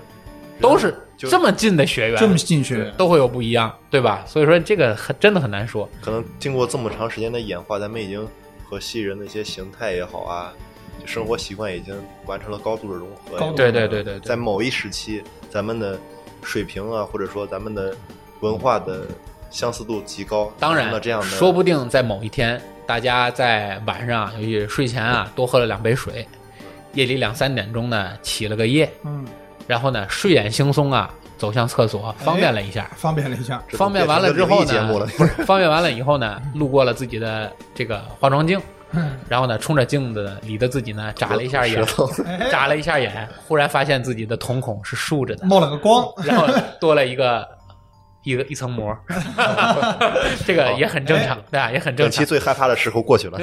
[SPEAKER 2] 都是
[SPEAKER 1] 就
[SPEAKER 2] 这么近的血缘，
[SPEAKER 3] 这么进去
[SPEAKER 1] 对，
[SPEAKER 2] 都会有不一样，对吧？所以说这个很真的很难说，
[SPEAKER 1] 可能经过这么长时间的演化，咱们已经和西人的一些形态也好啊，就生活习惯已经完成了高度的融合。
[SPEAKER 3] 高度
[SPEAKER 2] 对对对对对
[SPEAKER 1] 在某一时期，咱们的水平啊，或者说咱们的文化的相似度极高，
[SPEAKER 2] 当然
[SPEAKER 1] 了这样的
[SPEAKER 2] 说不定在某一天，大家在晚上，尤其是睡前啊，多喝了两杯水，夜里两三点钟呢起了个夜，
[SPEAKER 3] 嗯，
[SPEAKER 2] 然后呢睡眼惺忪啊走向厕所，方便了一下。
[SPEAKER 3] 方便了一下，
[SPEAKER 1] 哎这都
[SPEAKER 2] 方便完了之
[SPEAKER 1] 变成
[SPEAKER 2] 后
[SPEAKER 1] 文艺节目
[SPEAKER 2] 呢
[SPEAKER 1] 了，
[SPEAKER 2] 不是方便完了以后呢，路过了自己的这个化妆镜，然后呢冲着镜子里的自己呢眨了一 下眼
[SPEAKER 1] 舌，头
[SPEAKER 3] 哎
[SPEAKER 2] 眨了一下眼，忽然发现自己的瞳孔是竖 着的，
[SPEAKER 3] 冒了个光，
[SPEAKER 2] 然后多了一个一个一层膜，这个也很正常，
[SPEAKER 1] 哎
[SPEAKER 2] 对啊吧？也很正
[SPEAKER 1] 本期。
[SPEAKER 2] 常
[SPEAKER 1] 最害怕的时候过去了。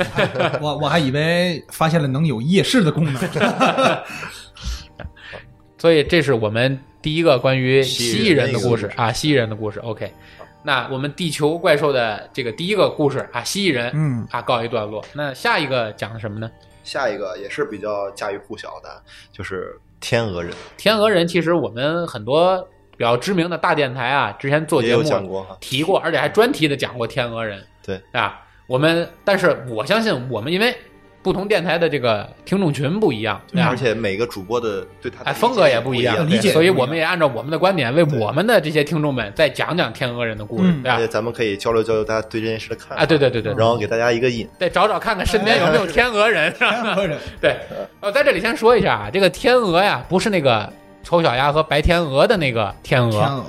[SPEAKER 3] 我我还以为发现了能有夜视的功 能，
[SPEAKER 2] 所以这是我们第一个关于蜥
[SPEAKER 1] 蜥
[SPEAKER 2] 蜴
[SPEAKER 1] 蜴
[SPEAKER 2] 人
[SPEAKER 1] 人
[SPEAKER 2] 的
[SPEAKER 1] 的
[SPEAKER 2] 故
[SPEAKER 1] 故
[SPEAKER 2] 事
[SPEAKER 1] 事
[SPEAKER 2] 啊，蜥蜴人的故事。OK，那我们地球怪兽的这个第一个故事啊，蜥蜴人，
[SPEAKER 3] 嗯
[SPEAKER 2] 啊，告一段落。那下一个讲的什么呢？
[SPEAKER 1] 下一个也是比较家喻户晓的，就是天鹅人，
[SPEAKER 2] 天鹅人，其实我们很多比较知名的大电台啊，之前做
[SPEAKER 1] 也
[SPEAKER 2] 节
[SPEAKER 1] 有讲
[SPEAKER 2] 目
[SPEAKER 1] 过哈。
[SPEAKER 2] 提过，而且还专题的讲过天鹅人
[SPEAKER 1] 对
[SPEAKER 2] 啊。我们，但是我相信我们，因为不同电台的这个听众群不一样，对吧啊
[SPEAKER 1] 而且每个主播的对他的
[SPEAKER 2] 哎，
[SPEAKER 1] 理解
[SPEAKER 2] 风格也不
[SPEAKER 1] 一
[SPEAKER 2] 一样，
[SPEAKER 3] 理解
[SPEAKER 2] 对
[SPEAKER 3] 也
[SPEAKER 2] 所以
[SPEAKER 3] 不一
[SPEAKER 2] 我们也按照我们的观点，为我们的这些听众们再讲讲天鹅人的故事，
[SPEAKER 3] 嗯
[SPEAKER 2] 对吧
[SPEAKER 1] 而且？咱们可以交流交流大家对这件事的看法，
[SPEAKER 2] 啊啊，对对对对，嗯
[SPEAKER 1] 然后给大家一个引，
[SPEAKER 2] 再找找看看身边有没有天鹅人，是吧？
[SPEAKER 3] 或者
[SPEAKER 2] 对，呃，在这里先说一下啊，这个天鹅呀，不是那个丑小鸭和白天鹅的那个天鹅，
[SPEAKER 3] 天鹅，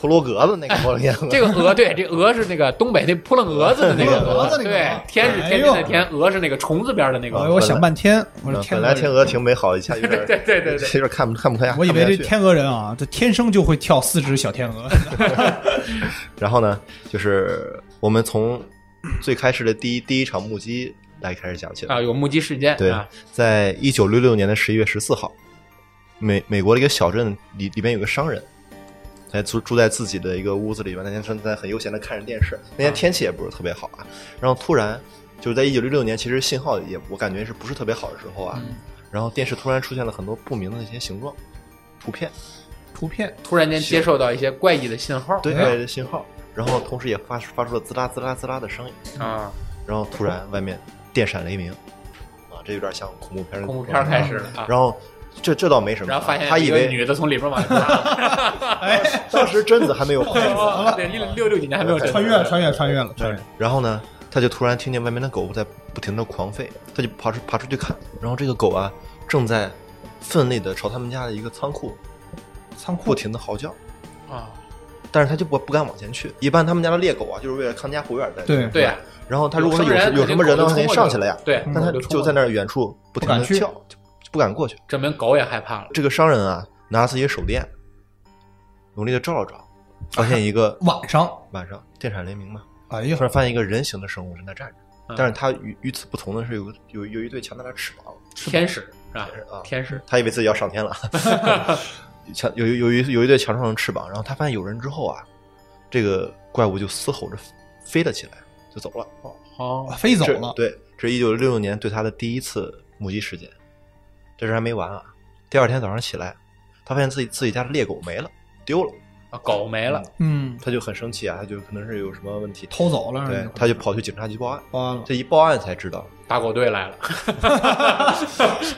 [SPEAKER 1] 陀螺格子那个摩 天鹅，
[SPEAKER 2] 这个鹅，对，这鹅是那个东北那扑棱蛾子的那个
[SPEAKER 3] 扑棱蛾子那个
[SPEAKER 2] 对
[SPEAKER 3] 鹅，
[SPEAKER 2] 天是
[SPEAKER 3] 哎
[SPEAKER 2] 天
[SPEAKER 3] 呦
[SPEAKER 2] 边的天，鹅是那个虫字边的那个
[SPEAKER 1] 哎
[SPEAKER 3] 我
[SPEAKER 2] 鹅，
[SPEAKER 3] 我想半天，我说
[SPEAKER 1] 嗯
[SPEAKER 3] 天
[SPEAKER 1] 本
[SPEAKER 3] 鹅
[SPEAKER 1] 来天
[SPEAKER 3] 人，
[SPEAKER 1] 鹅挺美好，一下 有点
[SPEAKER 2] 对对对对
[SPEAKER 1] 有点看不看不开，
[SPEAKER 3] 我
[SPEAKER 1] 看
[SPEAKER 3] 以
[SPEAKER 1] 不
[SPEAKER 3] 为
[SPEAKER 1] 下
[SPEAKER 3] 这
[SPEAKER 1] 去
[SPEAKER 3] 天鹅人啊，这天生就会跳四只小天鹅，
[SPEAKER 1] 然后呢，就是我们从最开始的第一第一场目击来开始讲起。
[SPEAKER 2] 啊，有目击事件
[SPEAKER 1] 对
[SPEAKER 2] 啊，，
[SPEAKER 1] 在一九六六年的十一月十四号，美美国的一个小镇里里面有个商人，他住住在自己的一个屋子里面。那天正在很悠闲的看着电视，那天天气也不是特别好啊。然后突然就是在一九六六年，其实信号也我感觉是不是特别好的时候啊，
[SPEAKER 2] 嗯
[SPEAKER 1] 然后电视突然出现了很多不明的一些形状图片，
[SPEAKER 3] 图片
[SPEAKER 2] 突然间接受到一些怪异的信号，
[SPEAKER 1] 对
[SPEAKER 3] 哎呀
[SPEAKER 1] 的信号，然后同时也发发出了滋啦滋啦滋啦的声音。
[SPEAKER 2] 啊，
[SPEAKER 1] 然后突然外面电闪雷鸣，啊，这有点像恐怖片儿
[SPEAKER 2] 恐怖片儿开始了啊，
[SPEAKER 1] 然后这这倒没什么，啊
[SPEAKER 2] 然后发现
[SPEAKER 1] 他
[SPEAKER 2] 有一
[SPEAKER 1] 以
[SPEAKER 2] 个
[SPEAKER 1] 为
[SPEAKER 2] 女的从里边往里 爬，
[SPEAKER 3] 哎
[SPEAKER 1] 当时贞子还没有 怀孕，
[SPEAKER 2] 对，一六六几年还没有
[SPEAKER 3] 穿越 了，穿越了，穿越了，穿越了，
[SPEAKER 1] 然后呢，他就突然听见外面的狗在不停的狂吠，他就爬出爬出去看，然后这个狗啊正在奋力的朝他们家的一个仓库
[SPEAKER 3] 仓库
[SPEAKER 1] 不停的嚎叫，
[SPEAKER 2] 啊，
[SPEAKER 1] 但是他就不不敢往前去。一般他们家的猎狗啊，就是为了看家护院儿在。
[SPEAKER 3] 对
[SPEAKER 2] 对啊呀，
[SPEAKER 1] 然后他如果有
[SPEAKER 2] 有生人
[SPEAKER 1] 有什么人的话，他
[SPEAKER 2] 肯定
[SPEAKER 1] 得
[SPEAKER 2] 狗就
[SPEAKER 1] 上去了呀。
[SPEAKER 2] 对，嗯
[SPEAKER 1] 但他
[SPEAKER 2] 狗
[SPEAKER 1] 就
[SPEAKER 2] 冲
[SPEAKER 1] 在
[SPEAKER 2] 过去
[SPEAKER 1] 那儿远处不停
[SPEAKER 3] 不
[SPEAKER 1] 的
[SPEAKER 3] 敢去
[SPEAKER 1] 叫，就就不敢过去。
[SPEAKER 2] 证明狗也害怕了，
[SPEAKER 1] 这个商人啊，拿自己的手电，努力的照了照，发现一个
[SPEAKER 3] 晚上，
[SPEAKER 1] 晚上电闪雷鸣嘛，
[SPEAKER 3] 哎呀
[SPEAKER 1] 突，然发现一个人形的生物正在站着，
[SPEAKER 3] 啊
[SPEAKER 2] 嗯
[SPEAKER 1] 但是它与与此不同的是有个有有一对强大的翅膀，
[SPEAKER 2] 天使是吧
[SPEAKER 1] 天使啊？
[SPEAKER 2] 天使
[SPEAKER 1] 他以为自己要上天了， 强有有有一有一对强壮的翅膀，然后他发现有人之后啊，这个怪物就嘶吼着飞了起来，就走了，
[SPEAKER 2] 哦，
[SPEAKER 3] 飞走
[SPEAKER 1] 这
[SPEAKER 3] 了，
[SPEAKER 1] 对，这一九六六年对他的第一次目击事件，这事还没完啊，第二天早上起来，他发现自己自己家的猎狗没了，丢了。
[SPEAKER 2] 啊狗没了，
[SPEAKER 3] 嗯，
[SPEAKER 1] 他就很生气啊，他就可能是有什么问题，
[SPEAKER 3] 偷啊走了，
[SPEAKER 1] 对，他就跑去警察局报案。
[SPEAKER 3] 报案了，
[SPEAKER 1] 这一报案才知道，
[SPEAKER 2] 打狗队来了，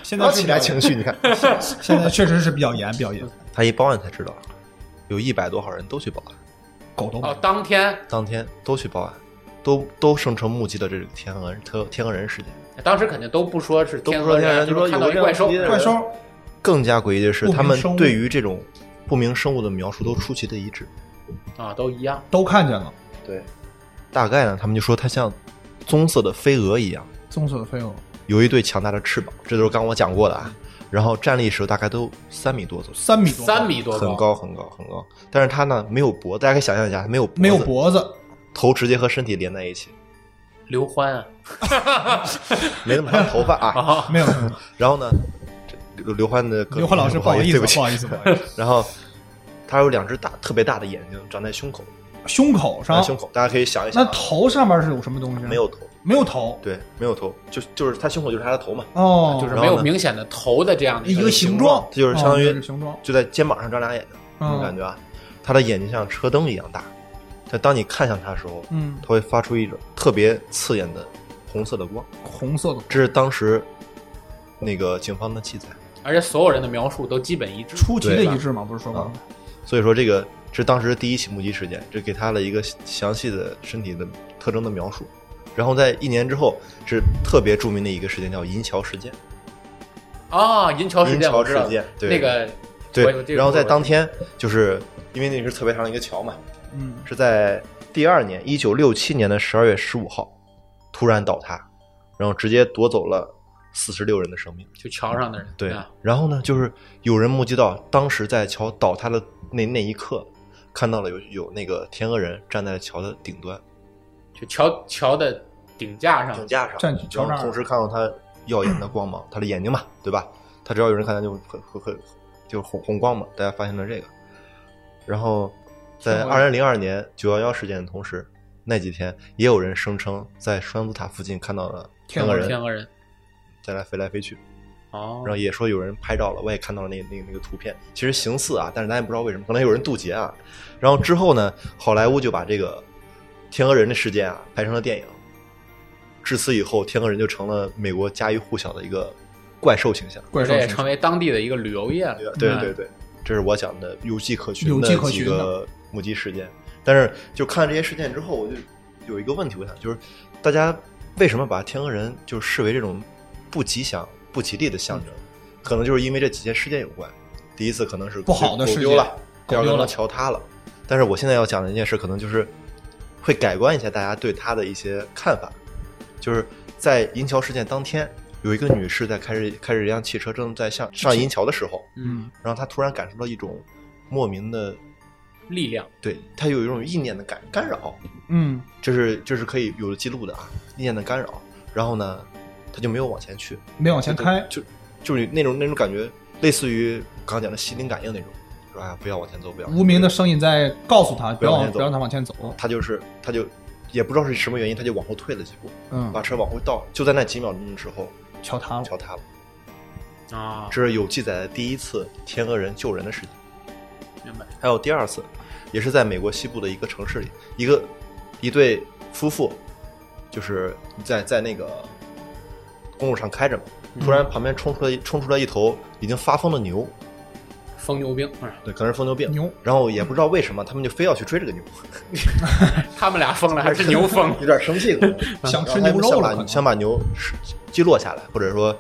[SPEAKER 3] 现在
[SPEAKER 1] 刚
[SPEAKER 3] 是
[SPEAKER 1] 起
[SPEAKER 3] 比较
[SPEAKER 1] 来情绪，你看，
[SPEAKER 3] 现在确实是比较严，比较严，
[SPEAKER 1] 他一报案才知道，有一百多号人都去报案，
[SPEAKER 3] 狗
[SPEAKER 1] 嗯
[SPEAKER 3] 都不
[SPEAKER 2] 哦，当天
[SPEAKER 1] 当天都去报案，都都声称目击了这个天鹅人特天鹅人事件。
[SPEAKER 2] 当时肯定都不说是
[SPEAKER 1] 都不
[SPEAKER 2] 天
[SPEAKER 1] 说
[SPEAKER 2] 鹅
[SPEAKER 1] 天鹅人
[SPEAKER 2] 人，就
[SPEAKER 1] 就说
[SPEAKER 2] 是看
[SPEAKER 1] 有
[SPEAKER 2] 到
[SPEAKER 1] 这
[SPEAKER 2] 一
[SPEAKER 1] 样
[SPEAKER 2] 怪兽
[SPEAKER 1] 级，的人
[SPEAKER 3] 怪兽
[SPEAKER 1] 更加诡异的是，
[SPEAKER 3] 不明
[SPEAKER 1] 他们
[SPEAKER 3] 生物
[SPEAKER 1] 对于这种不明生物的描述都出奇的一致。
[SPEAKER 2] 啊，都一样，
[SPEAKER 3] 都看见了，
[SPEAKER 1] 对，大概呢，他们就说它像棕色的飞蛾一样，
[SPEAKER 3] 棕色的飞蛾，
[SPEAKER 1] 有一对强大的翅膀，这都是刚我讲过的啊。然后站立时大概都三米多左右。
[SPEAKER 3] 三米多，
[SPEAKER 2] 三，米多
[SPEAKER 1] 很，高很高很高，但是它呢没有脖，大家可以想象一下，它没有脖子
[SPEAKER 3] 没有，脖子，
[SPEAKER 1] 头直接和身体连在一起，
[SPEAKER 2] 刘欢啊，
[SPEAKER 1] 没那么长头发 啊。
[SPEAKER 2] 啊，
[SPEAKER 3] 没有，
[SPEAKER 1] 然后呢，这刘刘欢的歌
[SPEAKER 3] 刘欢老师，
[SPEAKER 1] 不好
[SPEAKER 3] 好
[SPEAKER 1] 意思，
[SPEAKER 3] 意思，
[SPEAKER 1] 对不起
[SPEAKER 3] 不。好意思，不好意思，
[SPEAKER 1] 然后它有两只大特别大的眼睛，长在胸口，
[SPEAKER 3] 胸口
[SPEAKER 1] 长
[SPEAKER 3] 上，
[SPEAKER 1] 啊在胸口，大家可以想一想
[SPEAKER 3] 那
[SPEAKER 1] 啊，
[SPEAKER 3] 头上面是有什么东西？
[SPEAKER 1] 没，有头，
[SPEAKER 3] 没有头，
[SPEAKER 1] 对，没有头，就就是它胸口就是它的头嘛，
[SPEAKER 3] 哦，
[SPEAKER 2] 就是
[SPEAKER 1] 然后
[SPEAKER 2] 没有
[SPEAKER 1] 呢
[SPEAKER 2] 明显的头的这样的
[SPEAKER 3] 一个形状，
[SPEAKER 1] 这就是相当于
[SPEAKER 3] 哦一个形状，
[SPEAKER 1] 就在肩膀上长俩眼睛，那种
[SPEAKER 3] 嗯
[SPEAKER 1] 感觉啊。它的眼睛像车灯一样大，但当你看向它的时候，
[SPEAKER 3] 嗯，
[SPEAKER 1] 它会发出一种特别刺眼的红色的光。
[SPEAKER 3] 红色的，
[SPEAKER 1] 这是当时那个警方的记载，
[SPEAKER 2] 而且所有人的描述都基本一致，
[SPEAKER 3] 出奇的
[SPEAKER 1] 对吧啊
[SPEAKER 3] 一致嘛，不是说过吗？
[SPEAKER 1] 所以说这个这是当时第一起目击事件，这给他了一个详细的身体的特征的描述。然后在一年之后，是特别著名的一个事件，叫银桥事件。
[SPEAKER 2] 啊，银桥事
[SPEAKER 1] 银
[SPEAKER 2] 件
[SPEAKER 1] 桥
[SPEAKER 2] 我知道
[SPEAKER 1] 事件，对
[SPEAKER 2] 那个我有
[SPEAKER 1] 对，
[SPEAKER 2] 这个
[SPEAKER 1] 然后在
[SPEAKER 2] 我
[SPEAKER 1] 当天，就是因为那是特别长的一个桥嘛，
[SPEAKER 3] 嗯，
[SPEAKER 1] 是在第二年，一九六七年的十二月十五号，突然倒塌，然后直接夺走了四十六人的生命。
[SPEAKER 2] 就桥上的人，
[SPEAKER 1] 对
[SPEAKER 2] 啊，
[SPEAKER 1] 然后呢，就是有人目击到，当时在桥倒塌的那那一刻，看到了有有那个天鹅人站在桥的顶端
[SPEAKER 2] 就桥桥的顶架上
[SPEAKER 1] 顶，架上，
[SPEAKER 3] 站起桥
[SPEAKER 1] 然
[SPEAKER 3] 上
[SPEAKER 1] 后同时看到他耀眼 的光芒，他的眼睛嘛，对吧？他只要有人看他就会会会就红红光嘛，大家发现了这个。然后在
[SPEAKER 3] 天鹅
[SPEAKER 1] 二零零二年九幺幺事件的同时，那几天也有人声称在双子塔附近看到了
[SPEAKER 3] 天
[SPEAKER 1] 天
[SPEAKER 3] 鹅
[SPEAKER 1] 鹅
[SPEAKER 2] 天
[SPEAKER 1] 人
[SPEAKER 2] 鹅人，
[SPEAKER 1] 在那飞来飞去，
[SPEAKER 2] 哦
[SPEAKER 1] 然，后也说有人拍照了，我也看到了那那那个图片，其实形似啊，但是咱也不知道为什么，可能有人渡劫啊。然后之后呢，好莱坞就把这个天鹅人的事件啊拍成了电影，至此以后，天鹅人就成了美国家喻户晓的一个怪兽形象。
[SPEAKER 3] 怪兽
[SPEAKER 2] 这也
[SPEAKER 3] 形
[SPEAKER 2] 成
[SPEAKER 3] 象。
[SPEAKER 2] 为当地的一个旅游业了。
[SPEAKER 1] 对
[SPEAKER 2] 嗯
[SPEAKER 1] 对对，这是我讲的有迹可循
[SPEAKER 3] 有
[SPEAKER 1] 的
[SPEAKER 3] 迹可
[SPEAKER 1] 几
[SPEAKER 3] 循
[SPEAKER 1] 个
[SPEAKER 3] 的
[SPEAKER 1] 目击事件。但是就看了这些事件之后，我就有一个问题，我想就是大家为什么把天鹅人就视为这种不吉祥、不吉利的象征？可能就是因为这几件事件有关。第一次可能是
[SPEAKER 3] 不好的
[SPEAKER 1] 狗
[SPEAKER 3] 事
[SPEAKER 1] 丢
[SPEAKER 3] 件
[SPEAKER 1] 了，第
[SPEAKER 3] 狗
[SPEAKER 1] 二个
[SPEAKER 3] 丢
[SPEAKER 1] 可能
[SPEAKER 3] 了
[SPEAKER 1] 桥塌了。但是我现在要讲的一件事，可能就是会改观一下大家对他的一些看法。就是在银桥事件当天，有一个女士在开着开着一辆汽车正在向上银桥的时候，
[SPEAKER 3] 嗯，
[SPEAKER 1] 然后他突然感受到一种莫名的，
[SPEAKER 2] 力量，
[SPEAKER 1] 对他有一种意念的干干扰，
[SPEAKER 3] 嗯，
[SPEAKER 1] 这是这是可以有记录的啊，意念的干扰。然后呢，他就没有往前去，
[SPEAKER 3] 没往前开，
[SPEAKER 1] 就就是那种那种感觉，类似于刚刚讲的心灵感应那种，说哎呀不要往前走，不要往前走
[SPEAKER 3] 无名的，声音在告诉他，
[SPEAKER 1] 不
[SPEAKER 3] 不
[SPEAKER 1] 要
[SPEAKER 3] 要
[SPEAKER 1] 往前走
[SPEAKER 3] 往不要让他往前走。
[SPEAKER 1] 他就是他就也不知道是什么原因，他就往后退了几步，
[SPEAKER 3] 嗯，
[SPEAKER 1] 把车往后倒，就在那几秒钟的时候，
[SPEAKER 3] 桥塌了。
[SPEAKER 1] 桥塌了。
[SPEAKER 2] 啊，
[SPEAKER 1] 这是有记载的第一次天鹅人救人的事情。
[SPEAKER 2] 明白。
[SPEAKER 1] 还有第二次，也是在美国西部的一个城市里，一个一对夫妇，就是在在那个公路上开着嘛，突然旁边冲出来一冲出来一头已经发疯的牛，
[SPEAKER 2] 疯牛兵，不是
[SPEAKER 1] 对，可能是疯牛病。
[SPEAKER 3] 牛
[SPEAKER 1] 然后也不知道为什么，他们就非要去追这个牛，？
[SPEAKER 2] 他们俩疯了还是牛疯
[SPEAKER 1] 有点生气了，
[SPEAKER 3] 想吃
[SPEAKER 1] 然后他们想
[SPEAKER 3] 牛肉
[SPEAKER 1] 把
[SPEAKER 3] 了可能
[SPEAKER 1] 想把牛击落下来，或者说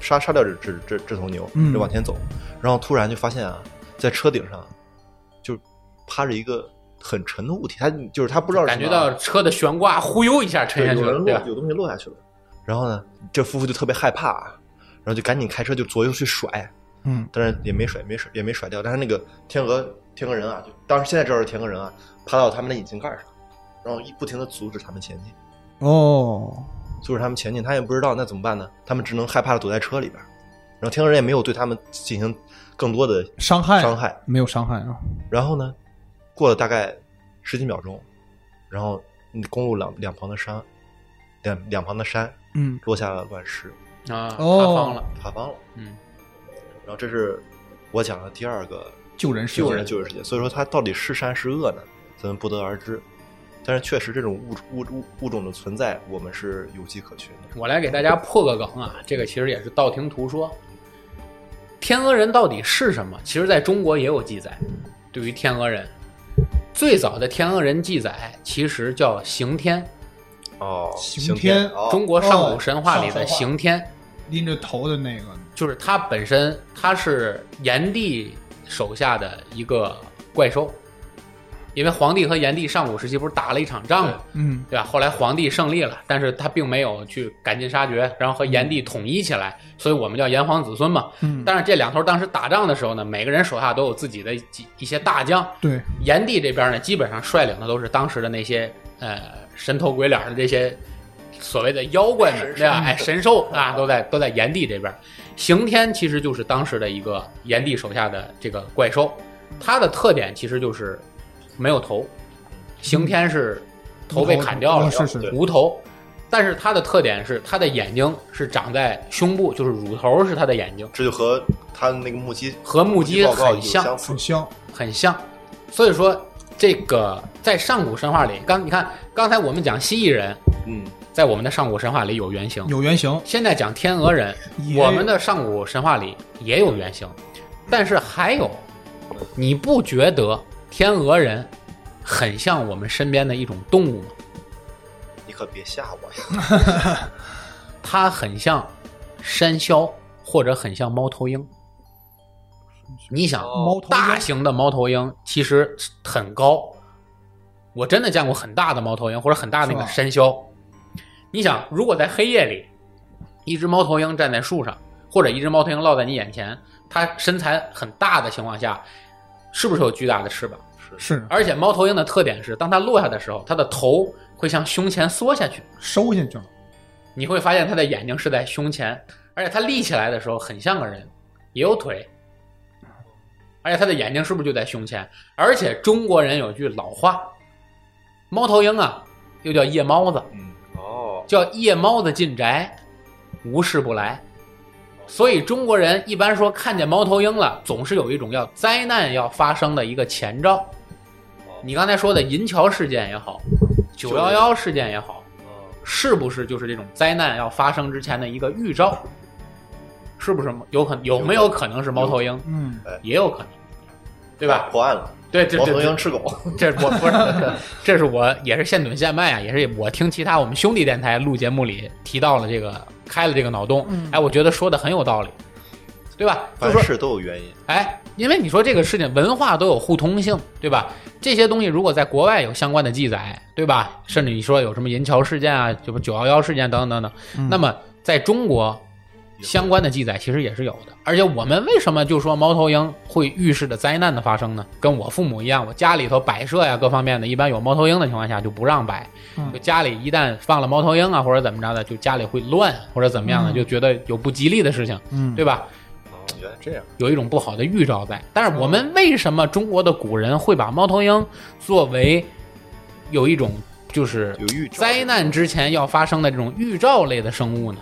[SPEAKER 1] 杀杀掉这这这这头牛，
[SPEAKER 3] 嗯
[SPEAKER 1] 就往前走。然后突然就发现啊，在车顶上就趴着一个很沉的物体，他就是他不知道是
[SPEAKER 2] 感
[SPEAKER 1] 什么
[SPEAKER 2] 觉到车的悬挂忽悠一下沉下去
[SPEAKER 1] 对有人
[SPEAKER 2] 了，对吧啊
[SPEAKER 1] 落？有东西落下去了。然后呢，这夫妇就特别害怕，啊，然后就赶紧开车就左右去甩，
[SPEAKER 3] 嗯，
[SPEAKER 1] 但是也没甩，没甩，也没甩掉。但是那个天鹅天鹅人啊，就当时现在知道是天鹅人啊，趴到他们的引擎盖上，然后一不停的阻止他们前进。
[SPEAKER 3] 哦，
[SPEAKER 1] 阻止他们前进，他也不知道那怎么办呢？他们只能害怕的躲在车里边儿。然后天鹅人也没有对他们进行更多的
[SPEAKER 3] 伤害
[SPEAKER 1] 伤害。
[SPEAKER 3] 没有伤害啊。
[SPEAKER 1] 然后呢，过了大概十几秒钟，然后嗯公路两两旁的山，两两旁的山
[SPEAKER 3] 嗯，
[SPEAKER 1] 落下了乱石，
[SPEAKER 2] 啊，
[SPEAKER 3] 哦
[SPEAKER 2] 塌方了，
[SPEAKER 1] 塌方了。
[SPEAKER 2] 嗯，
[SPEAKER 1] 然后这是我讲的第二个
[SPEAKER 3] 救人是
[SPEAKER 1] 救人救人事件。所以说，它到底是善是恶呢？咱们不得而知。但是确实，这种物物物物种的存在，我们是有迹可循的。
[SPEAKER 2] 我来给大家破个梗啊，这个其实也是道听途说。天鹅人到底是什么？其实在中国也有记载，对于天鹅人，最早的天鹅人记载其实叫刑天，
[SPEAKER 1] 哦，
[SPEAKER 3] 刑
[SPEAKER 1] 刑
[SPEAKER 3] 天
[SPEAKER 1] 哦
[SPEAKER 2] 中国上古神话里的
[SPEAKER 3] 哦上古神话
[SPEAKER 2] 刑天，
[SPEAKER 3] 拎着头的那个，
[SPEAKER 2] 就是他本身他是炎帝手下的一个怪兽，因为黄帝和炎帝上古时期不是打了一场仗吗？
[SPEAKER 3] 嗯，
[SPEAKER 2] 对吧？后来皇帝胜利了，但是他并没有去赶尽杀绝，然后和炎帝统一起来，所以我们叫炎黄子孙嘛。
[SPEAKER 3] 嗯
[SPEAKER 2] 但是这两头当时打仗的时候呢，每个人手下都有自己的几一些大将。
[SPEAKER 3] 对，
[SPEAKER 2] 炎帝这边呢，基本上率领的都是当时的那些呃神头鬼脸的这些所谓的妖怪们，对吧？哎，神兽啊，都在都在炎帝这边。刑天其实就是当时的一个炎帝手下的这个怪兽，它的特点其实就是没有头，刑天是头被砍掉了，
[SPEAKER 3] 嗯是是
[SPEAKER 1] 对
[SPEAKER 2] 无头。但是它的特点是，它的眼睛是长在胸部，就是乳头是它的眼睛，
[SPEAKER 1] 这就和他那个目击
[SPEAKER 2] 和目击
[SPEAKER 1] 报告
[SPEAKER 2] 很
[SPEAKER 1] 有
[SPEAKER 2] 像。
[SPEAKER 1] 相似
[SPEAKER 3] 很。香。
[SPEAKER 2] 很像。所以说，这个在上古神话里，刚你看刚才我们讲蜥蜴人，
[SPEAKER 1] 嗯，
[SPEAKER 2] 在我们的上古神话里有原型；
[SPEAKER 3] 有原型，
[SPEAKER 2] 现在讲天鹅人，
[SPEAKER 3] 也
[SPEAKER 2] 我们的上古神话里也有原型。但是还有，你不觉得天鹅人很像我们身边的一种动物吗？
[SPEAKER 1] 你可别吓我呀！
[SPEAKER 2] 它很像山魈，或者很像猫头鹰。你想，
[SPEAKER 3] 猫头鹰
[SPEAKER 2] 大型的猫头鹰其实很高，我真的见过很大的猫头鹰或者很大的那个
[SPEAKER 3] 是吧
[SPEAKER 2] 山魈。你想，如果在黑夜里，一只猫头鹰站在树上，或者一只猫头鹰落在你眼前，它身材很大的情况下，是不是有巨大的翅膀？
[SPEAKER 3] 是
[SPEAKER 2] 而且猫头鹰的特点是，当它落下的时候，它的头会向胸前缩下去，
[SPEAKER 3] 收进去了，
[SPEAKER 2] 你会发现它的眼睛是在胸前，而且它立起来的时候很像个人，也有腿，而且它的眼睛是不是就在胸前？而且中国人有句老话，猫头鹰啊，又叫夜猫子，
[SPEAKER 1] 嗯， 哦，
[SPEAKER 2] 叫夜猫子进宅，无事不来。所以中国人一般说看见猫头鹰了，总是有一种要灾难要发生的一个前兆。
[SPEAKER 1] 哦
[SPEAKER 2] 你刚才说的银桥事件也好，九幺幺事件也好，是不是就是这种灾难要发生之前的一个预兆？是不是有可有没有可能是猫头鹰？
[SPEAKER 3] 嗯，
[SPEAKER 2] 也有可能，对吧？
[SPEAKER 1] 破案了，
[SPEAKER 2] 对，这
[SPEAKER 1] 猫
[SPEAKER 2] 这
[SPEAKER 1] 头鹰
[SPEAKER 2] 这
[SPEAKER 1] 吃狗，
[SPEAKER 2] 这我不是， 这是我也是现怼现卖啊，也是我听其他我们兄弟电台录节目里提到了这个，开了这个脑洞，
[SPEAKER 3] 嗯
[SPEAKER 2] 哎，我觉得说的很有道理，对吧？就
[SPEAKER 1] 凡
[SPEAKER 2] 是说
[SPEAKER 1] 事都有原因。
[SPEAKER 2] 哎，因为你说这个事情文化都有互通性，对吧？这些东西如果在国外有相关的记载，对吧？甚至你说有什么银桥事件啊，就是九幺幺事件等等等等，
[SPEAKER 3] 嗯
[SPEAKER 2] 那么在中国相关的记载其实也是有的。而且我们为什么就说猫头鹰会预示着灾难的发生呢？跟我父母一样，我家里头摆设呀各方面的，一般有猫头鹰的情况下就不让摆
[SPEAKER 3] 嗯，
[SPEAKER 2] 就家里一旦放了猫头鹰啊或者怎么着的，就家里会乱或者怎么样的，
[SPEAKER 3] 嗯
[SPEAKER 2] 就觉得有不吉利的事情，
[SPEAKER 3] 嗯，
[SPEAKER 2] 对吧？
[SPEAKER 1] 哦，原来这样，
[SPEAKER 2] 有一种不好的预兆在。但
[SPEAKER 1] 哦
[SPEAKER 2] 是我们为什么中国的古人会把猫头鹰作为有一种就是
[SPEAKER 1] 有预兆
[SPEAKER 2] 灾难之前要发生的这种预兆类的生物呢？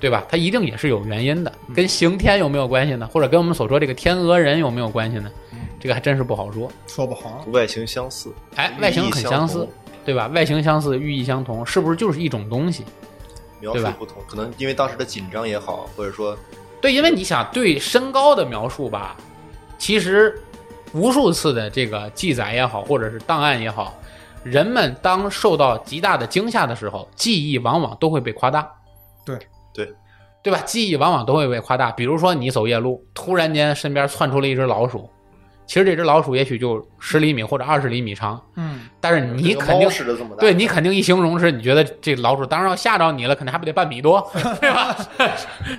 [SPEAKER 2] 对吧？它一定也是有原因的，
[SPEAKER 1] 嗯
[SPEAKER 2] 跟刑天有没有关系呢？或者跟我们所说这个天鹅人有没有关系呢？这个还真是不好说。
[SPEAKER 3] 说不好，
[SPEAKER 1] 外形相似，
[SPEAKER 2] 哦哎
[SPEAKER 1] 寓，意
[SPEAKER 2] 外形很相
[SPEAKER 1] 相
[SPEAKER 2] 似
[SPEAKER 1] 同，
[SPEAKER 2] 对吧？外形相似，寓意相同，是不是就是一种东西？
[SPEAKER 1] 描
[SPEAKER 2] 对
[SPEAKER 1] 述
[SPEAKER 2] 吧
[SPEAKER 1] 不同，可能因为当时的紧张也好，或者说
[SPEAKER 2] 对，因为你想对身高的描述吧，其实无数次的这个记载也好，或者是档案也好，人们当受到极大的惊吓的时候，记忆往往都会被夸大。
[SPEAKER 3] 对
[SPEAKER 1] 对
[SPEAKER 2] 对吧？记忆往往都会被夸大。比如说你走夜路，突然间身边窜出了一只老鼠，其实这只老鼠也许就十厘米或者二十厘米长，
[SPEAKER 3] 嗯，
[SPEAKER 2] 但是你肯定
[SPEAKER 1] 使的这么大，
[SPEAKER 2] 对你肯定一形容是，你觉得这老鼠当然要吓着你了，肯定还不得半米 多，对吧？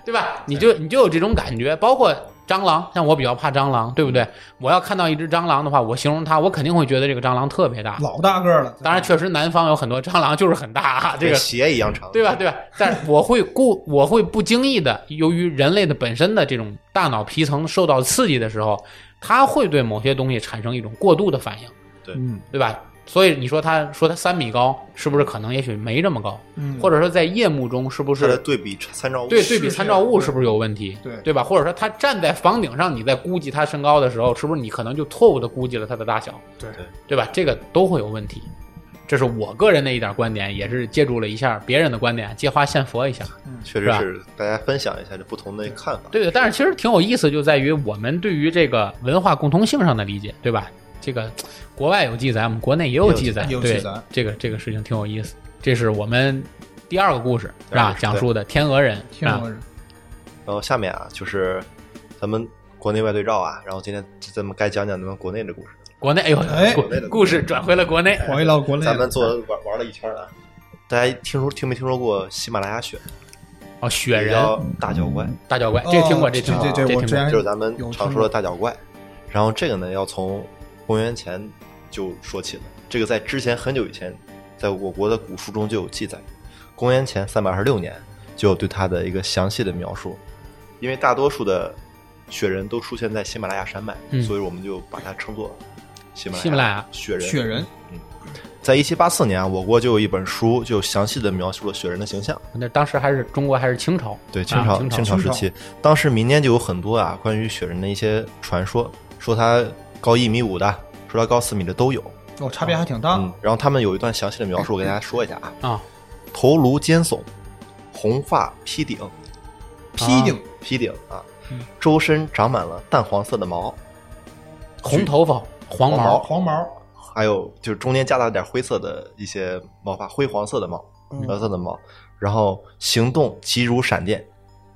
[SPEAKER 2] 对吧？你就你就有这种感觉，包括蟑螂，像我比较怕蟑螂，对不对？我要看到一只蟑螂的话，我形容它，我肯定会觉得这个蟑螂特别大。
[SPEAKER 3] 老大个儿了，
[SPEAKER 2] 当然，确实南方有很多蟑螂就是很大啊，这
[SPEAKER 1] 跟
[SPEAKER 2] 个
[SPEAKER 1] 鞋一样长，
[SPEAKER 2] 对吧？对吧？但是我会故我会不经意的，由于人类的本身的这种大脑皮层受到刺激的时候，它会对某些东西产生一种过度的反应。
[SPEAKER 3] 嗯
[SPEAKER 2] 对吧？所以你说他说他三米高，是不是可能也许没这么高？
[SPEAKER 3] 嗯，
[SPEAKER 2] 或
[SPEAKER 3] 者
[SPEAKER 2] 者说在夜幕中，是不
[SPEAKER 1] 它的
[SPEAKER 2] 是
[SPEAKER 1] 对比参照物
[SPEAKER 2] 对
[SPEAKER 1] 是
[SPEAKER 2] 对比参照物是不是有问题？
[SPEAKER 3] 对
[SPEAKER 2] 对吧？或者说他站在房顶上，你在估计他身高的时候，是不是你可能就错误的估计了他的大小？
[SPEAKER 3] 对
[SPEAKER 2] 对吧？这个都会有问题。这是我个人的一点观点，也是借助了一下别人的观点，借花献佛一下。
[SPEAKER 3] 嗯
[SPEAKER 1] 确
[SPEAKER 2] 是
[SPEAKER 1] 实
[SPEAKER 2] 吧
[SPEAKER 1] 是大家分享一下这不同的看法。
[SPEAKER 2] 对的，但是其实挺有意思，就在于我们对于这个文化共通性上的理解，对吧？这个国外有记载，我们国内也有记载，
[SPEAKER 3] 也有
[SPEAKER 2] 对
[SPEAKER 3] 记载
[SPEAKER 2] 这个这个事情挺有意思。这是我们第二个故事是
[SPEAKER 1] 第二
[SPEAKER 2] 吧
[SPEAKER 1] 个？
[SPEAKER 2] 讲述的天鹅人
[SPEAKER 3] 天
[SPEAKER 2] 啊
[SPEAKER 3] 鹅，人，
[SPEAKER 1] 然后下面啊，就是咱们国内外对照啊，然后今天咱们该讲讲咱们国内的故事。
[SPEAKER 2] 国内哎呦，
[SPEAKER 3] 哎
[SPEAKER 2] 故
[SPEAKER 1] 国内的
[SPEAKER 2] 故事转回了国内，
[SPEAKER 3] 回到国内了，
[SPEAKER 1] 咱们做玩玩了一圈啊，大家听说听没听说过喜马拉雅雪
[SPEAKER 2] 哦，雪
[SPEAKER 1] 也
[SPEAKER 2] 人
[SPEAKER 1] 叫大脚怪，
[SPEAKER 2] 大脚怪，
[SPEAKER 3] 哦
[SPEAKER 2] 这听过，听过，这
[SPEAKER 3] 这这
[SPEAKER 2] 听过
[SPEAKER 3] 我之，前
[SPEAKER 1] 就是咱们
[SPEAKER 3] 有
[SPEAKER 1] 常
[SPEAKER 3] 听
[SPEAKER 1] 说的
[SPEAKER 3] 过
[SPEAKER 1] 大脚怪。然后这个呢，要从公元前就说起了。这个在之前很久以前，在我国的古书中就有记载，公元前三百二十六年就有对它的一个详细的描述。因为大多数的雪人都出现在喜马拉雅山脉，
[SPEAKER 2] 嗯
[SPEAKER 1] 所以我们就把它称作喜马
[SPEAKER 2] 喜马拉雅
[SPEAKER 1] 雅雪人。嗯
[SPEAKER 3] 雪人，
[SPEAKER 1] 在一七八四年啊，我国就有一本书，就详细的描述了雪人的形象。
[SPEAKER 2] 那当时还是中国还是清朝，
[SPEAKER 1] 对，
[SPEAKER 2] 啊
[SPEAKER 1] 清朝、
[SPEAKER 2] 清
[SPEAKER 1] 清
[SPEAKER 2] 朝
[SPEAKER 1] 朝时期，当时民间就有很多啊关于雪人的一些传说，说他高一米五的，说他高四米的都有。
[SPEAKER 3] 哦，差别还挺大，
[SPEAKER 1] 嗯，然后他们有一段详细的描述，我给大家说一下啊：
[SPEAKER 2] 啊，
[SPEAKER 1] 头颅尖耸，红发披顶，
[SPEAKER 3] 披顶，
[SPEAKER 1] 披顶啊
[SPEAKER 2] 嗯，
[SPEAKER 1] 周身长满了淡黄色的毛，
[SPEAKER 2] 红头发，
[SPEAKER 1] 黄
[SPEAKER 2] 黄毛，
[SPEAKER 3] 黄毛，
[SPEAKER 1] 还有就是中间夹杂了点灰色的一些毛发，灰黄色的毛，
[SPEAKER 3] 嗯
[SPEAKER 1] 黄色的毛，然后行动急如闪电，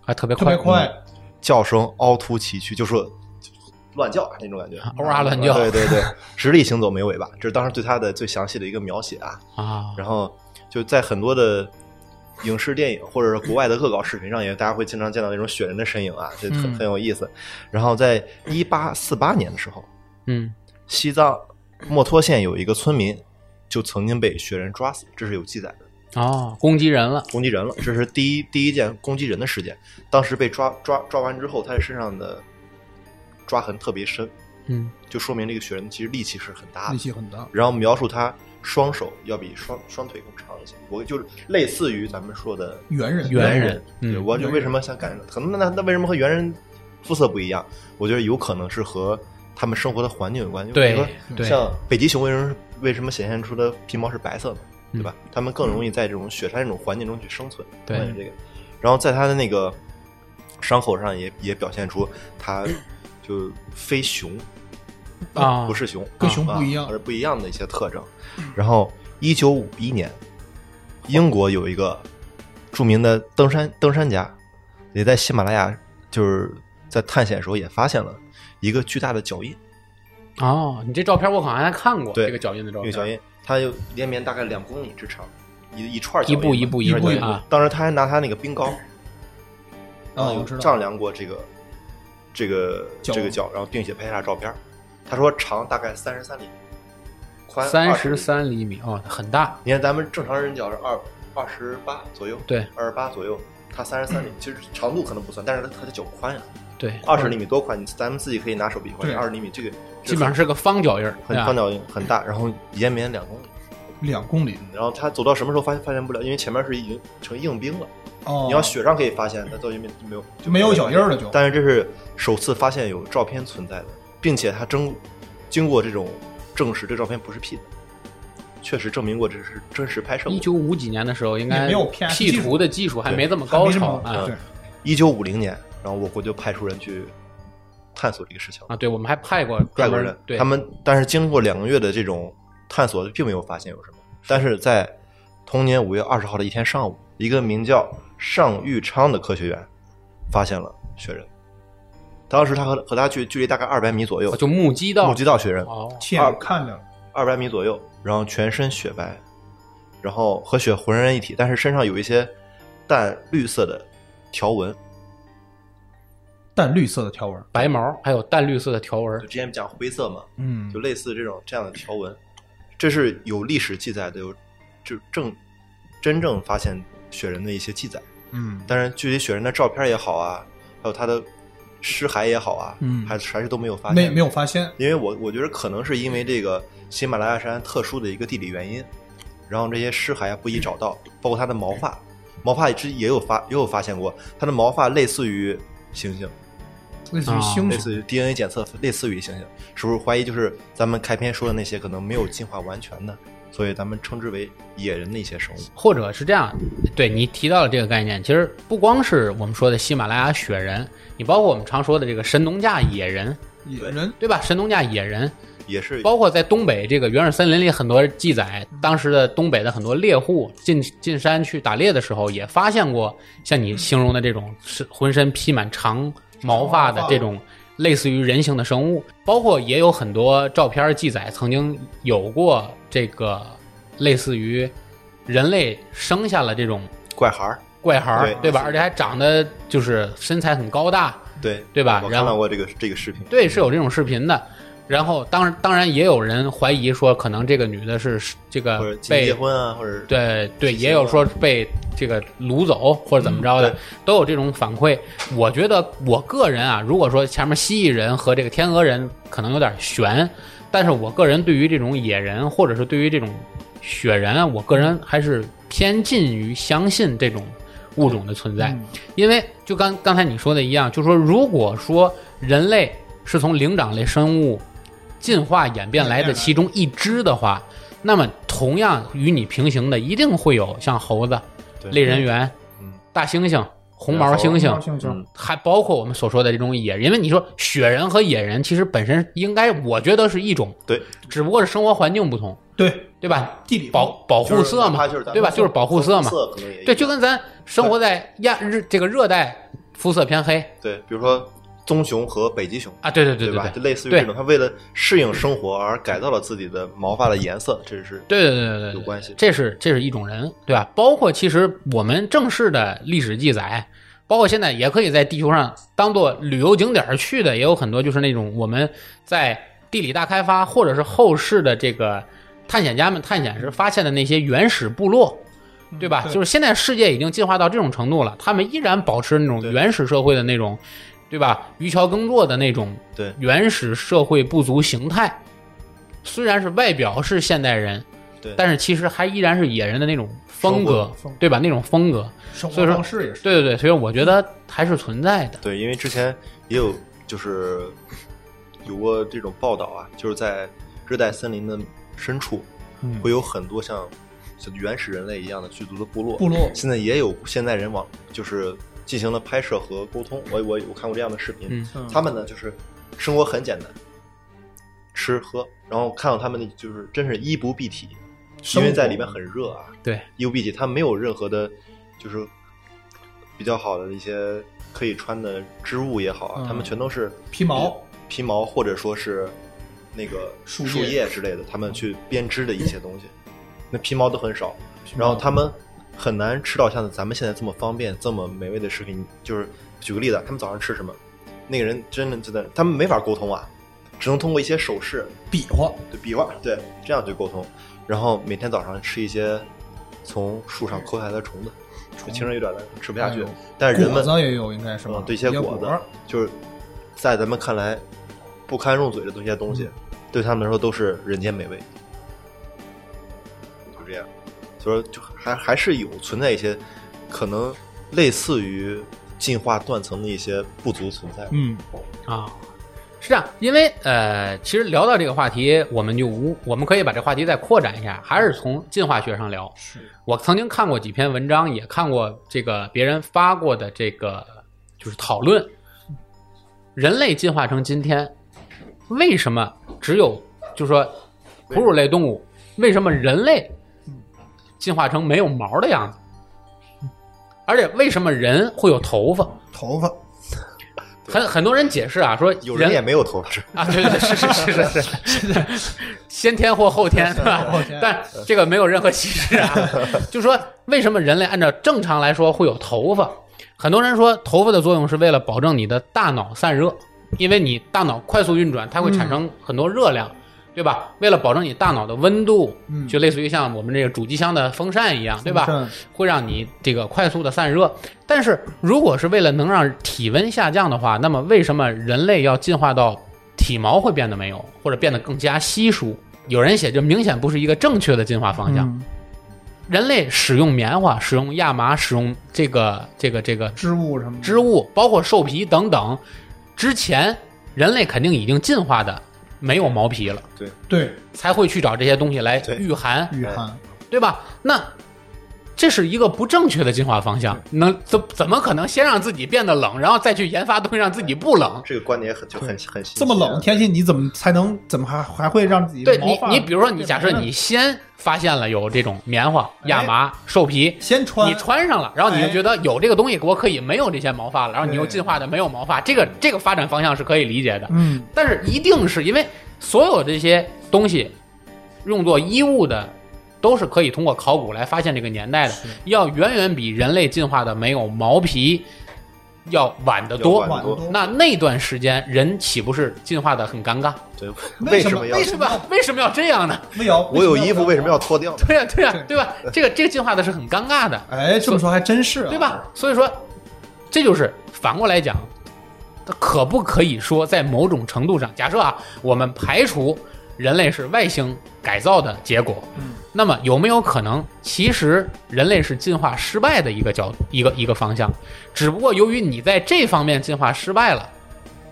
[SPEAKER 2] 还啊特别
[SPEAKER 3] 特别快，
[SPEAKER 1] 叫声凹凸崎岖，就说就乱叫啊那种感觉，
[SPEAKER 2] 嗷啊乱叫
[SPEAKER 1] 对对对，直立行走没尾巴，这是当时对它的最详细的一个描写啊。
[SPEAKER 2] 啊，
[SPEAKER 1] 然后就在很多的影视、电影或者是国外的恶搞视频上也，大家会经常见到那种雪人的身影啊，这很
[SPEAKER 3] 嗯
[SPEAKER 1] 很有意思。然后在一八四八年的时候，
[SPEAKER 2] 嗯，
[SPEAKER 1] 西藏墨脱县有一个村民就曾经被雪人抓死，这是有记载的。
[SPEAKER 2] 哦，攻击人了，
[SPEAKER 1] 攻击人了，这是第一第一件攻击人的事件。当时被抓抓抓完之后，他的身上的抓痕特别深，
[SPEAKER 2] 嗯，
[SPEAKER 1] 就说明这个雪人其实力气是很大
[SPEAKER 3] 力
[SPEAKER 1] 的。
[SPEAKER 3] 气很大，
[SPEAKER 1] 然后描述他双手要比双双腿更长一些，我就是类似于咱们说的
[SPEAKER 3] 猿人，
[SPEAKER 2] 猿
[SPEAKER 1] 人
[SPEAKER 2] 人。
[SPEAKER 1] 对，
[SPEAKER 2] 嗯，
[SPEAKER 1] 我就为什么想感觉，可能那那那为什么和猿人肤色不一样？我觉得有可能是和他们生活的环境有关系。
[SPEAKER 2] 对
[SPEAKER 1] 比如说
[SPEAKER 2] 对
[SPEAKER 1] 像北极熊为什么为什么显现出的皮毛是白色的？对吧？它们更容易在这种雪山这种环境中去生存。
[SPEAKER 2] 嗯对
[SPEAKER 1] 我感觉这个，然后在它的那个伤口上也也表现出它就非熊
[SPEAKER 2] 啊
[SPEAKER 1] 不是熊，
[SPEAKER 3] 跟熊
[SPEAKER 1] 啊
[SPEAKER 3] 不一样嗯
[SPEAKER 1] 而不一样的一些特征。然后，一九五一年，英国有一个著名的登山登山家，也在喜马拉雅就是在探险的时候也发现了一个巨大的脚印。
[SPEAKER 2] 哦，你这照片我好像还看过，
[SPEAKER 1] 对
[SPEAKER 2] 这个脚印的照
[SPEAKER 1] 那个
[SPEAKER 2] 片，
[SPEAKER 1] 脚印，它就连绵大概两公里之长，一一串儿脚
[SPEAKER 2] 一
[SPEAKER 1] 印
[SPEAKER 2] 步
[SPEAKER 1] 嘛
[SPEAKER 2] 一步
[SPEAKER 1] 一
[SPEAKER 2] 步
[SPEAKER 1] 步
[SPEAKER 3] 一步
[SPEAKER 2] 啊，
[SPEAKER 1] 当时他还拿他那个冰糕，然
[SPEAKER 3] 哦
[SPEAKER 1] 后
[SPEAKER 3] 我
[SPEAKER 1] 有
[SPEAKER 3] 知道
[SPEAKER 1] 丈量过这个这个
[SPEAKER 3] 脚
[SPEAKER 1] 这个脚，然后并且拍下照片儿。他说长大概三十三厘米，宽
[SPEAKER 2] 三
[SPEAKER 1] 20厘
[SPEAKER 2] 十
[SPEAKER 1] 米。
[SPEAKER 2] 三厘米哦，很大，
[SPEAKER 1] 你看咱们正常人脚是二二十八左右，
[SPEAKER 2] 对，
[SPEAKER 1] 二十八左右，他三十三厘
[SPEAKER 3] 嗯
[SPEAKER 1] 米，其实长度可能不算，但是他他的脚宽呀、
[SPEAKER 2] 对，
[SPEAKER 1] 二十厘米多宽？你咱们自己可以拿手比划
[SPEAKER 3] 对，啊
[SPEAKER 1] 二十厘米这个
[SPEAKER 2] 基本上是个方脚印儿，
[SPEAKER 1] 很
[SPEAKER 2] 对吧
[SPEAKER 1] 宽脚印很大，然后延绵两公里。
[SPEAKER 3] 两公里
[SPEAKER 1] 然后他走到什么时候发现发现不了，因为前面是已经成硬冰了。
[SPEAKER 3] 哦，
[SPEAKER 1] 你要雪上可以发现，那到底没没有
[SPEAKER 3] 就没有脚印儿了就
[SPEAKER 1] 但是这是首次发现有照片存在的，并且他经经过这种证实，这照片不是 P 的，确实证明过这是真实拍摄过
[SPEAKER 2] 一。九五几年的时候，应该
[SPEAKER 3] 也没有 PS
[SPEAKER 2] P 图的技术还没这么
[SPEAKER 3] 还
[SPEAKER 2] 高
[SPEAKER 3] 没这
[SPEAKER 2] 超
[SPEAKER 3] 么
[SPEAKER 2] 啊
[SPEAKER 1] 嗯
[SPEAKER 3] 对，
[SPEAKER 1] 一九五零年，然后我国就派出人去探索这个事情，
[SPEAKER 2] 啊！对，我们还派过
[SPEAKER 1] 外
[SPEAKER 2] 专
[SPEAKER 1] 国
[SPEAKER 2] 门
[SPEAKER 1] 人
[SPEAKER 2] 对
[SPEAKER 1] 他们，但是经过两个月的这种探索，并没有发现有什么。但是在同年五月二十号的一天上午，一个名叫尚玉昌的科学员发现了雪人。当时他和和他距距离大概二百米左右，
[SPEAKER 2] 啊就目击到
[SPEAKER 1] 目击到雪人，
[SPEAKER 2] 哦，
[SPEAKER 3] 亲眼看着了，
[SPEAKER 1] 二百米左右，然后全身雪白，然后和雪浑然一体，但是身上有一些淡绿色的条纹。
[SPEAKER 3] 淡绿色的条纹，
[SPEAKER 2] 白毛还有淡绿色的条
[SPEAKER 1] 就
[SPEAKER 2] 纹，
[SPEAKER 1] 之前讲灰色嘛，
[SPEAKER 3] 嗯
[SPEAKER 1] 就类似这种这样的条纹，这是有历史记载的，有就正真正发现雪人的一些记载。
[SPEAKER 3] 嗯，
[SPEAKER 1] 但是距离雪人的照片也好啊，还有他的尸骸也好啊，
[SPEAKER 3] 嗯
[SPEAKER 1] 还是还是都没有发现。
[SPEAKER 3] 没没有发现，
[SPEAKER 1] 因为我我觉得可能是因为这个喜马拉雅山特殊的一个地理原因，然后这些尸骸啊不易找到，包括它的毛发，毛发之也有发也有发现过，它的毛发类似于猩猩，
[SPEAKER 3] 类
[SPEAKER 2] 啊
[SPEAKER 3] 似于
[SPEAKER 2] 嗯
[SPEAKER 3] 星
[SPEAKER 1] 类
[SPEAKER 3] 星，
[SPEAKER 1] 似于 DNA 检测类似于猩猩，是不是怀疑就是咱们开篇说的那些可能没有进化完全的，所以咱们称之为野人的一些生物。
[SPEAKER 2] 或者是这样，对你提到了这个概念，其实不光是我们说的喜马拉雅雪人，你包括我们常说的这个神农架野人，
[SPEAKER 3] 野人
[SPEAKER 2] 对吧？神农架野人，
[SPEAKER 1] 也是
[SPEAKER 2] 包括在东北这个原始森林里，很多记载，当时的东北的很多猎户进进山去打猎的时候，也发现过像你形容的这种是浑身披满长毛发的这种类似于人形的生物，包括也有很多照片记载，曾经有过这个类似于人类生下了这种
[SPEAKER 1] 怪孩儿，
[SPEAKER 2] 怪孩儿
[SPEAKER 1] 对，
[SPEAKER 2] 对吧？而且还长得就是身材很高大，
[SPEAKER 1] 对
[SPEAKER 2] 对吧
[SPEAKER 1] 我
[SPEAKER 2] 然
[SPEAKER 1] 看
[SPEAKER 2] 后
[SPEAKER 1] 到过这个这个视频，
[SPEAKER 2] 对，是有这种视频的。然后当然，当然也有人怀疑说，可能这个女的是这
[SPEAKER 1] 或
[SPEAKER 2] 个
[SPEAKER 1] 者结
[SPEAKER 2] 呃被
[SPEAKER 1] 结婚啊，或者
[SPEAKER 2] 对对，
[SPEAKER 1] 结
[SPEAKER 2] 也有说被这个掳走或者怎么着的，
[SPEAKER 1] 嗯对
[SPEAKER 2] 都有这种反馈。我觉得我个人啊，如果说前面蜥蜴人和这个天鹅人可能有点悬，但是我个人对于这种野人或者是对于这种雪人啊，我个人还是偏近于相信这种物种的存在。
[SPEAKER 3] 嗯
[SPEAKER 2] 因为就刚刚才你说的一样，就说如果说人类是从灵长类生物进化演变来的其中一支的话，那么同样与你平行的一定会有像猴子、
[SPEAKER 1] 对
[SPEAKER 2] 类人猿、
[SPEAKER 1] 嗯
[SPEAKER 2] 大猩猩、红毛
[SPEAKER 1] 然后
[SPEAKER 2] 猩猩
[SPEAKER 3] 红毛。猩猩
[SPEAKER 1] 嗯
[SPEAKER 2] 还包括我们所说的这种野人，因为你说雪人和野人其实本身应该，我觉得是一种，
[SPEAKER 1] 对，
[SPEAKER 2] 只不过是生活环境不同，
[SPEAKER 3] 对
[SPEAKER 2] 对吧？
[SPEAKER 3] 地理
[SPEAKER 2] 保保护色嘛，
[SPEAKER 1] 就是哪怕咱们
[SPEAKER 2] 对吧？就是保护色嘛，
[SPEAKER 1] 色可能也有
[SPEAKER 2] 对，就跟咱生活在亚日这个热带，肤色偏黑
[SPEAKER 1] 对，比如说棕熊和北极熊，
[SPEAKER 2] 啊，对对对对
[SPEAKER 1] 吧？就
[SPEAKER 2] 对
[SPEAKER 1] 类似于
[SPEAKER 2] 对
[SPEAKER 1] 这种，它为了适应生活而改造了自己的毛发的颜色，这是
[SPEAKER 2] 对对对对
[SPEAKER 1] 有
[SPEAKER 2] 对，
[SPEAKER 1] 关系的。
[SPEAKER 2] 这是这是一种人，对吧？包括其实我们正式的历史记载，包括现在也可以在地球上当做旅游景点儿去的，也有很多就是那种我们在地理大开发或者是后世的这个探险家们探险时发现的那些原始部落。对吧？
[SPEAKER 3] 嗯对
[SPEAKER 2] 就是现在世界已经进化到这种程度了，他们依然保持那种
[SPEAKER 1] 对
[SPEAKER 2] 原始社会的那种，对吧？渔樵耕作的那种
[SPEAKER 1] 对
[SPEAKER 2] 原始社会部族形态，虽然是外表是现代人，
[SPEAKER 1] 对，
[SPEAKER 2] 但是其实还依然是野人的那种风格
[SPEAKER 3] 生活风，
[SPEAKER 2] 对吧？那种风格，
[SPEAKER 3] 生
[SPEAKER 2] 所以
[SPEAKER 3] 活
[SPEAKER 2] 说
[SPEAKER 3] 方式也是，
[SPEAKER 2] 对对对，所以我觉得还是存在的。
[SPEAKER 1] 对，因为之前也有就是有过这种报道啊，就是在热带森林的深处
[SPEAKER 3] 嗯
[SPEAKER 1] 会有很多像像原始人类一样的巨族的部落。
[SPEAKER 3] 部落
[SPEAKER 1] 现在也有现代人往就是进行了拍摄和沟通。我我我看过这样的视频，
[SPEAKER 2] 嗯
[SPEAKER 1] 他们呢就是生活很简单，吃喝，然后看到他们的就是真是衣不蔽体，因为在里面很热啊，
[SPEAKER 2] 对，
[SPEAKER 1] 衣不蔽体，他没有任何的，就是比较好的一些可以穿的织物也好啊，
[SPEAKER 3] 嗯
[SPEAKER 1] 他们全都是
[SPEAKER 3] 皮毛、
[SPEAKER 1] 皮毛或者说是那个
[SPEAKER 3] 树
[SPEAKER 1] 树
[SPEAKER 3] 叶
[SPEAKER 1] 叶之类的，他们去编织的一些东西，那皮毛都很少，然后他们很难吃到像咱们现在这么方便、这么美味的食品。就是举个例子，他们早上吃什么？那个人真的真的，他们没法沟通啊，只能通过一些手势，
[SPEAKER 3] 比划，
[SPEAKER 1] 对比划，对这样去沟通。然后每天早上吃一些从树上抠下来的虫子，就轻而易举的吃不下去。
[SPEAKER 3] 哎呦
[SPEAKER 1] 但是人
[SPEAKER 3] 果
[SPEAKER 1] 们
[SPEAKER 3] 子也有应该是吧
[SPEAKER 1] 嗯，？对一些
[SPEAKER 3] 果
[SPEAKER 1] 果子，就是在咱们看来不堪入嘴的这些东西，对他们来说都是人间美味，就这样。所以说，就还还是有存在一些可能类似于进化断层的一些不足存在。
[SPEAKER 3] 嗯，
[SPEAKER 2] 啊，是这样，因为呃，其实聊到这个话题，我们就无，我们可以把这话题再扩展一下，还是从进化学上聊。
[SPEAKER 3] 是
[SPEAKER 2] 我曾经看过几篇文章，也看过这个别人发过的这个就是讨论，人类进化成今天，为什么只有就是说哺乳类动物，为什么人类进化成没有毛的样子？而且为什么人会有头发？
[SPEAKER 3] 头发
[SPEAKER 2] 很很多人解释啊，说
[SPEAKER 1] 有人也没有头发，
[SPEAKER 2] 啊，对对对，是是是是是，先天或后天，对吧
[SPEAKER 3] 后天？
[SPEAKER 2] 但这个没有任何歧视啊。就说为什么人类按照正常来说会有头发？很多人说头发的作用是为了保证你的大脑散热，因为你大脑快速运转，它会产
[SPEAKER 3] 嗯
[SPEAKER 2] 生很多热量，对吧？为了保证你大脑的温度，
[SPEAKER 3] 嗯
[SPEAKER 2] 就类似于像我们这个主机箱的风扇一样，对吧？
[SPEAKER 3] 风扇
[SPEAKER 2] 会让你这个快速的散热。但是如果是为了能让体温下降的话，那么为什么人类要进化到体毛会变得没有，或者变得更加稀疏？有人写这明显不是一个正确的进化方向。
[SPEAKER 3] 嗯
[SPEAKER 2] 人类使用棉花、使用亚麻、使用这个这个这个
[SPEAKER 3] 织物什么的
[SPEAKER 2] 植物，包括兽皮等等，之前人类肯定已经进化的没有毛皮了，
[SPEAKER 3] 对
[SPEAKER 2] 才会去找这些东西来
[SPEAKER 1] 对
[SPEAKER 2] 御寒，
[SPEAKER 3] 御寒
[SPEAKER 2] 对吧？那这是一个不正确的进化方向，能怎怎么可能先让自己变得冷，然后再去研发东西让自己不冷？
[SPEAKER 1] 这个观点很就很很新
[SPEAKER 3] 这么
[SPEAKER 1] 奇啊
[SPEAKER 3] 冷的天气，你怎么才能怎么还还会让自己
[SPEAKER 2] 对
[SPEAKER 3] 毛
[SPEAKER 2] 你
[SPEAKER 3] 发，
[SPEAKER 2] 你比如说，你
[SPEAKER 3] 变
[SPEAKER 2] 假设
[SPEAKER 3] 白
[SPEAKER 2] 你先发现了有这种棉花、亚麻、兽皮，
[SPEAKER 3] 先哎穿
[SPEAKER 2] 你穿上了，然后你就
[SPEAKER 3] 哎
[SPEAKER 2] 觉得有这个东西，我可以没有这些毛发了，然后你又
[SPEAKER 3] 对
[SPEAKER 2] 进化的没有毛发，这个这个发展方向是可以理解的。
[SPEAKER 3] 嗯
[SPEAKER 2] 但是一定是因为所有这些东西用作衣物的，都是可以通过考古来发现这个年代的，要远远比人类进化的没有毛皮要晚得多。
[SPEAKER 1] 要晚
[SPEAKER 3] 晚
[SPEAKER 1] 多
[SPEAKER 3] 多
[SPEAKER 2] 那那段时间，人岂不是进化的很尴尬，
[SPEAKER 1] 对，
[SPEAKER 3] 为什
[SPEAKER 1] 什
[SPEAKER 3] 么
[SPEAKER 1] 么要
[SPEAKER 3] 为什
[SPEAKER 2] 对吧？为什么要这样呢？
[SPEAKER 3] 没有
[SPEAKER 1] 我有衣服为什么要脱掉呢？
[SPEAKER 2] 对呀、对呀、对吧？这个这个进化的是很尴尬的，
[SPEAKER 3] 哎这么说还真是啊
[SPEAKER 2] 对吧？所以说，这就是反过来讲，它可不可以说在某种程度上，假设啊，我们排除人类是外星改造的结果，
[SPEAKER 3] 嗯
[SPEAKER 2] 那么有没有可能，其实人类是进化失败的一个角度，一个一个方向？只不过由于你在这方面进化失败了，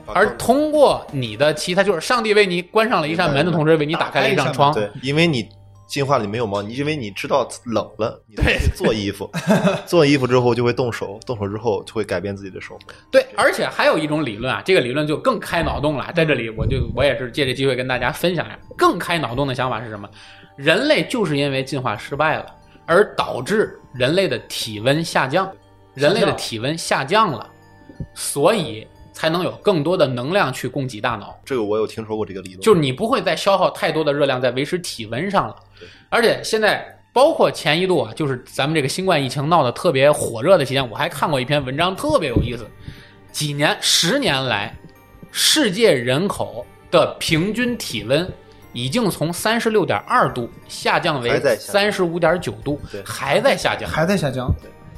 [SPEAKER 1] 啊
[SPEAKER 2] 而通过你的其他，就是上帝为你关上了一扇门的同时，为你打开了一扇窗，
[SPEAKER 1] 对，因为你进化里没有毛，你因为你知道冷了，你才去做衣 服，做衣服之后就会动手，动手之后就会改变自己的手。
[SPEAKER 2] 对，而且还有一种理论啊，这个理论就更开脑洞了。在这里，我就我也是借这机会跟大家分享一下，更开脑洞的想法是什么？人类就是因为进化失败了，而导致人类的体温下降，人类的体温下降了，所以才能有更多的能量去供给大脑。
[SPEAKER 1] 这个我有听说过这个理论，
[SPEAKER 2] 就是你不会再消耗太多的热量在维持体温上了
[SPEAKER 1] 对。
[SPEAKER 2] 而且现在包括前一度啊，就是咱们这个新冠疫情闹得特别火热的期间，我还看过一篇文章，特别有意思。几年、十年来，世界人口的平均体温已经从三十六点二度下降为
[SPEAKER 1] 还在下
[SPEAKER 2] 三
[SPEAKER 1] 降
[SPEAKER 2] 十五点九度
[SPEAKER 1] 对，
[SPEAKER 2] 还在下降。
[SPEAKER 3] 还在下降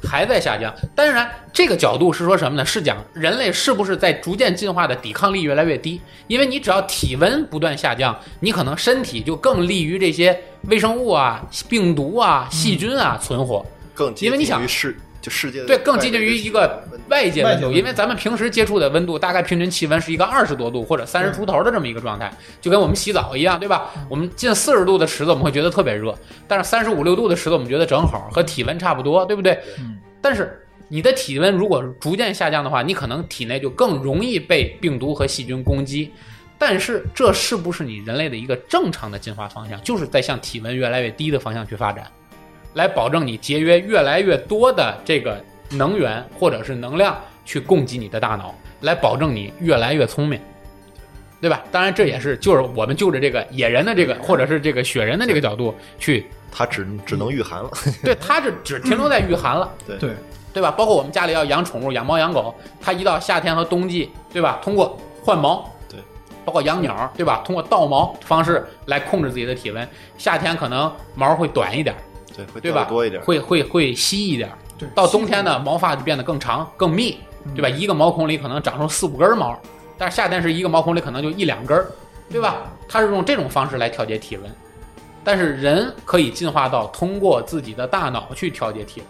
[SPEAKER 2] 还在下降。当然，这个角度是说什么呢？是讲人类是不是在逐渐进化的抵抗力越来越低？因为你只要体温不断下降，你可能身体就更利于这些微生物啊、病毒啊、细菌啊存活。
[SPEAKER 1] 更接近
[SPEAKER 2] 因为你想
[SPEAKER 1] 于世就世界的
[SPEAKER 2] 对，更接近于一个外界温
[SPEAKER 3] 外界
[SPEAKER 2] 度，
[SPEAKER 3] 温度
[SPEAKER 2] 因为咱们平时接触的温度大概平均气温是一个二十多度或者三十出头的这么一个状态，就跟我们洗澡一样，对吧？我们近四十度的池子我们会觉得特别热，但是三十五六度的池子我们觉得正好，和体温差不多，对不对？
[SPEAKER 3] 嗯
[SPEAKER 2] 但是你的体温如果逐渐下降的话，你可能体内就更容易被病毒和细菌攻击。但是这是不是你人类的一个正常的进化方向？就是在向体温越来越低的方向去发展，来保证你节约越来越多的这个能源或者是能量去供给你的大脑，来保证你越来越聪明。对吧？当然，这也是就是我们就着这个野人的这个，或者是这个雪人的这个角度去，
[SPEAKER 1] 它只只能御寒了。
[SPEAKER 2] 对它这只停留在御寒了，
[SPEAKER 3] 对，
[SPEAKER 2] 对吧？包括我们家里要养宠物，养猫养狗，它一到夏天和冬季，对吧？通过换毛，
[SPEAKER 1] 对，
[SPEAKER 2] 包括养鸟，对吧？通过倒毛方式来控制自己的体温。夏天可能毛会短一点，
[SPEAKER 1] 对，会
[SPEAKER 2] 对
[SPEAKER 1] 掉
[SPEAKER 2] 吧？
[SPEAKER 1] 的多一点。
[SPEAKER 2] 会会会稀一点。
[SPEAKER 3] 对
[SPEAKER 2] 到冬天呢，毛发就变得更长、更密，对吧？一个毛孔里可能长出四五根毛，但是夏天是一个毛孔里可能就一两根儿，对吧？它是用这种方式来调节体温，但是人可以进化到通过自己的大脑去调节体温，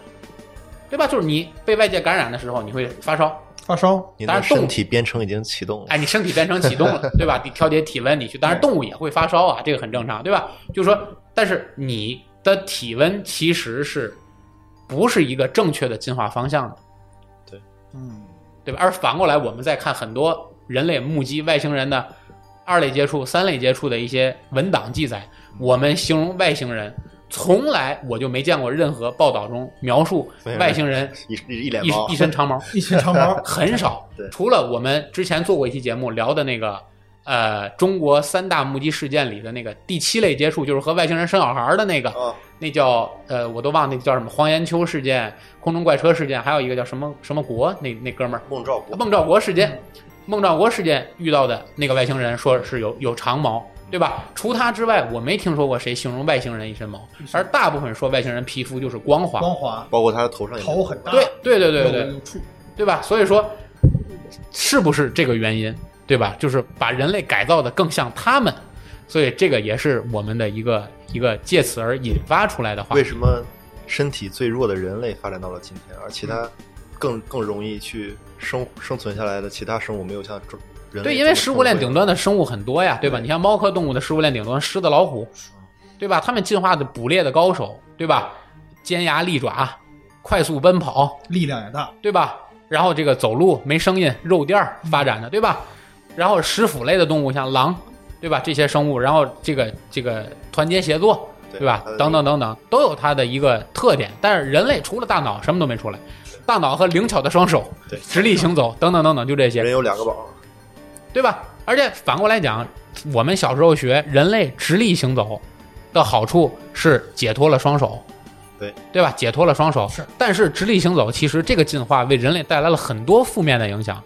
[SPEAKER 2] 对吧？就是你被外界感染的时候，你会发烧，
[SPEAKER 3] 发烧，
[SPEAKER 1] 您
[SPEAKER 2] 当
[SPEAKER 1] 的
[SPEAKER 2] 然动
[SPEAKER 1] 身体编程已经启动了。
[SPEAKER 2] 哎，你身体变成启动了，对吧？你调节体温，你去，当然动物也会发烧啊，这个很正常，对吧？就说，但是你的体温其实是不是一个正确的进化方向的，
[SPEAKER 3] 嗯，
[SPEAKER 2] 对吧？而反过来，我们再看很多人类目击外星人的二类接触、三类接触的一些文档记载，我们形容外星人，从来我就没见过任何报道中描述
[SPEAKER 1] 没有
[SPEAKER 2] 外星人
[SPEAKER 1] 一一一脸
[SPEAKER 2] 一
[SPEAKER 1] 毛
[SPEAKER 2] 一，身长毛。，
[SPEAKER 3] 一群 长毛
[SPEAKER 2] 很少
[SPEAKER 1] 对。
[SPEAKER 2] 除了我们之前做过一期节目聊的那个，呃，中国三大目击事件里的那个第七类接触，就是和外星人生小孩儿的那个，
[SPEAKER 1] 啊，
[SPEAKER 2] 那叫呃，我都忘了那叫什么黄延秋事件、空中怪车事件，还有一个叫什么什么国那那哥们儿
[SPEAKER 1] 孟兆国
[SPEAKER 2] 孟兆国事
[SPEAKER 3] 嗯
[SPEAKER 2] 件。孟兆国事件遇到的那个外星人，说是有有长毛，对吧？除他之外，我没听说过谁形容外星人一身毛，而大部分说外星人皮肤就是光滑。
[SPEAKER 3] 光滑，
[SPEAKER 1] 包括他的头上也
[SPEAKER 3] 头很大，
[SPEAKER 2] 对对对对对，
[SPEAKER 3] 有有触，
[SPEAKER 2] 对吧？所以说，是不是这个原因，对吧？就是把人类改造的更像他们，所以这个也是我们的一个一个借此而引发出来的话
[SPEAKER 1] 为。什么身体最弱的人类发展到了今天，而其
[SPEAKER 2] 嗯
[SPEAKER 1] 他更更容易去生生存下来的其他生物没有像中人类
[SPEAKER 2] 对，
[SPEAKER 1] 这么
[SPEAKER 2] 因为食物链顶
[SPEAKER 1] 聪慧
[SPEAKER 2] 端的生物很多呀，对吧？你像猫科动物的食物链顶端，狮子、老虎，对吧？它们进化的捕猎的高手，对吧？尖牙利爪，快速奔跑，
[SPEAKER 3] 力量也大，
[SPEAKER 2] 对吧？然后这个走路没声音，肉垫儿发展的，对吧？然后食腐类的动物像狼，对吧？这些生物，然后这个这个团结协作，
[SPEAKER 1] 对
[SPEAKER 2] 对吧
[SPEAKER 1] 它的？
[SPEAKER 2] 等等等等，都有它的一个特点。但是人类除了大脑什么都没出来，大脑和灵巧的双手
[SPEAKER 1] 对、
[SPEAKER 2] 直立行走等等等等，就这些。
[SPEAKER 1] 人有两个宝，
[SPEAKER 2] 对吧？而且反过来讲，我们小时候学人类直立行走的好处是解脱了双手，
[SPEAKER 1] 对
[SPEAKER 2] 对吧？解脱了双手
[SPEAKER 3] 是，
[SPEAKER 2] 但是直立行走其实这个进化为人类带来了很多负面的影响，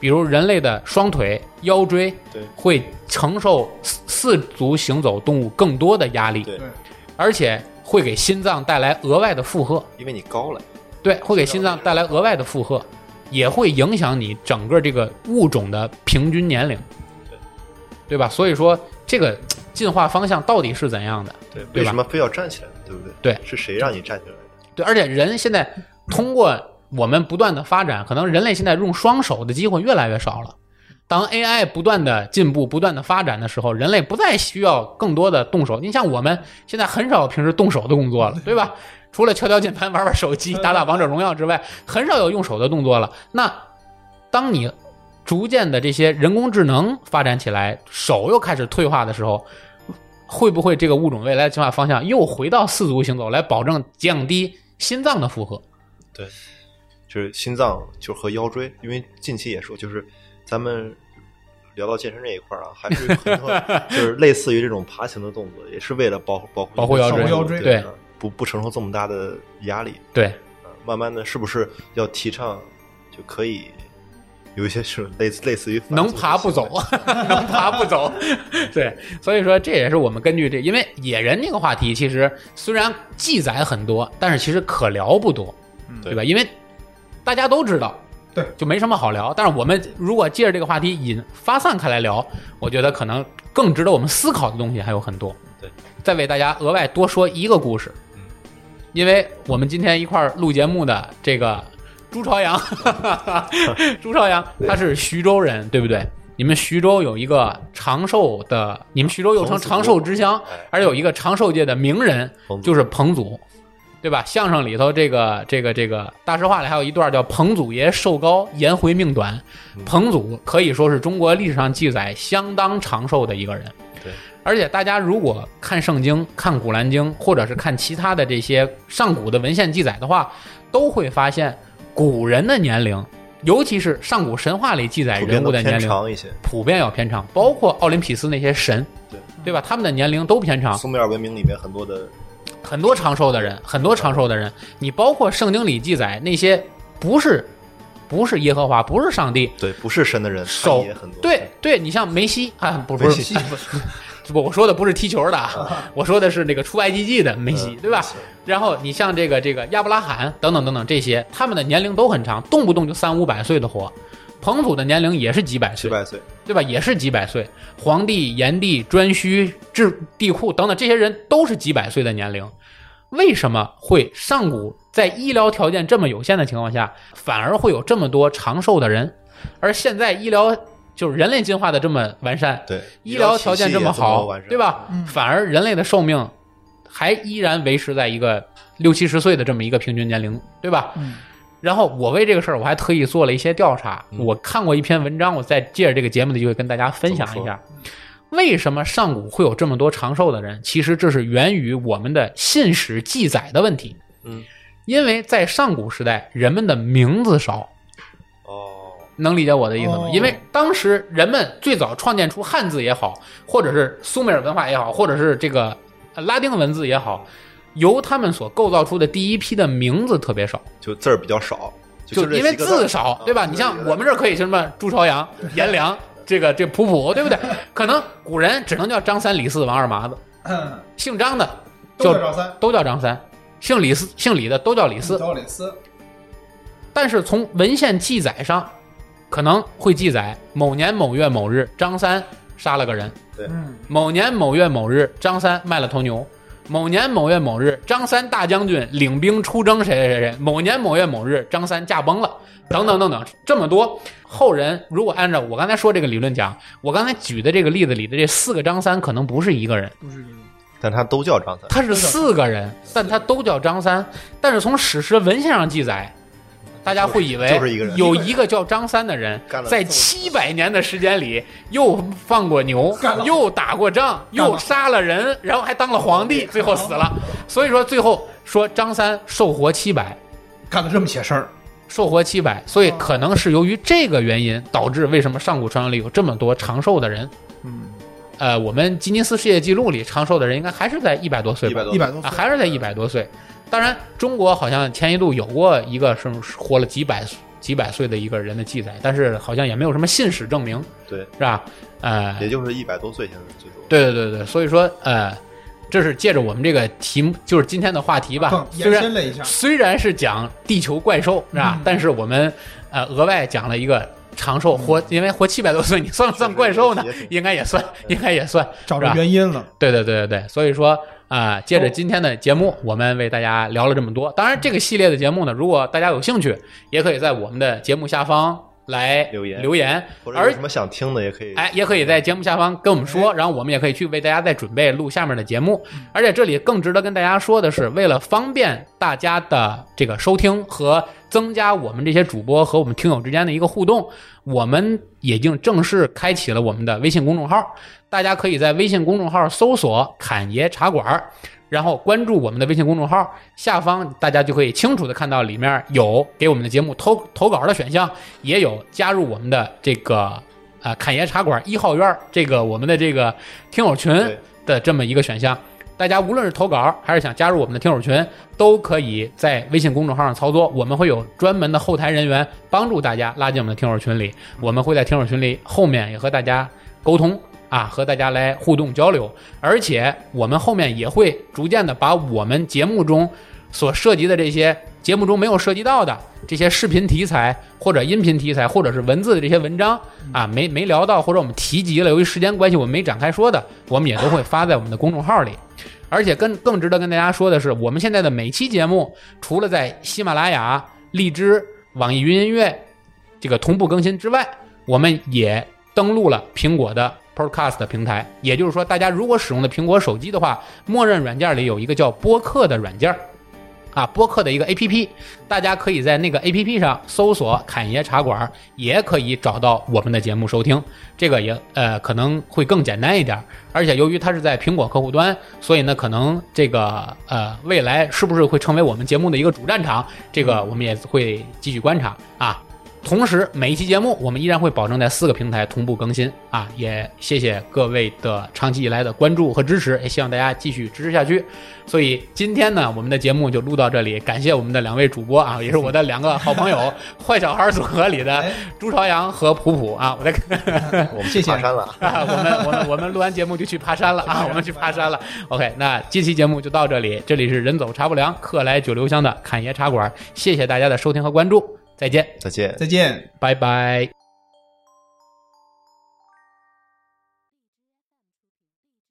[SPEAKER 2] 比如人类的双腿、腰椎
[SPEAKER 1] 对
[SPEAKER 2] 会承受四四足行走动物更多的压力，
[SPEAKER 1] 对
[SPEAKER 3] 对
[SPEAKER 2] 而且会给心脏带来额外的负荷，
[SPEAKER 1] 因为你高了，
[SPEAKER 2] 对，会给心脏带来额外的负荷，也会影响你整个这个物种的平均年龄，对吧？所以说，这个进化方向到底是怎样的？
[SPEAKER 1] 对，
[SPEAKER 2] 对吧
[SPEAKER 1] 为什么非要站起来呢？对不对？
[SPEAKER 2] 对
[SPEAKER 1] 是谁让你站起来的？
[SPEAKER 2] 对，而且人现在通过我们不断的发展，可能人类现在用双手的机会越来越少了。当 AI 不断的进步、不断的发展的时候，人类不再需要更多的动手。你像我们现在很少平时动手的工作了，对 吧？除了敲敲键盘、玩玩手 机、打打王者荣耀之外，很少有用手的动作了。那当你逐渐的这些人工智能发展起来，手又开始退化的时候，会不会这个物种未来的进化方向又回到四足行走，来保证降低心脏的负荷？
[SPEAKER 1] 就是心脏，就和腰椎，因为近期也说，就是咱们聊到健身这一块儿啊，还是很多 就是类似于这种爬行的动作，也是为了保保护
[SPEAKER 2] 保护腰
[SPEAKER 3] 椎保护腰椎
[SPEAKER 1] 对，啊
[SPEAKER 2] 对
[SPEAKER 1] 不不承受这么大的压力。
[SPEAKER 2] 对，
[SPEAKER 1] 啊慢慢的，是不是要提倡就可以有一些是类似类似于反
[SPEAKER 2] 能
[SPEAKER 1] 祖的
[SPEAKER 2] 爬不
[SPEAKER 1] 行
[SPEAKER 2] 走
[SPEAKER 1] 为，
[SPEAKER 2] 能爬不 走。对，所以说这也是我们根据这，因为野人这个话题其实虽然记载很多，但是其实可聊不多，
[SPEAKER 3] 嗯
[SPEAKER 2] 对吧？因为大家都知道。
[SPEAKER 3] 对，
[SPEAKER 2] 就没什么好聊。但是我们如果借着这个话题引发散开来聊，我觉得可能更值得我们思考的东西还有很多。
[SPEAKER 1] 对，
[SPEAKER 2] 再为大家额外多说一个故事，因为我们今天一块儿录节目的这个朱朝阳，朱朝阳他是徐州人，对不对？你们徐州有一个长寿的，你们徐州又称
[SPEAKER 1] 彭祖
[SPEAKER 2] 长寿之乡
[SPEAKER 1] 哎，
[SPEAKER 2] 而有一个长寿界的名人
[SPEAKER 1] 彭祖
[SPEAKER 2] 就是彭祖，对吧？相声里头这个这个这个大实话里还有一段叫“彭祖爷寿高，颜回命短”。
[SPEAKER 1] 嗯
[SPEAKER 2] 彭祖可以说是中国历史上记载相当长寿的一个人。
[SPEAKER 1] 对，
[SPEAKER 2] 而且大家如果看圣经、看古兰经，或者是看其他的这些上古的文献记载的话，都会发现古人的年龄，尤其是上古神话里记载
[SPEAKER 1] 普
[SPEAKER 2] 人
[SPEAKER 1] 遍
[SPEAKER 2] 物
[SPEAKER 1] 都
[SPEAKER 2] 的
[SPEAKER 1] 偏
[SPEAKER 2] 年龄，
[SPEAKER 1] 长一些。
[SPEAKER 2] 普遍要偏长，包括奥林匹斯那些神，
[SPEAKER 1] 对
[SPEAKER 2] 对吧？他们的年龄都偏长。
[SPEAKER 1] 苏美尔文明里面很多的
[SPEAKER 2] 很多长寿的人，很多长寿的人，你包括圣经里记载那些不是不是耶和华，不是上帝，
[SPEAKER 1] 对不是神的人，他
[SPEAKER 2] 手
[SPEAKER 1] 也很多。
[SPEAKER 2] 对对，你像梅西啊，不是不
[SPEAKER 1] 梅
[SPEAKER 2] 是
[SPEAKER 1] 西，
[SPEAKER 2] 不，我说的不是踢球的，啊，我说的是那个出埃及记的梅西，
[SPEAKER 1] 嗯
[SPEAKER 2] 对吧？然后你像这个这个亚伯拉罕等等等等这些，他们的年龄都很长，动不动就三五百岁的活。彭祖的年龄也是几百
[SPEAKER 1] 七
[SPEAKER 2] 岁，
[SPEAKER 1] 百岁，
[SPEAKER 2] 对吧？也是几百岁。皇帝、炎帝、颛顼、智帝喾等等这些人都是几百岁的年龄，为什么会上古在医疗条件这么有限的情况下，反而会有这么多长寿的人？而现在医疗就是人类进化的这么完善，
[SPEAKER 1] 对
[SPEAKER 2] 医疗条件这么好，对？吧？
[SPEAKER 3] 嗯
[SPEAKER 2] 反而人类的寿命还依然维持在一个六七十岁的这么一个平均年龄，对吧？
[SPEAKER 3] 嗯
[SPEAKER 2] 然后我为这个事儿，我还特意做了一些调查。
[SPEAKER 1] 嗯
[SPEAKER 2] 我看过一篇文章，我再借着这个节目的机会跟大家分享一
[SPEAKER 1] 怎么
[SPEAKER 2] 下，为什么上古会有这么多长寿的人？其实这是源于我们的信史记载的问题。
[SPEAKER 1] 嗯，
[SPEAKER 2] 因为在上古时代，人们的名字少，
[SPEAKER 1] 哦，
[SPEAKER 2] 能理解我的意思吗？
[SPEAKER 3] 哦
[SPEAKER 2] 因为当时人们最早创建出汉字也好，或者是苏美尔文化也好，或者是这个呃拉丁文字也好，由他们所构造出的第一批的名字特别少。
[SPEAKER 1] 就字儿比较少，
[SPEAKER 2] 就
[SPEAKER 1] 这
[SPEAKER 2] 因为
[SPEAKER 1] 几个
[SPEAKER 2] 字
[SPEAKER 1] 儿
[SPEAKER 2] 少
[SPEAKER 1] 啊，
[SPEAKER 2] 对吧？
[SPEAKER 1] 就
[SPEAKER 2] 你
[SPEAKER 1] 这
[SPEAKER 2] 像
[SPEAKER 1] 几个
[SPEAKER 2] 我
[SPEAKER 1] 字
[SPEAKER 2] 们这儿可以什么朱朝阳、颜 良，这个这普普，对不对？可能古人只能叫张三、李四、王二麻子，
[SPEAKER 3] 嗯，
[SPEAKER 2] 姓张的
[SPEAKER 3] 都
[SPEAKER 2] 就
[SPEAKER 3] 叫赵三，
[SPEAKER 2] 都叫张三，姓李四、姓李的都叫李四。
[SPEAKER 3] 赵李斯，
[SPEAKER 2] 但是从文献记载上，可能会记载某年某月某日，张三杀了个人；
[SPEAKER 3] 嗯，
[SPEAKER 2] 某年某月某日，张三卖了头牛；某年某月某日，张三大将军领兵出征谁谁谁谁；某年某月某日，张三驾崩了，等等等等，这么多后人，如果按照我刚才说这个理论讲，我刚才举的这个例子里的这四个张三，可能不是一个人，
[SPEAKER 3] 不是一个
[SPEAKER 1] 但他都叫张三，
[SPEAKER 2] 他是四个人，但他都叫张三。但是从史实文献上记载，大家会以为
[SPEAKER 1] 就是一个人
[SPEAKER 2] 有一个叫张三的人
[SPEAKER 1] 干，了
[SPEAKER 2] 在
[SPEAKER 1] 这么
[SPEAKER 2] 七百年的时间里，又放过牛
[SPEAKER 3] 干，了
[SPEAKER 2] 又打过仗，
[SPEAKER 3] 干了
[SPEAKER 2] 又杀了人，然后还当了皇帝，最后死了。所以说，最后说张三寿活七百，
[SPEAKER 3] 干了这么些事儿，
[SPEAKER 2] 寿活七百，所以可能是由于这个原因导致为什么上古传说里有这么多长寿的人。
[SPEAKER 3] 嗯，
[SPEAKER 2] 呃，我们吉尼斯世界纪录里长寿的人应该还是在一百多岁吧？
[SPEAKER 1] 100多
[SPEAKER 3] 一百多
[SPEAKER 2] 啊，
[SPEAKER 3] 岁，
[SPEAKER 2] 还是在一百多岁。当然，中国好像前一度有过一个是活了几百几百岁的一个人的记载，但是好像也没有什么信史证明，
[SPEAKER 1] 对，
[SPEAKER 2] 是吧？呃，
[SPEAKER 1] 也就是一百多岁现在是最多。
[SPEAKER 2] 对对对对，所以说呃，这是借着我们这个题目，就是今天的话题吧
[SPEAKER 3] 更。
[SPEAKER 2] 啊虽
[SPEAKER 3] 啊延
[SPEAKER 2] 然
[SPEAKER 3] 伸了一下，
[SPEAKER 2] 虽然是讲地球怪兽是吧，
[SPEAKER 3] 嗯
[SPEAKER 2] 但是我们呃额外讲了一个长寿活，因为活七百多岁，你算不算
[SPEAKER 1] 确实
[SPEAKER 2] 怪兽呢
[SPEAKER 1] 也挺？
[SPEAKER 2] 应该也算，应该也算。
[SPEAKER 3] 找
[SPEAKER 2] 是
[SPEAKER 3] 着
[SPEAKER 2] 吧啊
[SPEAKER 3] 原因了，
[SPEAKER 2] 对对对对对，所以说啊、呃借着今天的节目，我们为大家聊了这么多。当然，这个系列的节目呢，如果大家有兴趣，也可以在我们的节目下方来
[SPEAKER 1] 留言
[SPEAKER 2] 留言，
[SPEAKER 1] 或者有
[SPEAKER 2] 而
[SPEAKER 1] 什么想听的也可以，
[SPEAKER 2] 哎，也可以在节目下方跟我们说，然后我们也可以去为大家再准备录下面的节目。而且这里更值得跟大家说的是，为了方便大家的这个收听和增加我们这些主播和我们听友之间的一个互动，我们已经正式开启了我们的微信公众号，大家可以在微信公众号搜索“侃爷茶馆儿”。然后关注我们的微信公众号，下方大家就可以清楚的看到里面有给我们的节目投投稿的选项，也有加入我们的这个啊，侃爷茶馆一号院儿这个我们的这个听友群
[SPEAKER 1] 对
[SPEAKER 2] 的这么一个选项。大家无论是投稿还是想加入我们的听友群，都可以在微信公众号上操作。我们会有专门的后台人员帮助大家拉进我们的听友群里。我们会在听友群里后面也和大家沟通啊，和大家来互动交流。而且我们后面也会逐渐的把我们节目中所涉及的这些节目中没有涉及到的这些视频题材或者音频题材或者是文字的这些文章啊，没没聊到或者我们提及了，由于时间关系我们没展开说的，我们也都会发在我们的公众号里。而且更更值得跟大家说的是，我们现在的每期节目，除了在喜马拉雅、荔枝、网易云音乐这个同步更新之外，我们也登录了苹果的 Podcast 平台。也就是说，大家如果使用的苹果手机的话，默认软件里有一个叫播客的软件儿。啊，播客的一个 A P P，大家可以在那个 A P P 上搜索“侃爷茶馆”，也可以找到我们的节目收听。这个也呃可能会更简单一点。而且由于它是在苹果客户端，所以呢，可能这个呃未来是不是会成为我们节目的一个主战场，这个我们也会继续观察啊。同时，每一期节目我们依然会保证在四个平台同步更新啊！也谢谢各位的长期以来的关注和支持，也希望大家继续支持下去。所以今天呢，我们的节目就录到这里，感谢我们的两位主播啊，也是我的两个好朋友坏小孩组合里的
[SPEAKER 3] 哎
[SPEAKER 2] 朱朝阳和普普啊。我在
[SPEAKER 1] 我们
[SPEAKER 3] 谢
[SPEAKER 1] 去
[SPEAKER 3] 谢
[SPEAKER 1] 爬山了，
[SPEAKER 2] 啊， 我们我们我们录完节目就去爬山了啊，我们去爬山了。OK，那这期节目就到这里，这里是人走茶不凉，客来酒留香的侃爷茶馆，谢谢大家的收听和关注，再见，
[SPEAKER 1] 再见。
[SPEAKER 3] 再见。
[SPEAKER 2] 拜拜。